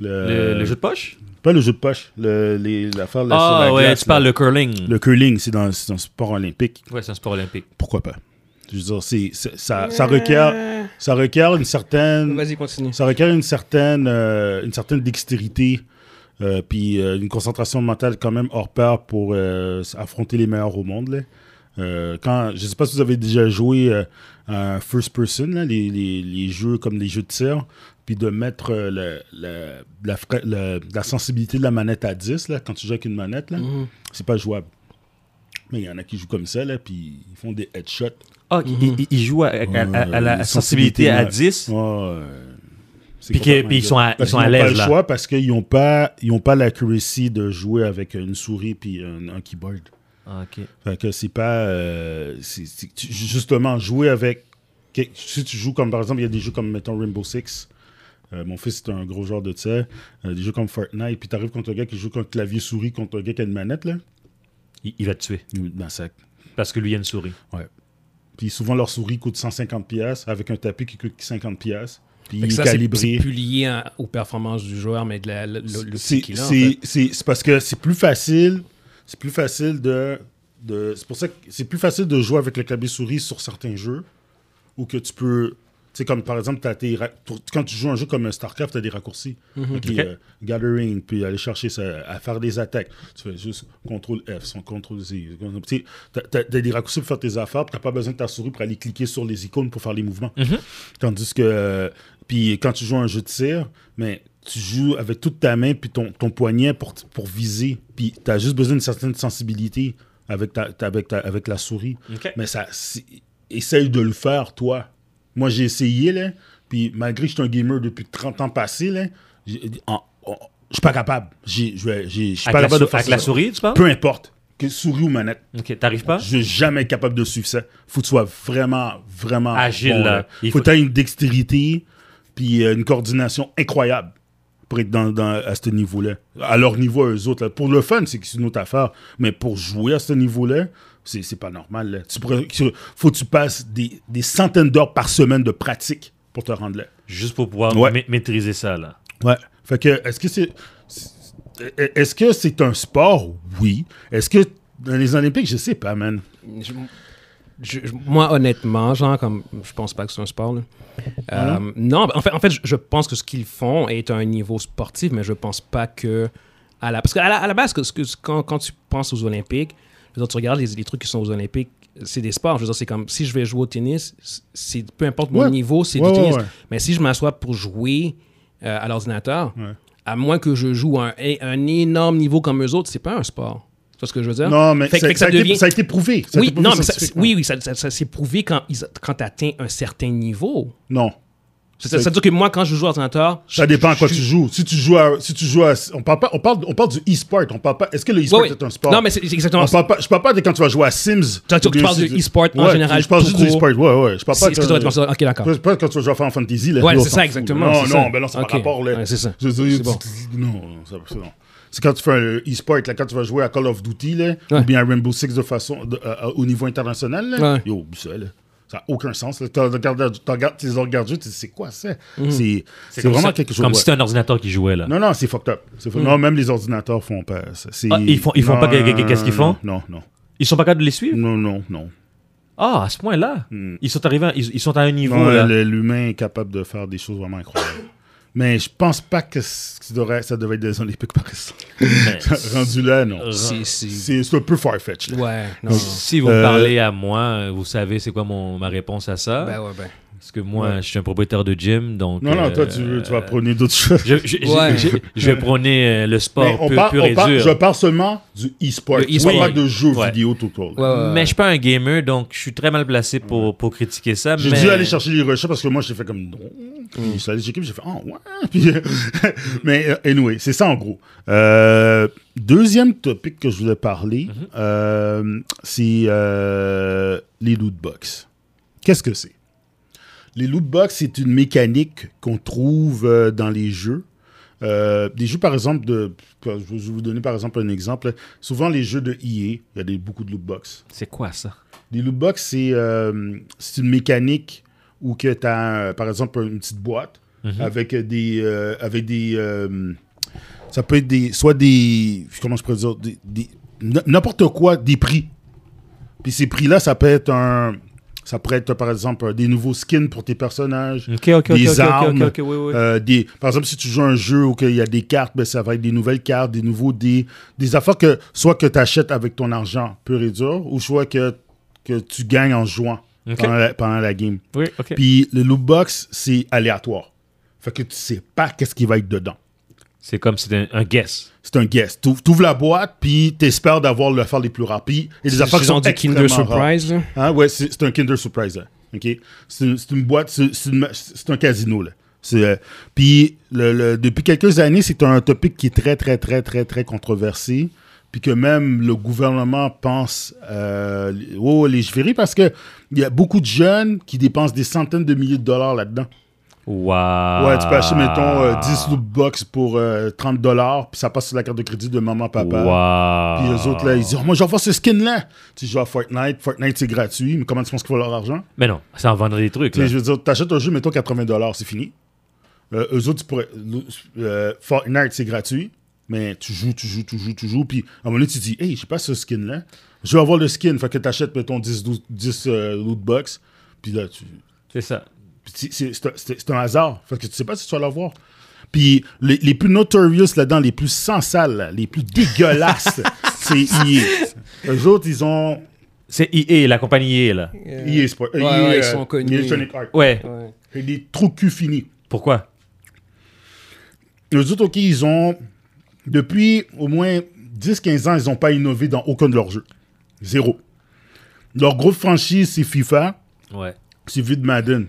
S2: Le-
S3: le-
S2: Le le jeu de poche.
S3: Pas le jeu de poche, le- les- l'affaire euh, là, sur
S2: Ah
S3: la
S2: ouais,
S3: glace,
S2: tu parles
S3: là.
S2: le curling.
S3: Le curling, c'est dans, c'est un sport olympique.
S2: Ouais, c'est un sport olympique.
S3: Pourquoi pas? Je veux dire, c'est, c'est- Ah, ça, ça,
S1: Euh.
S3: requiert, ça requiert une certaine,
S1: Vas-y, continue.
S3: ça requiert une certaine, euh, une certaine dextérité, euh, puis euh, une concentration mentale quand même hors pair pour euh, affronter les meilleurs au monde. Là. Euh, quand, je ne sais pas si vous avez déjà joué euh, à un first person, là, les, les- les jeux comme les jeux de tir, puis de mettre euh, le- le- la, fra- le- la sensibilité de la manette à 10, là, quand tu joues avec une manette, là, c'est pas jouable. Mais il y en a qui jouent comme ça, là, puis ils font des headshots.
S2: Ah, il- il, il joue à, à- à- à la
S3: Euh,
S2: sensibilité à
S3: ouais.
S2: 10.
S3: Ouais, euh, c'est
S2: Puis que-
S3: complètement
S2: puis ils
S3: idiot.
S2: sont à- ils
S3: Parce
S2: sont à
S3: qu'ils n'ont
S2: l'aise,
S3: pas le
S2: là.
S3: choix parce qu'ils n'ont pas, ils ont pas l'accuracy de jouer avec une souris puis un, un keyboard.
S2: Ah, ok.
S3: Fait que c'est pas. euh, c'est- c'est- tu- justement, jouer avec. que- Si tu joues comme par exemple, il y a des jeux comme, mettons, Rainbow Six. Euh, mon fils est un gros joueur de ça. Euh, des jeux comme Fortnite. Puis t'arrives contre un gars qui joue contre clavier souris, contre un gars qui a une manette, là.
S2: Il, il va te tuer.
S3: Il me massacre.
S2: Parce que lui, il a une souris.
S3: Puis souvent, leur souris coûte 150$ piastres, avec un tapis qui coûte 50$. piastres, Puis il
S1: Fait que
S3: est
S1: ça, c'est
S3: calibré.
S1: c'est plus lié à- aux performances du joueur, mais de la, le, le- le
S3: C'est-
S1: qu'il a, en
S3: c'est-
S1: fait.
S3: C'est c'est parce que c'est plus facile. C'est plus facile de. de c'est pour ça que c'est plus facile de jouer avec le clavier souris sur certains jeux ou que tu peux. Tu sais, comme par exemple, t'as tes ra- pour- quand tu joues un jeu comme euh, StarCraft, tu as des raccourcis. Ok, euh, gathering, puis aller chercher ça, à faire des attaques. Tu fais juste CTRL F, son CTRL Z. Tu as, des raccourcis pour faire tes affaires, puis tu pas besoin de ta souris pour aller cliquer sur les icônes pour faire les mouvements. Tandis que, euh, puis quand tu joues à un jeu de tir, mais tu joues avec toute ta main puis ton, ton poignet pour, t- pour viser. Puis tu as juste besoin d'une certaine sensibilité avec, ta, ta- avec, ta- avec la souris.
S2: Ok.
S3: Mais ça, c'est- essaye de le faire, toi. Moi, j'ai essayé, là, puis malgré que je suis un gamer depuis 30 ans passé, là, j'ai- en- en- je suis pas capable. J'ai- Je vais- j'ai- je suis pas
S2: Avec, la,
S3: capable de
S2: sou-
S3: faire
S2: avec la
S3: ça.
S2: souris, tu parles
S3: Peu importe, que souris ou manette.
S2: Ok, t'arrives pas
S3: Je vais jamais être capable de suivre ça. Faut que tu sois vraiment, vraiment
S2: Agile, là.
S3: Il
S2: Il
S3: faut
S2: faut-
S3: que tu aies une dextérité puis euh, une coordination incroyable. pour être dans, dans- à ce niveau-là. À leur niveau, à eux autres. là. Pour le fun, c'est que c'est une autre affaire. Mais pour jouer à ce niveau-là, c'est c'est pas normal. là. Tu pourrais- tu- faut que tu passes des, des centaines d'heures par semaine de pratique pour te rendre là.
S2: Juste pour pouvoir
S3: Ouais.
S2: ma- maîtriser ça, là.
S3: Ouais. Fait que, est-ce que c'est. c'est- Est-ce que c'est un sport? Oui. Est-ce que dans les Olympiques, je sais pas, man.
S1: Je- je- je- moi, honnêtement, genre, comme, je pense pas que c'est un sport. là.
S3: Ah
S1: Euh, non, en fait, en fait je, je pense que ce qu'ils font est à un niveau sportif, mais je pense pas que. À la, parce qu'à la, à la base, que, ce que- quand, quand tu penses aux Olympiques, je veux dire, tu regardes les, les trucs qui sont aux Olympiques, c'est des sports. Je veux dire, c'est comme si je vais jouer au tennis, c'est peu importe mon
S3: Ouais.
S1: niveau, c'est
S3: Ouais,
S1: du
S3: ouais,
S1: tennis.
S3: ouais.
S1: Mais si je m'assois pour jouer euh, à l'ordinateur, à moins que je joue un, un énorme niveau comme eux autres, c'est pas un sport. Tu vois ce que je veux dire?
S3: Non, mais
S1: Hein? Fait que-
S3: ça,
S1: fait que
S3: ça a
S1: ça
S3: été,
S1: devient-
S3: ça a été prouvé. Ça a
S1: oui,
S3: été prouvé
S1: non, mais ça,
S3: scientifiquement.
S1: oui, oui, ça, ça- ça s'est prouvé quand, ils- quand tu atteins un certain niveau.
S3: Non.
S1: C'est- Ça, ça veut dire que moi, quand je joue à l'ordinateur,
S3: Ça dépend à quoi tu joues. Si tu joues à, si tu joues à- on parle pas, on parle, on parle du e-sport. On parle pas. Est-ce que le e-sport
S1: Ouais, ouais.
S3: est un sport
S1: Non, mais c'est c'est exactement
S3: on
S1: ça.
S3: parle pas, je parle pas de quand tu vas jouer à Sims.
S1: Toi, tu-
S3: ou bien
S1: tu parles
S3: si
S1: de e-sport en
S3: Ouais,
S1: général,
S3: Je parle
S1: tout
S3: juste du
S1: court.
S3: e-sport. Ouais, ouais. Je parle pas.
S1: C'est- est-ce que tu vas être comme ça? Ok, d'accord.
S3: Pas- Pas quand tu vas jouer à Final Fantasy. Là,
S1: Ouais,
S3: Là, on
S1: c'est
S3: s'en
S1: ça,
S3: fout.
S1: exactement,
S3: Non,
S1: c'est ça.
S3: non, ben non, c'est
S1: Ok.
S3: pas rapport. là.
S1: Ouais, c'est ça.
S3: Je veux dire,
S1: C'est bon.
S3: tu- Non, ça- ça- non. C'est quand tu fais un e-sport, là, quand tu vas jouer à Call of Duty, là,
S1: Ouais.
S3: ou bien à Rainbow Six de façon, de- euh, euh, au niveau international, là,
S1: Ouais.
S3: yo, ça, là, ça n'a aucun sens. là. T'en regardes- t'en regardes- Tu les regardes jouer, tu dis, c'est quoi ça?
S1: Mhm.
S3: C'est c'est
S2: comme
S3: vraiment
S2: ça-
S3: quelque chose.
S2: Comme
S3: ouais.
S2: si c'était un ordinateur qui jouait, là.
S3: Non, non, c'est fucked up. C'est
S1: Mhm.
S3: fucked- Non, même les ordinateurs font pas ça. C'est-
S2: Ah, ils font- ils font
S3: Non,
S2: pas qu'est- qu'est- qu'est-ce qu'ils font?
S3: Non, non.
S2: Ils sont pas capables de les suivre?
S3: Non, non, non.
S2: Ah, à ce point-là.
S3: Hmm.
S2: Ils sont arrivés, à- ils, ils sont à un niveau,
S3: Non,
S2: là.
S3: le- L'humain est capable de faire des choses vraiment incroyables. [COUGHS] Mais je pense pas que c- ça devrait, ça devrait être des Olympiques par
S1: [LAUGHS]
S3: exemple. [LAUGHS]
S2: Mais-
S3: Rendu là, non.
S1: C'est- c'est-
S3: C'est c'est un peu far-fetched. là.
S1: Ouais, non. non.
S2: Si vous
S3: Euh,
S2: me parlez à moi, vous savez c'est quoi mon, ma réponse à ça.
S1: Ben ouais, ben.
S2: Parce que moi, je suis un propriétaire de gym, donc...
S3: Non, non,
S2: euh,
S3: toi, tu, veux- tu vas prôner d'autres choses.
S2: Je, je- je-
S1: Ouais.
S2: je- je vais prôner euh, le
S3: Mais
S2: sport
S3: on
S2: pur,
S3: parle-
S2: pur
S3: on
S2: et
S3: parle-
S2: dur.
S3: je parle seulement du e-sport.
S1: hein. Le
S3: On
S1: e-sport.
S3: parle de jeux
S2: Ouais.
S3: vidéo tout autour. là.
S1: Ouais, ouais, ouais.
S2: Mais je suis pas un gamer, donc je suis très mal placé pour, pour critiquer ça.
S3: J'ai
S2: mais-
S3: dû aller chercher les recherches parce que moi, j'ai fait comme non. Puis je suis allé checker, puis j'ai fait ah ouais. Puis, [LAUGHS] mais euh, anyway, c'est ça en gros. Euh, deuxième topic que je voulais parler,
S2: Mhm.
S3: euh, c'est euh, les loot box. Qu'est-ce que c'est Les loot box, c'est une mécanique qu'on trouve euh, dans les jeux. Euh, des jeux, par exemple, de. Je vais vous donner par exemple un exemple. Souvent, les jeux de EA, il y a des, beaucoup de loot box.
S2: C'est quoi ça?
S3: Des loot box, c'est euh, c'est une mécanique où que tu as, par exemple, une petite boîte avec des. euh, avec des euh, ça peut être des. Soit des. Comment je pourrais dire des- des- n- N'importe quoi, des prix. Puis ces prix-là, ça peut être un. Ça pourrait être, par exemple, des nouveaux skins pour tes personnages.
S4: Ok, ok, ok,
S3: Des
S4: ok, ok,
S3: armes.
S4: ok, ok, oui, oui.
S3: Euh, des, par exemple, si tu joues à un jeu où il y a des cartes, ben, ça va être des nouvelles cartes, des nouveaux dés, des affaires que soit que tu achètes avec ton argent pur et dur, ou soit que, que tu gagnes en jouant
S2: Ok.
S3: pendant, la, pendant la game.
S4: Oui, ok.
S3: Puis le loot box, c'est aléatoire. Fait que tu sais pas qu'est-ce qui va être dedans.
S2: C'est comme si c'était un, un guess.
S3: C'est un guess. Tu ouvres la boîte, puis t'espères d'avoir le faire les plus rapides. Et des affaires
S1: C'est
S3: qui
S1: genre
S3: sont
S1: du Kinder
S3: extrêmement rares.
S1: Surprise, là.
S3: Hein, ouais, c'est c'est un Kinder Surprise. là. OK? C'est une, c'est une boîte, c'est c'est une ma- c'est un casino. Là. C'est, euh, puis, le- le- depuis quelques années, c'est un topic qui est très, très, très, très, très controversé. Puis que même le gouvernement pense euh, oh, légiférer parce qu'il y a beaucoup de jeunes qui dépensent des centaines de milliers de dollars là-dedans.
S2: Waouh.
S3: Ouais, tu peux
S2: Ah.
S3: acheter, mettons, euh, 10 loot box pour euh, 30 dollars, puis ça passe sur la carte de crédit de maman, papa.
S2: Waouh.
S3: Puis les autres, là, ils disent, oh, moi, je vais avoir ce skin-là. Tu joues à Fortnite, Fortnite, c'est gratuit, mais comment tu penses qu'ils font leur argent?
S2: Mais non, ça en vendrait des trucs.
S3: Tu sais,
S2: Là.
S3: je veux dire, t'achètes un jeu, mettons 80$, c'est fini. Euh, eux autres, tu pourrais- euh, Fortnite, c'est gratuit, mais tu joues, tu joues, tu joues, tu joues. Puis à un moment donné, tu dis, hey, j'ai pas ce skin-là. Je veux avoir le skin. Fait que t'achètes, mettons, 10, 12, 10 euh, loot box. Puis là, tu.
S2: C'est ça.
S3: puis c'est- c'est- C'est un- c'est- c'est un hasard. Fait que tu sais pas si tu vas l'avoir. Puis les, les plus notorious là-dedans, les plus sans sales, là, les plus
S1: [LAUGHS]
S3: dégueulasses, c'est EA. Eux autres, ils ont.
S2: C'est EA, la compagnie EA, là.
S3: EA Sport- euh,
S1: Ouais,
S3: EA,
S1: ouais, ils
S3: euh,
S1: sont connus.
S3: Electronic Arts.
S2: Ouais.
S1: Ouais.
S3: Et Des trous cul finis.
S2: Pourquoi?
S3: Les autres, OK, ils ont, depuis au moins 10-15 ans, ils n'ont pas innové dans aucun de leurs jeux. Zéro. Leur grosse franchise, c'est FIFA,
S2: Ouais.
S3: c'est Vid Madden.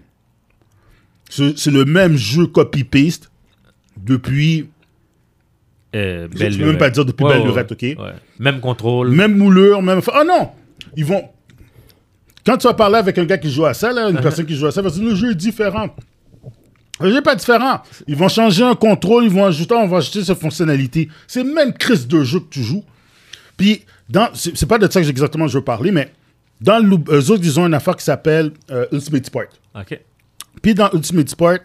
S3: C'est c'est le même jeu copy-paste depuis,
S2: Euh,
S3: je
S2: belle
S3: peux même
S2: lurette.
S3: pas dire depuis
S2: Ouais,
S3: Belle
S2: ouais,
S3: Lurette, OK?
S2: ouais. Même contrôle.
S3: Même moulure, même... fa- Ah non! Ils vont... Quand tu vas parler avec un gars qui joue à ça, là, une personne qui joue à ça, va dire, le jeu est différent. C'est pas différent. Ils vont changer un contrôle, ils vont ajouter, on va ajouter cette fonctionnalité. C'est le même crise de jeu que tu joues. Puis, dans, c'est c'est pas de ça que exactement je veux parler, mais dans le, eux autres, ils ont une affaire qui s'appelle euh, Ultimate Sport.
S2: OK.
S3: Puis dans Ultimate Sport,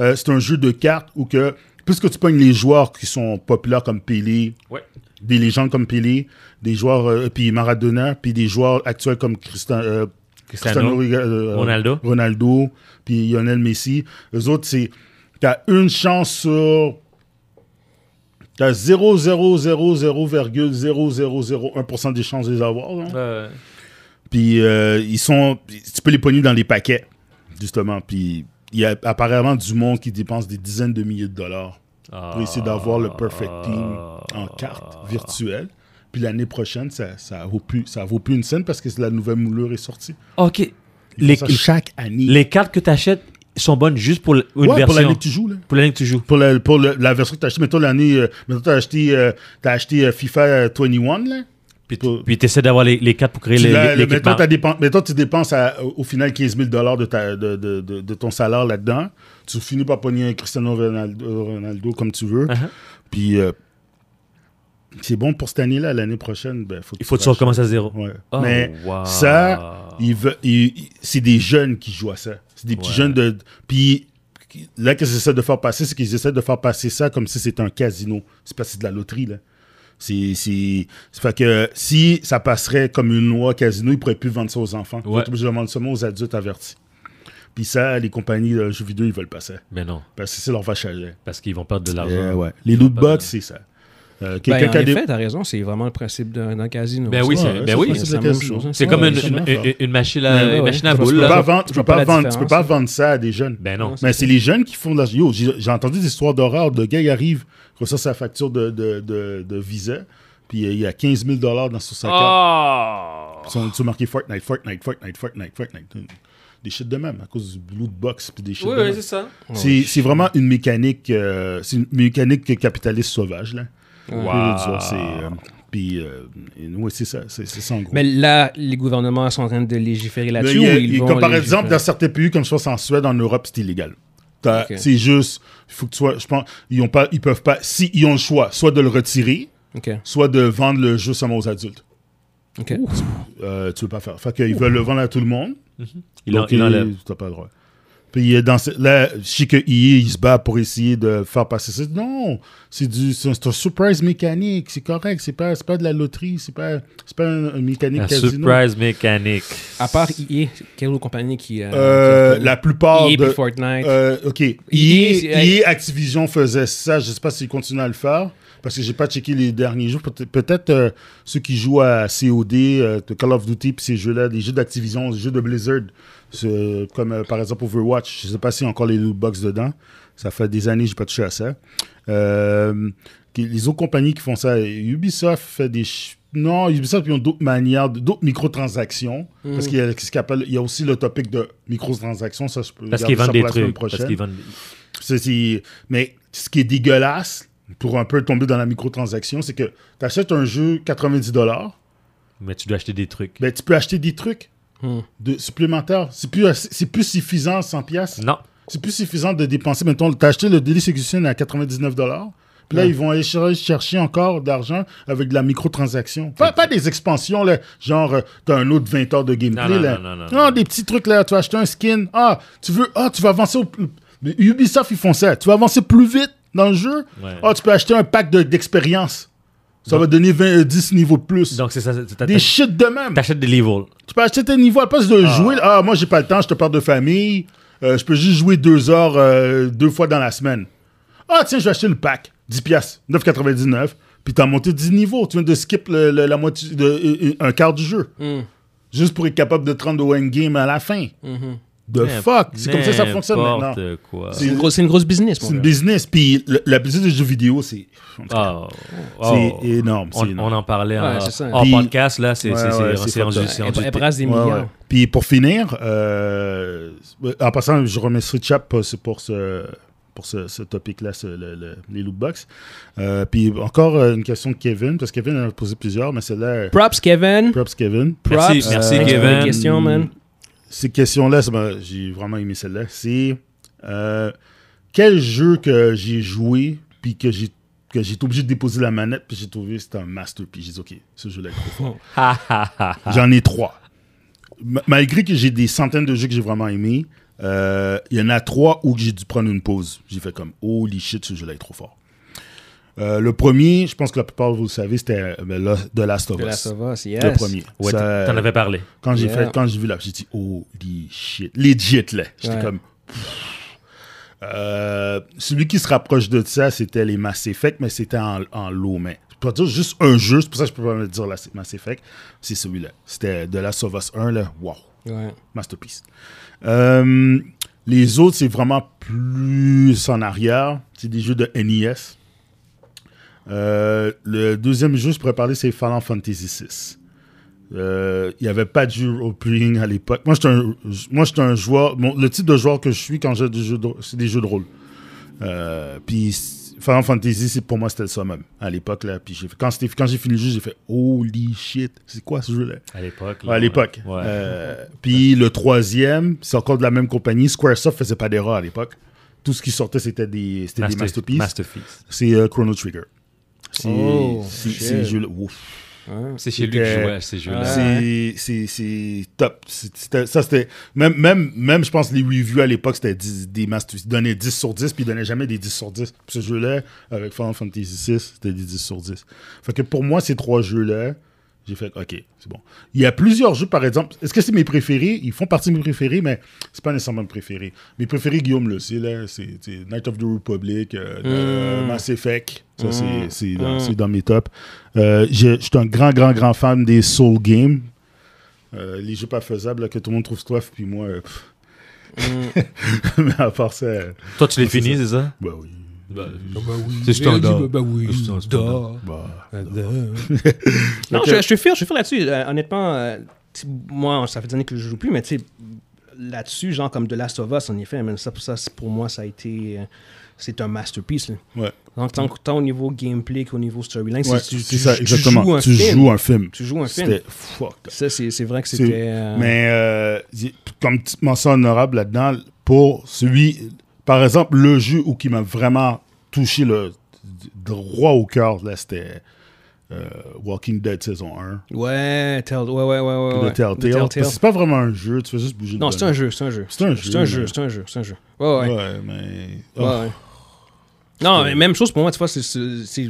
S3: euh, c'est un jeu de cartes où que, puisque tu pognes les joueurs qui sont populaires comme Pelé,
S2: Ouais.
S3: des légendes comme Pelé, des joueurs, euh, puis Maradona, puis des joueurs actuels comme Christian, euh,
S2: Cristiano,
S3: Riga- euh,
S2: Ronaldo.
S3: Ronaldo, puis Lionel Messi. Eux autres, c'est. T'as une chance sur. T'as 0,000,0001% des chances de les avoir. là.
S2: Euh,
S3: Puis euh, ils sont. Tu peux les pogner dans les paquets, justement. Puis il y a apparemment du monde qui dépense des dizaines de milliers de dollars
S2: ah.
S4: Ah.
S3: pour essayer d'avoir le perfect team en carte virtuelle. Puis l'année prochaine, ça, ça, vaut plus, ça vaut plus une scène parce que la nouvelle moulure est sortie.
S4: OK.
S3: Ils
S4: Les,
S3: font ça chaque année.
S4: les cartes que tu achètes sont bonnes juste pour l- une
S3: Ouais,
S4: version.
S3: pour l'année que tu joues, là.
S4: Pour l'année que tu joues.
S3: Pour, la, pour le- la version que t'as achetée, mettons l'année, euh, mettons t'as acheté, euh, t'as acheté euh, FIFA euh, 21, là.
S4: Puis
S3: Pour-
S4: tu essaies d'avoir les, les cartes pour créer
S3: Tu
S4: les-
S3: l'as- le-
S4: les-
S3: mettons,
S4: l'équipement.
S3: t'as dépen- mettons, tu dépenses à- au au final 15 000 de, ta- de, de, de- de ton salaire là-dedans. Tu finis par pogner un Cristiano Ronaldo, Ronaldo comme tu
S4: [LAUGHS]
S3: veux.
S4: Uh-huh.
S3: Puis euh, c'est bon pour cette année-là. L'année prochaine, ben, faut que
S4: Il faut que tu
S3: fasses-
S4: recommences à zéro.
S3: Ouais.
S4: Oh,
S3: Mais
S2: wow.
S3: ça, ils veulent- ils- ils- c'est des jeunes qui jouent à ça. C'est des petits
S2: Ouais.
S3: jeunes de. Puis là, qu'est-ce qu'ils essaient de faire passer C'est qu'ils essaient de faire passer ça comme si c'était un casino. C'est pas c'est de la loterie, là. C'est. c'est- c'est fait que si ça passerait comme une loi casino, ils pourraient plus vendre ça aux enfants. Ils vont
S2: Ouais.
S3: être obligés de vendre seulement aux adultes avertis. Puis ça, les compagnies de jeux vidéo, ils veulent pas ça.
S2: Mais non,
S3: Parce que c'est leur vache à lait.
S2: parce qu'ils vont perdre de l'argent.
S3: Euh, ouais. Les loot box, c'est ça. Euh,
S1: Ben,
S3: quelqu'un
S1: en
S3: qui a des-
S1: effet, t'as raison, c'est vraiment le principe d'un d'un casino.
S2: Ben oui,
S1: Ça,
S2: c'est-
S1: ouais,
S2: ben
S1: ça,
S2: oui,
S1: c'est
S3: c'est
S1: la
S3: le
S1: même
S3: casino.
S1: chose. hein,
S2: C'est
S1: ça,
S2: comme
S1: ouais,
S2: une,
S1: ça.
S2: une,
S3: affaire.
S2: une- une machine
S1: Ouais,
S2: à,
S1: ouais,
S2: une
S1: ouais.
S2: machine à
S1: Je pense
S2: boules.
S3: Tu peux
S1: là.
S3: pas
S1: Tu
S3: vendre,
S1: peux
S3: tu peux
S1: pas
S3: pas
S1: la
S3: vendre, tu peux
S1: différence,
S3: pas
S1: là.
S3: vendre ça à des jeunes.
S2: Ben non.
S3: Mais c'est les jeunes qui font de la. Yo, j'ai j'ai entendu des histoires d'horreur de gars qui arrivent, reçoivent sa facture de, de, de, de visa, puis euh, il y a 15 000 dans sur sa carte.
S1: Ah!
S2: Oh!
S3: Ils sont, ils sont marqués Fortnite, Fortnite, Fortnite, Fortnite, Fortnite. Des shit de même à cause du loot box puis des shit
S2: Oui,
S3: de
S2: oui,
S3: même.
S2: c'est ça.
S3: C'est c'est vraiment une mécanique, euh, c'est une mécanique capitaliste sauvage là. Pure et dure, c'est, euh, puis oui, c'est ça, c'est c'est ça en gros.
S1: Mais là, les gouvernements sont en train de légiférer
S3: Mais
S1: là-dessus.
S3: il y a-
S1: ou ils
S3: il-
S1: vont
S3: comme par
S1: légiférer?
S3: exemple, dans certains pays, comme je pense en Suède, en Europe, c'est illégal. T'as-
S1: Ok.
S3: C'est juste, il faut que tu sois, je pense, ils ont pas, ils peuvent pas, si ils ont le choix, soit de le retirer,
S1: Ok,
S3: soit de vendre le jeu seulement aux adultes.
S1: ok.
S3: Euh, tu peux pas faire. Fait qu'ils veulent le vendre à tout le monde.
S2: Il en-
S3: donc
S2: il
S3: euh,
S2: enlève.
S3: t'as pas le droit. Puis euh, dans ce- là, je sais que EA, ils se battent pour essayer de faire passer ça. Non, c'est du, c'est un, c'est un surprise mécanique, c'est correct, c'est pas, c'est pas de la loterie, c'est pas, c'est pas un, un mécanique
S2: La
S3: casino.
S2: surprise mécanique.
S1: À part EA, quelle autre compagnie qui. euh,
S3: Euh,
S1: qui a-
S3: la plupart
S1: EA
S3: de,
S1: puis E Fortnite.
S3: Euh, ok.
S1: EA,
S3: EA,
S1: c'est-
S3: EA, Activision faisait ça. Je sais pas s'ils continuent à le faire parce que j'ai pas checké les derniers jours. Peut- Peut-être euh, ceux qui jouent à COD, euh, de Call of Duty, puis ces jeux-là, les jeux d'Activision, les jeux de Blizzard, ce- comme euh, par exemple Overwatch. Je sais pas s'il y a encore les loot box dedans. Ça fait des années que j'ai pas touché à ça. Euh, qui- les autres compagnies qui font ça, Ubisoft fait des. ch- Non, Ubisoft, ils ont d'autres manières, d'autres microtransactions. Parce qu'il y, a ce qu'on appelle- il y a aussi le topic de microtransactions. Ça, je peux
S2: Parce
S3: garder
S2: qu'ils
S3: ça
S2: vendent
S3: pour
S2: des
S3: la semaine
S2: trucs. Parce
S3: prochaine.
S2: qu'ils vendent.
S3: Ça, c'est- Mais ce qui est dégueulasse, pour un peu tomber dans la microtransaction, c'est que tu achètes un jeu 90 dollars,
S2: Mais tu dois acheter des trucs.
S3: ben, tu peux acheter des trucs
S1: Hmm.
S3: de, supplémentaires. C'est plus, assez- c'est plus suffisant 100 pièces.
S2: Non.
S3: C'est plus suffisant de dépenser. Mettons, tu as acheté le Daily Execution à 99 dollars. Puis là, ils vont aller cher- chercher encore d'argent avec de la microtransaction. Pas, pas des expansions, là, genre, euh, t'as un autre 20 heures de gameplay.
S2: Non, non,
S3: là.
S2: non, non, non,
S3: Ah,
S2: non.
S3: des petits trucs, là. Tu vas acheter un skin. Ah, tu veux. Ah, tu vas avancer au. Mais Ubisoft, ils font ça. Tu vas avancer plus vite dans le jeu.
S2: Ouais.
S3: Ah, tu peux acheter un pack de- d'expérience. ça va donner 20, euh, 10 niveaux de plus.
S2: Donc, c'est ça. c'est- t'a-
S3: des
S2: t'a-
S3: shit de même.
S2: T'achètes des levels.
S3: Tu peux acheter tes niveaux à la place de jouer. Ah, moi, j'ai pas le temps, je te parle de famille. Euh, je peux juste jouer deux heures, euh, deux fois dans la semaine. Ah, tiens, je vais acheter le pack. 10 piastres, 9,99. Puis t'as monté 10 niveaux. Tu viens de skip le- le- la moitié de, euh, euh, un quart du jeu.
S2: Hmm.
S3: Juste pour être capable de te rendre au endgame à la fin. The fuck. C'est comme ça que ça fonctionne maintenant.
S2: N'importe Mm-hmm. quoi.
S1: c'est une, grosse- c'est une grosse business, mon
S3: C'est une
S1: gars.
S3: business. Puis le- la business des jeux vidéo, c'est
S2: Oh,
S3: c'est
S2: oh.
S3: énorme. c'est
S2: On,
S3: énorme.
S2: on en parlait en,
S1: Ouais, c'est ça.
S2: en
S3: Puis-
S2: podcast, là. C'est
S3: Ouais,
S2: c'est-
S3: ouais,
S2: c'est-
S3: hein, c'est
S2: c'est rendu.
S3: fucked
S1: Elle-
S2: c'est rendu-
S1: Elle brasse des
S3: Ouais,
S1: milliards.
S3: ouais. Puis pour finir, euh, en passant, je remercie Chap pour ce, euh, pour ce, pour ce, ce topic-là, ce- le- le- les loot box. Euh, puis encore euh, une question de Kevin, parce que Kevin en a posé plusieurs, mais celle-là, euh,
S1: Props, Kevin.
S3: props Kevin.
S1: Props.
S2: Merci, merci,
S1: Thanks for the
S2: Kevin.
S1: question, man.
S3: ben, Ces questions-là, ça m'a- j'ai vraiment aimé celle-là. C'est euh, quel jeu que j'ai joué, puis que j'ai que j'étais obligé de déposer la manette, puis j'ai trouvé que c'était un masterpiece. J'ai dit, OK, ce jeu-là est trop
S2: [LAUGHS]
S3: fort. J'en ai trois. Ma- Malgré que j'ai des centaines de jeux que j'ai vraiment aimés, euh, il y en a trois où que j'ai dû prendre une pause. J'ai fait comme, holy shit, ce jeu-là est trop fort. Euh, le premier, je pense que la plupart vous le savez, c'était euh, ben, Lo- The Last of
S6: De la
S3: Us.
S6: Sovas, yes.
S3: Le premier.
S2: Ouais,
S3: Ça-
S2: t'en avais parlé.
S3: quand j'ai
S6: Yeah.
S3: fait, quand j'ai vu là, j'ai dit holy shit, legit là. J'étais
S6: Ouais.
S3: comme. pfff. Euh, celui qui se rapproche de ça, c'était les Mass Effect, mais c'était en, en lot. Mais je peux pas dire juste un jeu, c'est pour ça que je peux pas me dire la- Mass Effect. C'est celui-là. C'était de la of Us 1 là. Wow,
S6: Ouais.
S3: masterpiece. Euh, les autres, c'est vraiment plus en arrière. C'est des jeux de NES. Euh, le deuxième jeu, je pourrais parler, c'est Final Fantasy VI. Euh, Il n'y avait pas de jeu role-playing à l'époque. Moi, j'étais un, moi, j'étais un joueur. mon- le type de joueur que je suis quand j'ai des jeux de, c'est des jeux de rôle. Euh, puis Final Fantasy, c'est, pour moi, c'était ça même à l'époque. Là, puis j'ai, fait- quand, c'était, quand j'ai fini le jeu, j'ai fait Holy shit, c'est quoi ce jeu-là
S2: À l'époque. là,
S3: Ouais, à l'époque.
S2: Ouais.
S3: Euh, puis le troisième, c'est encore de la même compagnie. Squaresoft faisait pas d'erreur à l'époque. Tout ce qui sortait, c'était des, c'était des masterpieces.
S2: Masterpiece.
S3: C'est euh, Chrono Trigger. C'est
S6: Oh,
S3: c'est-
S6: shit.
S3: ces jeux-là. ouf.
S6: Ouais.
S4: C'est chez lui que je
S3: C'était-
S4: jouais à ces jeux-là.
S3: C'est- C'est c'est top. C'est- c'était- Ça, c'était. Même, même, même, je pense, les reviews à l'époque, c'était dix- des masterpieces. Ils donnaient 10 sur 10, puis ils donnaient jamais des 10 sur 10. Puis ce jeu-là, avec Final Fantasy VI, c'était des 10 sur 10. Fait que pour moi, ces trois jeux-là, j'ai fait, OK, c'est bon. Il y a plusieurs jeux, par exemple. Est-ce que c'est mes préférés Ils font partie de mes préférés, mais c'est pas nécessairement mes préférés. Mes préférés, Guillaume le sait, là, c'est c'est Night of the Republic, euh, euh,
S4: Hmm.
S3: Mass Effect. Ça,
S1: Mm.
S3: c'est- c'est dans, c'est dans mes tops. Euh, je je suis un grand, grand, grand fan des Soul Games. Euh, les jeux pas faisables là, que tout le monde trouve soif, puis moi. euh, pff.
S1: Mm.
S3: [LAUGHS] mais à part ça. euh,
S2: Toi, tu l'as fini, c'est ça?
S3: bah oui.
S4: Euh, C'est standard.
S3: Bah.
S1: Non,
S3: Ok.
S1: je, je te file, je te file là-dessus. Euh, honnêtement, euh, tu- moi, ça fait des années que je joue plus, mais tu sais, là-dessus, genre comme The Last of Us, en effet, même ça, ça, c'est- pour moi, ça a été. euh, c'est un masterpiece. là.
S3: Ouais.
S1: Donc, tant, tant au niveau gameplay qu'au niveau storyline,
S3: Ouais,
S1: c'est- tu,
S3: c'est
S1: tu-
S3: ça,
S1: tu
S3: exactement.
S1: joues un
S3: Tu
S1: film.
S3: joues un film.
S1: Tu joues un film.
S3: C'était fuck.
S1: Ça, c'est c'est vrai que
S3: C'est-
S1: c'était. euh,
S3: Mais euh, j'ai- comme petite mention honorable là-dedans, pour celui, par exemple, le jeu où qui m'a vraiment touché le d- droit au cœur, là, c'était euh, Walking Dead saison 1
S1: Ouais, tell, ouais, ouais, ouais, ouais.
S3: de
S1: ouais.
S3: Telltale.
S1: De
S3: Parce que C'est pas vraiment un jeu, tu fais juste bouger. le
S1: Non, c'est
S3: bonhomme.
S1: un jeu, c'est un jeu.
S3: C'est un
S1: C'est un
S3: jeu,
S1: jeu,
S3: mais-
S1: c'est un jeu, c'est un jeu. Ouais, ouais.
S3: Ouais, mais.
S1: Ouais,
S3: Oh,
S1: ouais. Non, mais même chose pour moi, tu vois, c'est- c'est c'est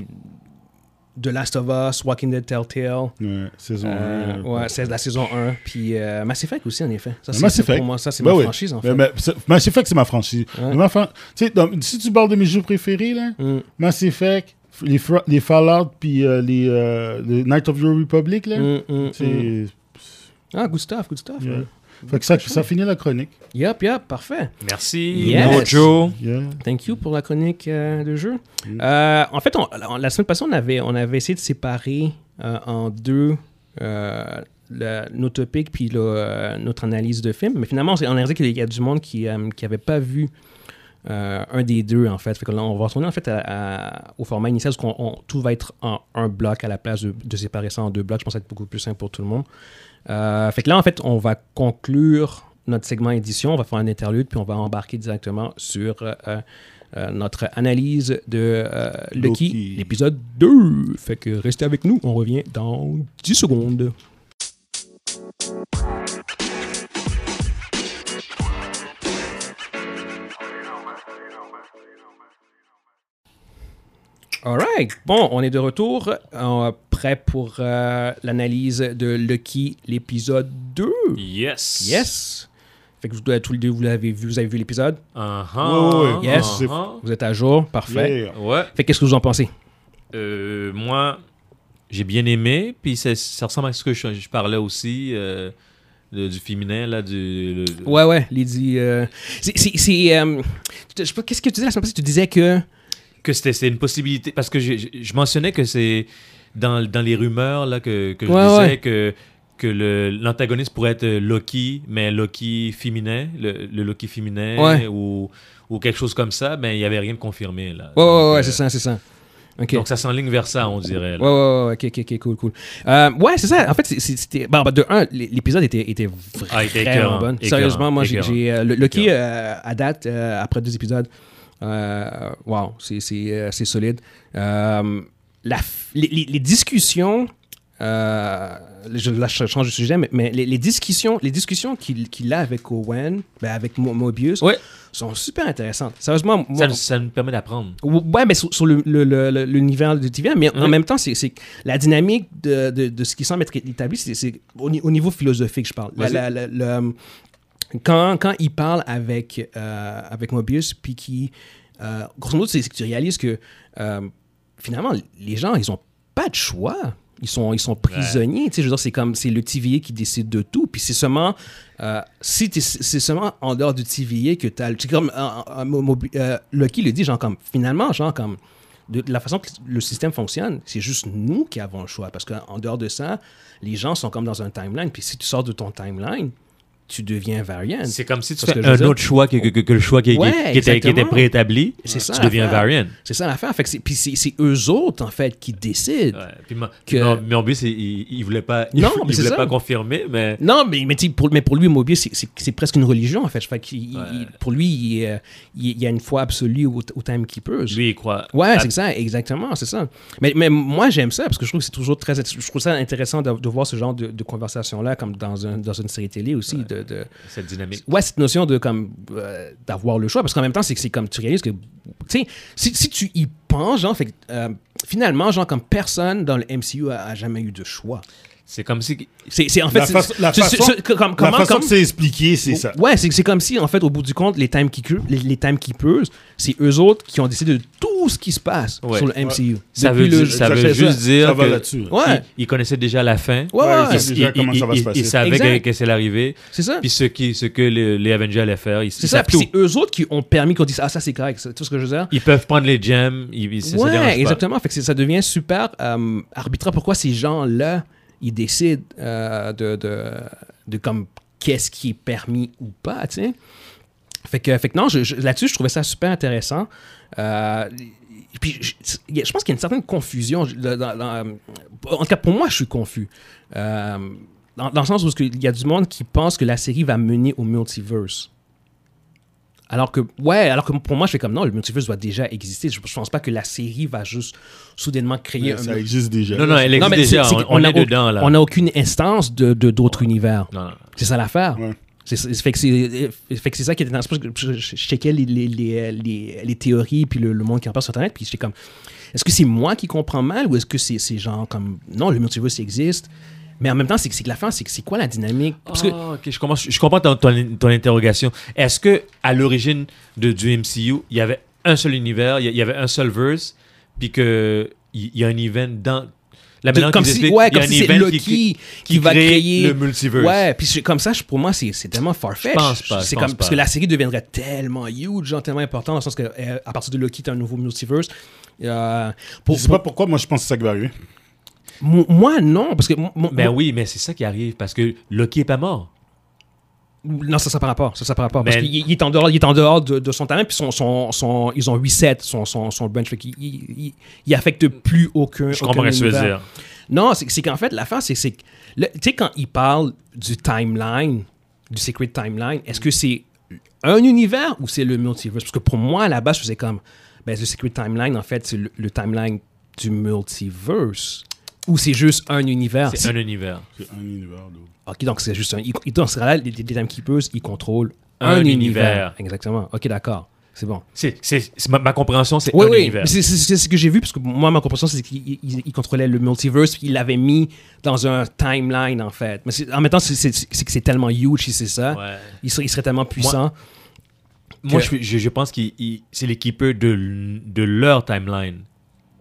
S1: The Last of Us, Walking Dead Telltale,
S3: ouais, saison
S1: euh,
S3: 1.
S1: ouais, c'est la saison 1, puis euh, Mass Effect aussi, en effet. Ça, c'est-
S3: Mass
S1: c'est
S3: Effect.
S1: Pour moi, ça, c'est
S3: Ben
S1: ma
S3: oui.
S1: franchise, en
S3: Mais,
S1: fait.
S3: mais, c'est- Mass Effect, c'est ma franchise.
S1: Ouais.
S3: Ma fran- tu sais, dans- si tu parles de mes jeux préférés, là,
S1: Mm.
S3: Mass Effect, les, Fra- les Fallout, puis euh, les, euh, les Night of the Republic, là,
S1: Mm, mm,
S3: c'est.
S1: mm. Ah, good stuff, good stuff.
S3: Yeah.
S1: ouais.
S3: Fait que ça, ça finit la chronique.
S1: Yep, yep, parfait.
S2: Merci,
S1: Yes.
S2: Mojo.
S3: Yeah.
S1: Thank you pour la chronique euh, de jeu.
S3: Mm.
S1: Euh, en fait, on- on- la semaine passée, on avait, on avait essayé de séparer euh, en deux euh, la- nos topics puis le, euh, notre analyse de film. Mais finalement, on, s'est- on a réalisé qu'il y a du monde qui n'avait pas vu euh, un des deux, en fait. Fait que là, on va retourner en fait à- à- au format initial, parce qu'on on- tout va être en un bloc à la place de, de séparer ça en deux blocs. Je pense que ça va être beaucoup plus simple pour tout le monde. Euh, fait que là, en fait, on va conclure notre segment édition, on va faire un interlude, puis on va embarquer directement sur euh, euh, notre analyse de euh, Lucky,
S3: Loki.
S1: l'épisode 2. Fait que restez avec nous, on revient dans 10 secondes. Alright, bon, on est de retour, euh, prêt pour euh, l'analyse de Lucky, l'épisode 2.
S2: Yes.
S1: Yes! Fait que vous, euh, tous les deux, vous l'avez vu, vous avez vu l'épisode,
S2: Uh-huh.
S3: Ouais,
S1: ouais, yes.
S2: Uh-huh.
S1: vous êtes à jour, parfait.
S3: Yeah.
S2: Ouais.
S1: Fait qu'est-ce que vous en pensez?
S2: Euh, moi, j'ai bien aimé, puis ça, ça ressemble à ce que je, je parlais aussi euh, de- du féminin, là, du... le-
S1: Ouais, ouais, Lydie. euh, c'est- c'est- C'est. euh, je sais pas, qu'est-ce que tu disais la semaine passée? Tu disais que.
S2: Que c'était c'est une possibilité, parce que j'ai- j'ai- je mentionnais que c'est dans, dans les rumeurs, là, que, que je
S1: Ouais,
S2: disais
S1: ouais.
S2: que que le- l'antagoniste pourrait être Loki, mais Loki féminin, le, le Loki féminin,
S1: Ouais.
S2: ou, ou quelque chose comme ça, ben il n'y avait rien de confirmé. Là.
S1: Ouais, ouais,
S2: Donc,
S1: ouais,
S2: euh,
S1: c'est ça, c'est ça. Ok.
S2: Donc ça s'enligne vers ça, on dirait. là.
S1: Ouais, ouais, ouais, ok, ok, ok, cool, cool. Euh, ouais, c'est ça. En fait, c'est- c'est- c'était. Bon, bah, de un, l'é- l'épisode était, était
S2: Ah, il était
S1: vraiment
S2: écœurant,
S1: bon.
S2: écœurant,
S1: Sérieusement, moi, j'ai-
S2: écœurant.
S1: j'ai. euh, le Lucky, euh, à date, euh, après deux épisodes, Euh, wow, c'est- c'est euh, c'est solide. Euh, la f- les, les- les discussions, euh, je, là, je change de sujet, mais, mais les, les discussions, les discussions qu'il qu'il a avec Owen, ben, avec Mo- Mobius,
S2: Ouais.
S1: sont super intéressantes. Sérieusement, moi,
S2: Ça, me- ça me permet d'apprendre.
S1: Ouais, mais sur, sur le- le- le- le- l'univers de TVA, mais en
S2: Ouais.
S1: même temps, c'est c'est la dynamique de, de- de ce qui semble être établi, c'est- c'est au, ni- au niveau philosophique, je parle. La-
S2: Vas-y.
S1: la- la- le- quand, quand il parle avec, euh, avec Mobius, puis qui, euh, grosso modo, c'est c'est que tu réalises que euh, finalement, les gens, ils ont pas de choix. Ils sont, ils sont prisonniers. Tu sais, je veux dire, c'est comme c'est le TVA qui décide de tout. Puis c'est seulement euh, si t'es- c'est seulement en dehors du TVA que tu as. C'est comme euh, euh, Mo- Mo- euh, Lucky le dit, genre comme finalement, genre comme de, de la façon que le système fonctionne, c'est juste nous qui avons le choix. Parce qu'en dehors de ça, les gens sont comme dans un timeline. Puis si tu sors de ton timeline, tu deviens variant.
S2: C'est comme si tu
S1: Parce
S2: fais
S1: que je veux
S2: un
S1: dire-
S2: autre choix que, que- que- que le choix qui, qui-
S1: Ouais,
S2: qui était, qui était
S1: exactement.
S2: préétabli.
S1: C'est ça
S2: Tu deviens
S1: l'affaire.
S2: variant.
S1: C'est ça l'affaire. Fait que c'est- Puis c'est c'est eux autres, en fait, qui décident.
S2: Ouais. Puis mon,
S1: Que-
S2: mon- mon but, c'est il, il voulait pas, il,
S1: Non,
S2: il
S1: mais c'est
S2: voulait
S1: ça.
S2: pas confirmer, mais
S1: Non, mais, mais, tu sais, pour, mais pour lui, Mobius, c'est- c'est c'est presque une religion, en fait. Fait qu'il- il-
S2: Ouais.
S1: il- pour lui, il, euh, il- il y a une foi absolue au, au Timekeepers.
S2: lui, il croit.
S1: Ouais,
S2: Ah,
S1: c'est ça, exactement, c'est ça. Mais, mais moi, j'aime ça parce que je trouve que c'est toujours très. Je trouve ça intéressant de, de voir ce genre de, de conversation-là, comme dans, un, dans une série télé aussi. De, de-
S2: cette dynamique.
S1: Ouais, cette notion de comme euh, d'avoir le choix, parce qu'en même temps, c'est que c'est comme tu réalises que, tu sais, si, si tu y penses, genre, fait, que, euh, finalement, genre, comme personne dans le MCU a, a jamais eu de choix.
S2: C'est comme si.
S1: C'est c'est- en fait.
S3: La,
S1: c'est-
S3: façon- la
S1: c'est-
S3: façon,
S1: c'est- c'est- comme-
S3: la
S1: comment-
S3: façon
S1: comme-
S3: que c'est expliqué, c'est ça.
S1: Ouais, c'est c'est comme si, en fait, au bout du compte, les timekeepers, les, les timekeepers, c'est eux autres qui ont décidé de tout ce qui se passe
S2: Ouais.
S1: sur le MCU.
S2: Ça
S1: Depuis
S2: veut,
S1: le-
S2: dire- ça
S3: ça,
S2: veut
S3: c'est
S2: juste
S3: ça.
S2: dire
S3: Ça va
S2: que
S3: là-dessus. hein.
S2: il-
S1: Ouais.
S2: il connaissait déjà la fin.
S1: Ouais, ouais,
S3: Ouais,
S1: ouais,
S3: ils-
S1: c'est-
S2: Il,
S3: Déjà,
S2: il-
S3: comment ça va
S2: il-
S3: se passer.
S2: il savait
S1: Exact.
S2: que, que c'est l'arrivée.
S1: c'est ça.
S2: Puis ce, qui, ce que les, les Avengers allaient faire, ils,
S1: C'est
S2: ils
S1: ça.
S2: savent
S1: Puis
S2: tout.
S1: c'est eux autres qui ont permis qu'on dise Ah, ça c'est correct, c'est tout ce que je veux dire.
S2: Ils peuvent prendre les gems. Ils, ils- ça- ça dérange pas.
S1: Ouais, exactement. Fait que c'est- ça devient super euh, arbitraire. Pourquoi ces gens-là, ils décident euh, de, de, de comme qu'est-ce qui est permis ou pas, tu sais. Fait que, fait que non, je- je- là-dessus, je trouvais ça super intéressant. Euh, et puis, je, il y a- je pense qu'il y a une certaine confusion. je- dans- dans- dans- en tout cas, pour moi, je suis confus. Euh, dans, dans le sens où il y a du monde qui pense que la série va mener au multiverse. Alors que, ouais, alors que pour moi, je fais comme non, le multiverse doit déjà exister. Je, je pense pas que la série va juste soudainement créer
S3: Mais
S1: un.
S3: Ça existe déjà.
S2: Non, non, elle existe
S1: mais
S2: déjà.
S1: c'est- c'est
S2: on,
S1: qu'on
S2: on Ah,
S1: a
S2: est
S1: au-
S2: dedans, là.
S1: On n'a aucune instance de de- d'autres univers.
S2: Non, non.
S1: C'est ça l'affaire.
S3: Ouais.
S1: C'est- c'est- Fait que c'est fait que c'est ça qui était dans parce que je, je- je checkais les, les, les, les, les théories puis le, le monde qui en parle sur Internet, puis j'étais comme, est-ce que c'est moi qui comprends mal ou est-ce que c'est c'est genre comme, non, le multiverse existe, mais en même temps, c'est que c'est que la fin, c'est que c'est quoi la dynamique? Parce que,
S2: Ah, ok, je, commence- je comprends ton, ton- ton interrogation. Est-ce que à l'origine de, du MCU, il y avait un seul univers, il y- il y avait un seul verse, puis que il il y a un event dans la
S1: de- comme si, ouais, comme si c'est Loki qui, va créer
S2: le multiverse.
S1: Ouais, puis c'est- comme ça, je- pour moi, c'est c'est tellement farfetch.
S2: Je pense pas, je
S1: C'est
S2: pense
S1: comme, Parce
S2: pas.
S1: que la série deviendrait tellement huge, genre, tellement importante, dans le sens que euh, à partir de Loki, t'as un nouveau multiverse. Euh,
S3: Je
S1: pour,
S3: sais pas pourquoi, moi, je pense que c'est ça qui va arriver.
S1: Mo- Moi, non, parce que. mo- mo-
S2: Ben
S1: mo-
S2: oui, mais c'est ça qui arrive parce que Loki est pas mort.
S1: Non, ça, ça par rapport. Ça, ça par rapport. Parce
S2: Ben-
S1: qu'il il est en dehors, il est en dehors de, de son talent, puis son, son, son- ils ont 8-7, son, son, son bench. Fait qu'il- il, il- il affecte plus aucun.
S2: Je comprends
S1: aucun
S2: ce que tu veux
S1: univers.
S2: dire.
S1: Non, c'est c'est qu'en fait, l'affaire, c'est c'est que. le- Tu sais, quand il parle du timeline, du secret timeline, est-ce que c'est un univers ou c'est le multiverse Parce que pour moi, à la base, je faisais comme. Ben, le secret timeline, en fait, c'est le, le timeline du multiverse. Ou c'est juste un univers
S2: C'est un univers.
S3: C'est un univers, d'autre.
S1: Ok, donc c'est juste un. il- il- Dans ce cas-là, les, les Timekeepers, ils contrôlent
S2: Un
S1: un, univers.
S2: univers.
S1: Exactement. Ok, d'accord. C'est bon.
S2: C'est c'est- c'est- ma, ma compréhension, c'est
S1: Oui,
S2: un
S1: oui.
S2: univers.
S1: mais C'est c'est- c'est ce que j'ai vu, parce que moi, ma compréhension, c'est qu'ils ils- ils contrôlaient le multiverse, puis ils l'avaient mis dans un timeline, en fait. Mais c'est- en même temps, c'est- c'est c'est que c'est tellement huge si c'est ça.
S2: Ouais.
S1: Il, serait, il serait tellement puissant.
S2: Moi,
S1: Que-
S2: je, je- je pense que c'est les keepers de, de leur timeline.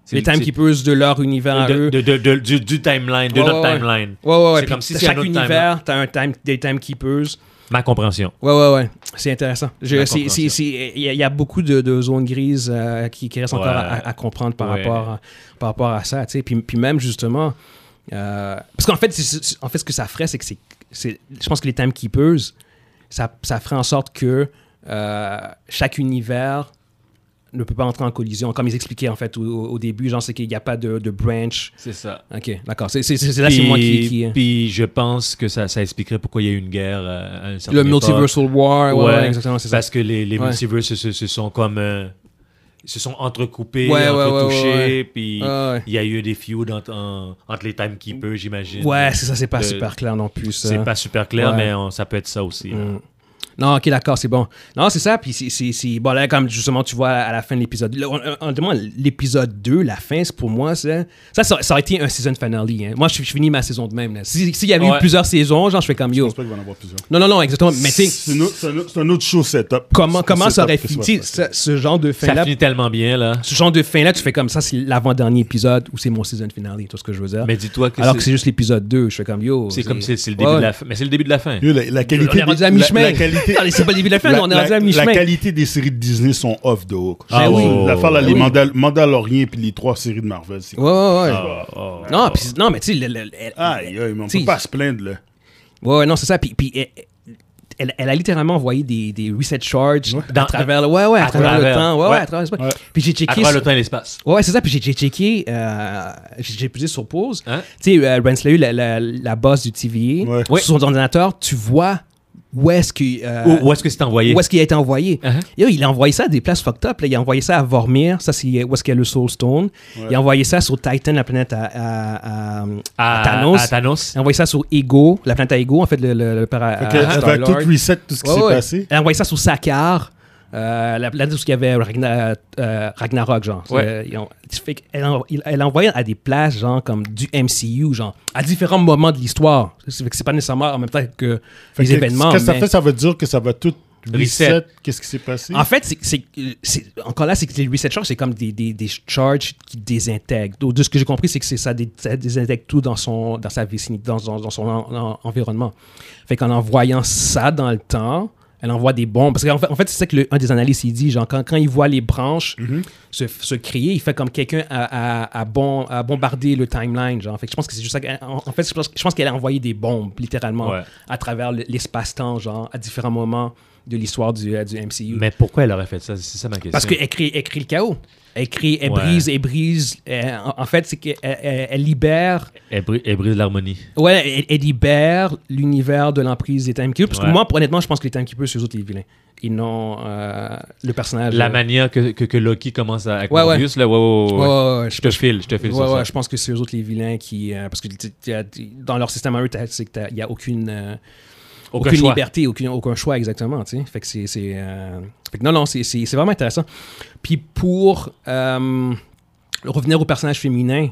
S2: C'est-
S1: les
S2: c'est-
S1: Timekeepers de leur univers à
S2: de,
S1: eux.
S2: de- de- de- du, du timeline, de
S1: Ouais,
S2: notre
S1: ouais, ouais.
S2: timeline.
S1: Ouais, ouais, ouais.
S2: C'est
S1: puis
S2: comme si
S1: t'as
S2: c'est un
S1: chaque
S2: autre
S1: univers, t'as un time, des Timekeepers.
S2: Ma compréhension.
S1: Ouais, ouais, ouais. C'est intéressant. Je-
S2: La
S1: c'est- c'est-
S2: compréhension.
S1: c'est- Il y, a- il y a beaucoup de, de zones grises euh, qui, qui restent
S2: Ouais.
S1: encore à, à- à comprendre par,
S2: Ouais.
S1: rapport, à, par rapport à ça. tu sais. Puis, puis même, justement, euh, parce qu'en fait, c'est- c'est- en fait, ce que ça ferait, c'est que c'est- c'est. Je pense que les Timekeepers, ça, ça ferait en sorte que euh, chaque univers ne peut pas entrer en collision. Comme ils expliquaient, en fait, au, au début, genre, c'est qu'il n'y a pas de, de branch.
S2: C'est ça.
S1: Ok, d'accord. C'est c'est- c'est- là, c'est moi qui. qui-
S2: puis je pense que ça, ça expliquerait pourquoi il y a eu une guerre euh, à un
S1: le
S2: certain
S1: multiversal war, ouais, ouais, exactement, c'est ça.
S2: Parce que les, les
S1: Ouais.
S2: multiverses se, se sont comme euh, se sont entrecoupés,
S1: Ouais, ouais, ouais,
S2: entretouchés,
S1: ouais, ouais.
S2: puis
S1: Ah, ouais.
S2: il y a eu des feuds entre, en- entre les timekeepers, j'imagine.
S1: Ouais, c'est ça, c'est pas
S2: de-
S1: super clair non plus. ça.
S2: C'est pas super clair,
S1: Ouais.
S2: mais on- ça peut être ça aussi. là.
S1: Mm. Non, ok, d'accord, c'est bon. Non, c'est ça, puis c'est- c'est... c'est- Bon, là, comme justement, tu vois, à la fin de l'épisode... là, on- on- Honnêtement, l'épisode 2, la fin, c'est pour moi, ça... Ça, ça, ça aurait été un season finale, hein. Moi, je, je finis ma saison de même, là. Si- S'il y avait eu
S2: Ouais.
S1: plusieurs saisons, genre, je fais comme,
S3: Je
S1: yo...
S3: pense pas qu'il va en avoir plusieurs.
S1: Non, non, non, exactement, mais tu sais,
S3: C'est un autre- c'est un autre- c'est un autre show setup.
S1: comment,
S3: C'est
S1: comment
S3: un
S1: ça
S3: setup
S1: aurait
S3: que
S1: fini...
S3: va
S1: tu
S3: se
S1: sais,
S3: passer.
S1: Ce, ce genre de
S2: Ça
S1: fin-là...
S2: finit tellement bien, là.
S1: Ce genre de fin-là, tu fais comme ça, c'est l'avant-dernier épisode ou c'est mon season finale, tout ce que je veux dire.
S2: Mais dis-toi que
S1: Alors que
S2: c'est
S1: c'est juste l'épisode 2, je fais comme, yo...
S2: c'est comme c'est c'est le début
S1: Ouais.
S2: de la fin. Mais c'est le début de la fin.
S3: Yo, La, la qualité
S1: On est
S3: des-
S1: rendu à
S3: la-
S1: mi-chemin.
S3: la qualité-
S1: Allez, c'est pas le début de la fin, mais on est rendu à
S3: la
S1: mi-chemin.
S3: qualité des séries de Disney sont off de haut.
S2: Ah oui.
S3: L'affaire, là,
S2: Ah
S3: les
S2: oui.
S3: Mandal- Mandaloriens puis les trois séries de Marvel. c'est-
S1: Ouais, ouais, ouais.
S2: Oh.
S1: Ah. Non, pis- non, mais tu sais, le- le- le-
S3: Aïe, aïe, mais on
S1: T'sais,
S3: peut pas se plaindre, là.
S1: Ouais, ouais, non, c'est ça. Puis, puis elle, elle- elle a littéralement envoyé des, des reset charges
S2: Dans-
S1: à travers, le- ouais, ouais, à,
S2: à
S1: travers, le
S2: travers.
S1: temps. Ouais, ouais,
S2: Ouais.
S1: à travers le temps. Puis j'ai
S2: À
S1: checké.
S2: travers
S1: sur-
S2: le temps et l'espace.
S1: Ouais, ouais, c'est ça. Puis j'ai- j'ai checké. euh, j'ai j'ai posé sur pause.
S2: Hein?
S1: Tu sais, euh, Renslayer, la, la, la boss du TVA,
S3: Ouais.
S1: sur son ordinateur, tu vois où est-ce qu'il euh,
S2: Où, où est-ce que c'est envoyé?
S1: où est-ce qu'il a été envoyé.
S2: Uh-huh.
S1: Yo, il a envoyé ça à des places fucked up. Là. Il a envoyé ça à Vormir, ça c'est où est-ce qu'il y a le Soul Stone. Il a envoyé ça sur Titan, la planète à, à- à- à Thanos.
S2: À Thanos.
S1: Elle a envoyé ça sur Ego, la planète à Ego, en fait, le, le, le para- à
S3: Fait que- fait que
S1: Star-Lord.
S3: tout reset tout ce qui
S1: Ah, Ouais,
S3: s'est
S1: ouais.
S3: passé.
S1: Elle a envoyé ça sur Sakaar, euh, la planète où il y avait Ragna- euh, Ragnarok, genre.
S2: Ouais.
S1: Euh, ils ont- tu fais que- elle, en- il- elle a envoyé à des places, genre, comme du MCU, genre, à différents moments de l'histoire. Ça fait que c'est pas nécessairement en même temps que
S3: Fait
S1: les
S3: que
S1: événements.
S3: Ce que ça
S1: mais-
S3: fait, ça veut dire que ça va tout
S2: Reset.
S3: reset. Qu'est-ce qui s'est passé?
S1: En fait, c'est- c'est c'est- encore là, c'est que les reset charges, c'est comme des, des, des charges qui désintègrent. Donc, de ce que j'ai compris, c'est que c'est ça, dé- ça désintègre tout dans, son, dans sa vicinité, dans, dans- dans son en- en- environnement. Fait qu'en envoyant ça dans le temps, elle envoie des bombes. Parce qu'en fait, en fait c'est ça que le- un des analystes il dit, genre, quand, quand il voit les branches se, se créer, il fait comme quelqu'un à, à, à bon, à bombarder le timeline, genre. Fait que je pense que c'est juste ça. qu'elle- En, en fait, je pense, je pense qu'elle a envoyé des bombes, littéralement,
S2: Ouais.
S1: à travers le- l'espace-temps, genre, à différents moments de l'histoire du, euh, du MCU.
S2: Mais pourquoi elle aurait fait ça? C'est ça ma question.
S1: Parce qu'elle crée, elle crée le chaos. Elle crée, elle
S2: Ouais.
S1: brise, elle brise. elle- en en fait, c'est qu'elle elle, elle libère.
S2: Elle, bri- elle brise l'harmonie.
S1: Ouais, elle, elle libère l'univers de l'emprise des Timekeepers. Parce que
S2: Ouais.
S1: moi, honnêtement, je pense que les Timekeepers, c'est eux autres les vilains. Et non euh, le personnage.
S2: La
S1: euh,
S2: manière que, que, que Loki commence à, avec
S1: Ouais, ouais.
S2: Morbius, là, ouais, ouais, ouais,
S1: Ouais,
S2: ouais.
S1: ouais, ouais, je
S2: Je te file, je te file
S1: Ouais,
S2: sur
S1: ouais,
S2: ça.
S1: je pense que c'est eux autres les vilains qui. euh, parce que t- t- y a- t- dans leur système à eux, t'as- c'est que t'as- il n'y a aucune, euh,
S2: Aucun
S1: aucune
S2: choix.
S1: liberté, aucun, aucun choix exactement. tu sais. Fait que c'est. c'est, euh, fait que non, non, c'est- c'est c'est vraiment intéressant. Puis pour euh, revenir au personnage féminin,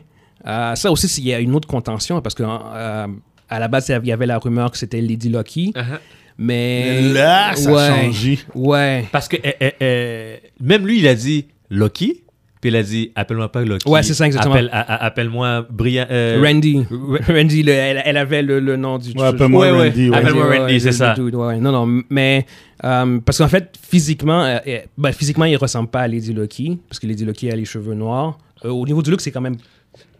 S1: euh, ça aussi, c'est- il y a une autre contention parce que. euh, à la base, il y avait la rumeur que c'était Lady Lucky,
S2: Uh-huh.
S1: mais...
S3: Mais là, ça a
S1: ouais,
S3: changé.
S1: Ouais,
S2: Parce que elle- elle- elle- même lui, il a dit Loki, puis il a dit appelle-moi pas Loki.
S1: Ouais, c'est ça, exactement.
S2: Appelle- a- a- Appelle-moi Brian. euh,
S1: Randy. Randy, le- elle, elle avait le, le nom du...
S3: Ouais, appelle-moi
S2: Ouais, ouais.
S3: Randy. ouais.
S2: Appelle-moi
S1: Ouais,
S2: Randy,
S1: ouais,
S2: c'est
S1: le-
S2: ça.
S1: le dude, ouais. Non, non, mais euh, parce qu'en fait, physiquement, euh, euh, ben, physiquement, il ressemble pas à Lady Lucky, parce que Lady Lucky a les cheveux noirs. Euh, au niveau du look, c'est quand même.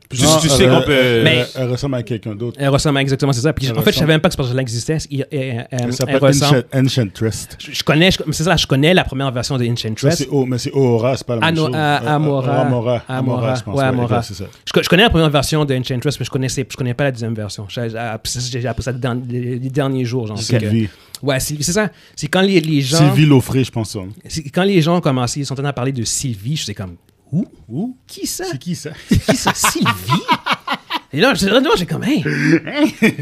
S2: Tu,
S1: ah,
S2: tu sais
S1: euh,
S2: qu'on peut.
S1: mais-
S3: Elle, elle ressemble à quelqu'un d'autre.
S1: Elle ressemble à exactement c'est ça. Puis,
S3: Elle
S1: en fait, je savais
S3: ressemble.
S1: même pas que ce personnage existait. Il- elle- elle- elle
S3: Elle s'appelle
S1: ressemble.
S3: Enchant- Enchantress.
S1: Je, je connais, je- c'est ça, je connais la première version de
S3: Ça,
S1: Enchantress.
S3: c'est O, mais c'est Ohora, c'est pas la même
S1: Ah non,
S3: chose.
S1: ah,
S3: Ah,
S1: Amora.
S3: ah, Amora.
S1: Amora,
S3: je pense.
S1: ouais, Amora.
S3: ouais, c'est ça.
S1: Je, co- je connais la première version de Enchantress, mais je connaissais, je connais pas la deuxième version. J'ai j'ai- j'ai appris ça dans les, les derniers jours, genre. Fait que-
S3: Sylvie.
S1: Ouais, Sylvie, c'est ça. C'est quand les, les gens.
S3: Sylvie Laufré, je pense. ça.
S1: C'est- Quand les gens ont commencé, ils sont en train de parler de Sylvie, je sais comme, où?
S3: Ouh,
S1: Qui ça?
S3: c'est qui ça?
S1: Qui ça? Sylvie?
S3: [LAUGHS]
S1: Et là, je- là, j'ai comme, hey!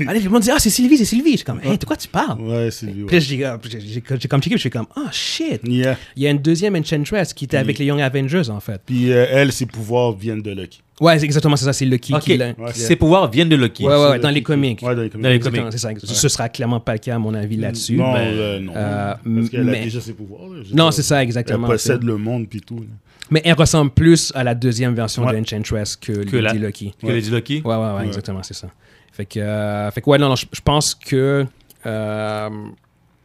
S1: Allez, le monde dit, ah, c'est Sylvie, c'est Sylvie. J'ai comme, hey, de quoi tu parles?
S3: Ouais, Sylvie.
S1: Puis là,
S3: Ouais.
S1: j'ai, euh, j'ai- j'ai j'ai comme checké, puis je suis comme, oh shit!
S3: Yeah.
S1: Il y a une deuxième Enchantress qui était avec les Young Avengers, en fait.
S3: Puis euh, elle, ses pouvoirs viennent de Lucky.
S1: Ouais, c'est exactement ça, c'est Lucky
S2: Ok.
S1: qui l'a.
S3: Ouais.
S2: Ses pouvoirs viennent de Loki.
S1: Ouais, ouais, ouais,
S3: C'est
S1: dans
S3: Lucky
S1: les
S3: qui-
S1: comics.
S3: Ouais, dans les comics.
S2: Dans les comics.
S1: Exactement, c'est ça. Ce sera clairement pas le cas, à mon avis, là-dessus.
S3: Non,
S2: mais-
S3: euh, non.
S1: Euh,
S3: Parce qu'elle
S1: mais-
S3: a déjà ses pouvoirs. là, je veux
S1: Non,
S3: dire,
S1: c'est ça,
S3: Elle
S1: exactement.
S3: possède le monde, puis tout. là.
S1: Mais elle ressemble plus à la deuxième version
S3: Ouais.
S1: de Enchantress que,
S2: Que
S1: Lady
S2: la-
S1: Lucky.
S2: Que l'a dit Loki.
S1: Ouais, ouais, ouais,
S3: Ouais.
S1: exactement, c'est ça. Fait que, euh, fait que ouais, non, non, je, je pense que. euh,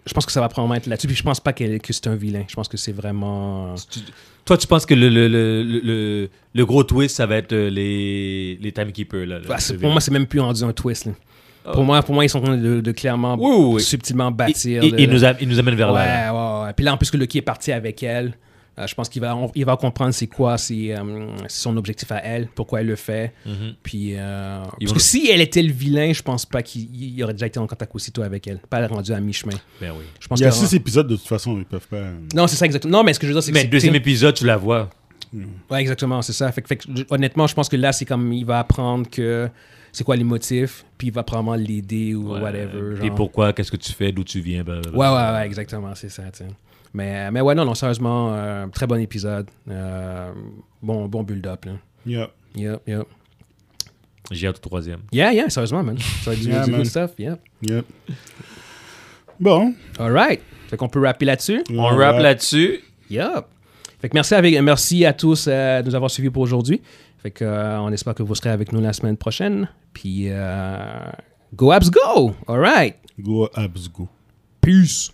S1: je pense que ça va probablement être là-dessus. Puis je pense pas qu'elle- que c'est un vilain. Je pense que c'est vraiment.
S2: Toi, tu penses que le, le, le, le- le, le gros twist, ça va être euh, les, les Timekeepers. Là,
S1: Bah, c'est- pour moi, c'est même plus rendu un twist. là. Pour, moi, pour moi, ils sont en train de, de clairement,
S2: Oui, oui, oui.
S1: subtilement
S2: il,
S1: bâtir.
S2: il-
S1: le-
S2: il nous a- il nous amène vers
S1: ouais,
S2: là.
S1: ouais, ouais. Puis là, en plus que Lucky est parti avec elle, euh, je pense qu'il va, on- il va comprendre c'est quoi c'est, euh, c'est son objectif à elle, pourquoi elle le fait.
S2: Mhm.
S1: Puis, euh,
S2: Ils
S1: parce
S2: vont-
S1: que si elle était le vilain, je pense pas qu'il il aurait déjà été en contact aussitôt avec elle. Pas rendu à mi-chemin.
S2: Ben oui.
S1: Je pense
S3: Il y a
S1: que-
S3: six épisodes, de toute façon, ils peuvent pas. euh,
S1: Non, c'est ça exactement. Non, mais ce que je veux dire, c'est que
S2: Mais
S1: c'est-
S2: deuxième épisode, tu la vois.
S1: Ouais, exactement, c'est ça. Fait, que- fait que, honnêtement, je pense que là, c'est comme il va apprendre que c'est quoi les motifs, puis il va probablement l'aider ou whatever.
S2: Et
S1: genre.
S2: pourquoi, qu'est-ce que tu fais, d'où tu viens, blablabla.
S1: Ouais, ouais, ouais, exactement, c'est ça. tu sais. Mais, mais ouais, non, non, sérieusement, euh, très bon épisode. Euh, bon, bon build-up. Là.
S3: Yeah.
S1: Yep, yep.
S2: J'ai hâte au troisième.
S1: Yeah, yeah, sérieusement, man. Ça va être du,
S3: Yeah,
S1: du
S3: man.
S1: good stuff. Yep.
S3: Yep. Bon.
S1: All right. Fait qu'on peut rapper là-dessus.
S2: On
S3: va-
S2: rappe là-dessus.
S1: Yup. Fait que merci, avec, merci à tous euh, de nous avoir suivis pour aujourd'hui. Fait que, euh, on espère que vous serez avec nous la semaine prochaine. Puis, euh, go Abs Go! All right.
S3: Go Abs Go.
S1: Peace.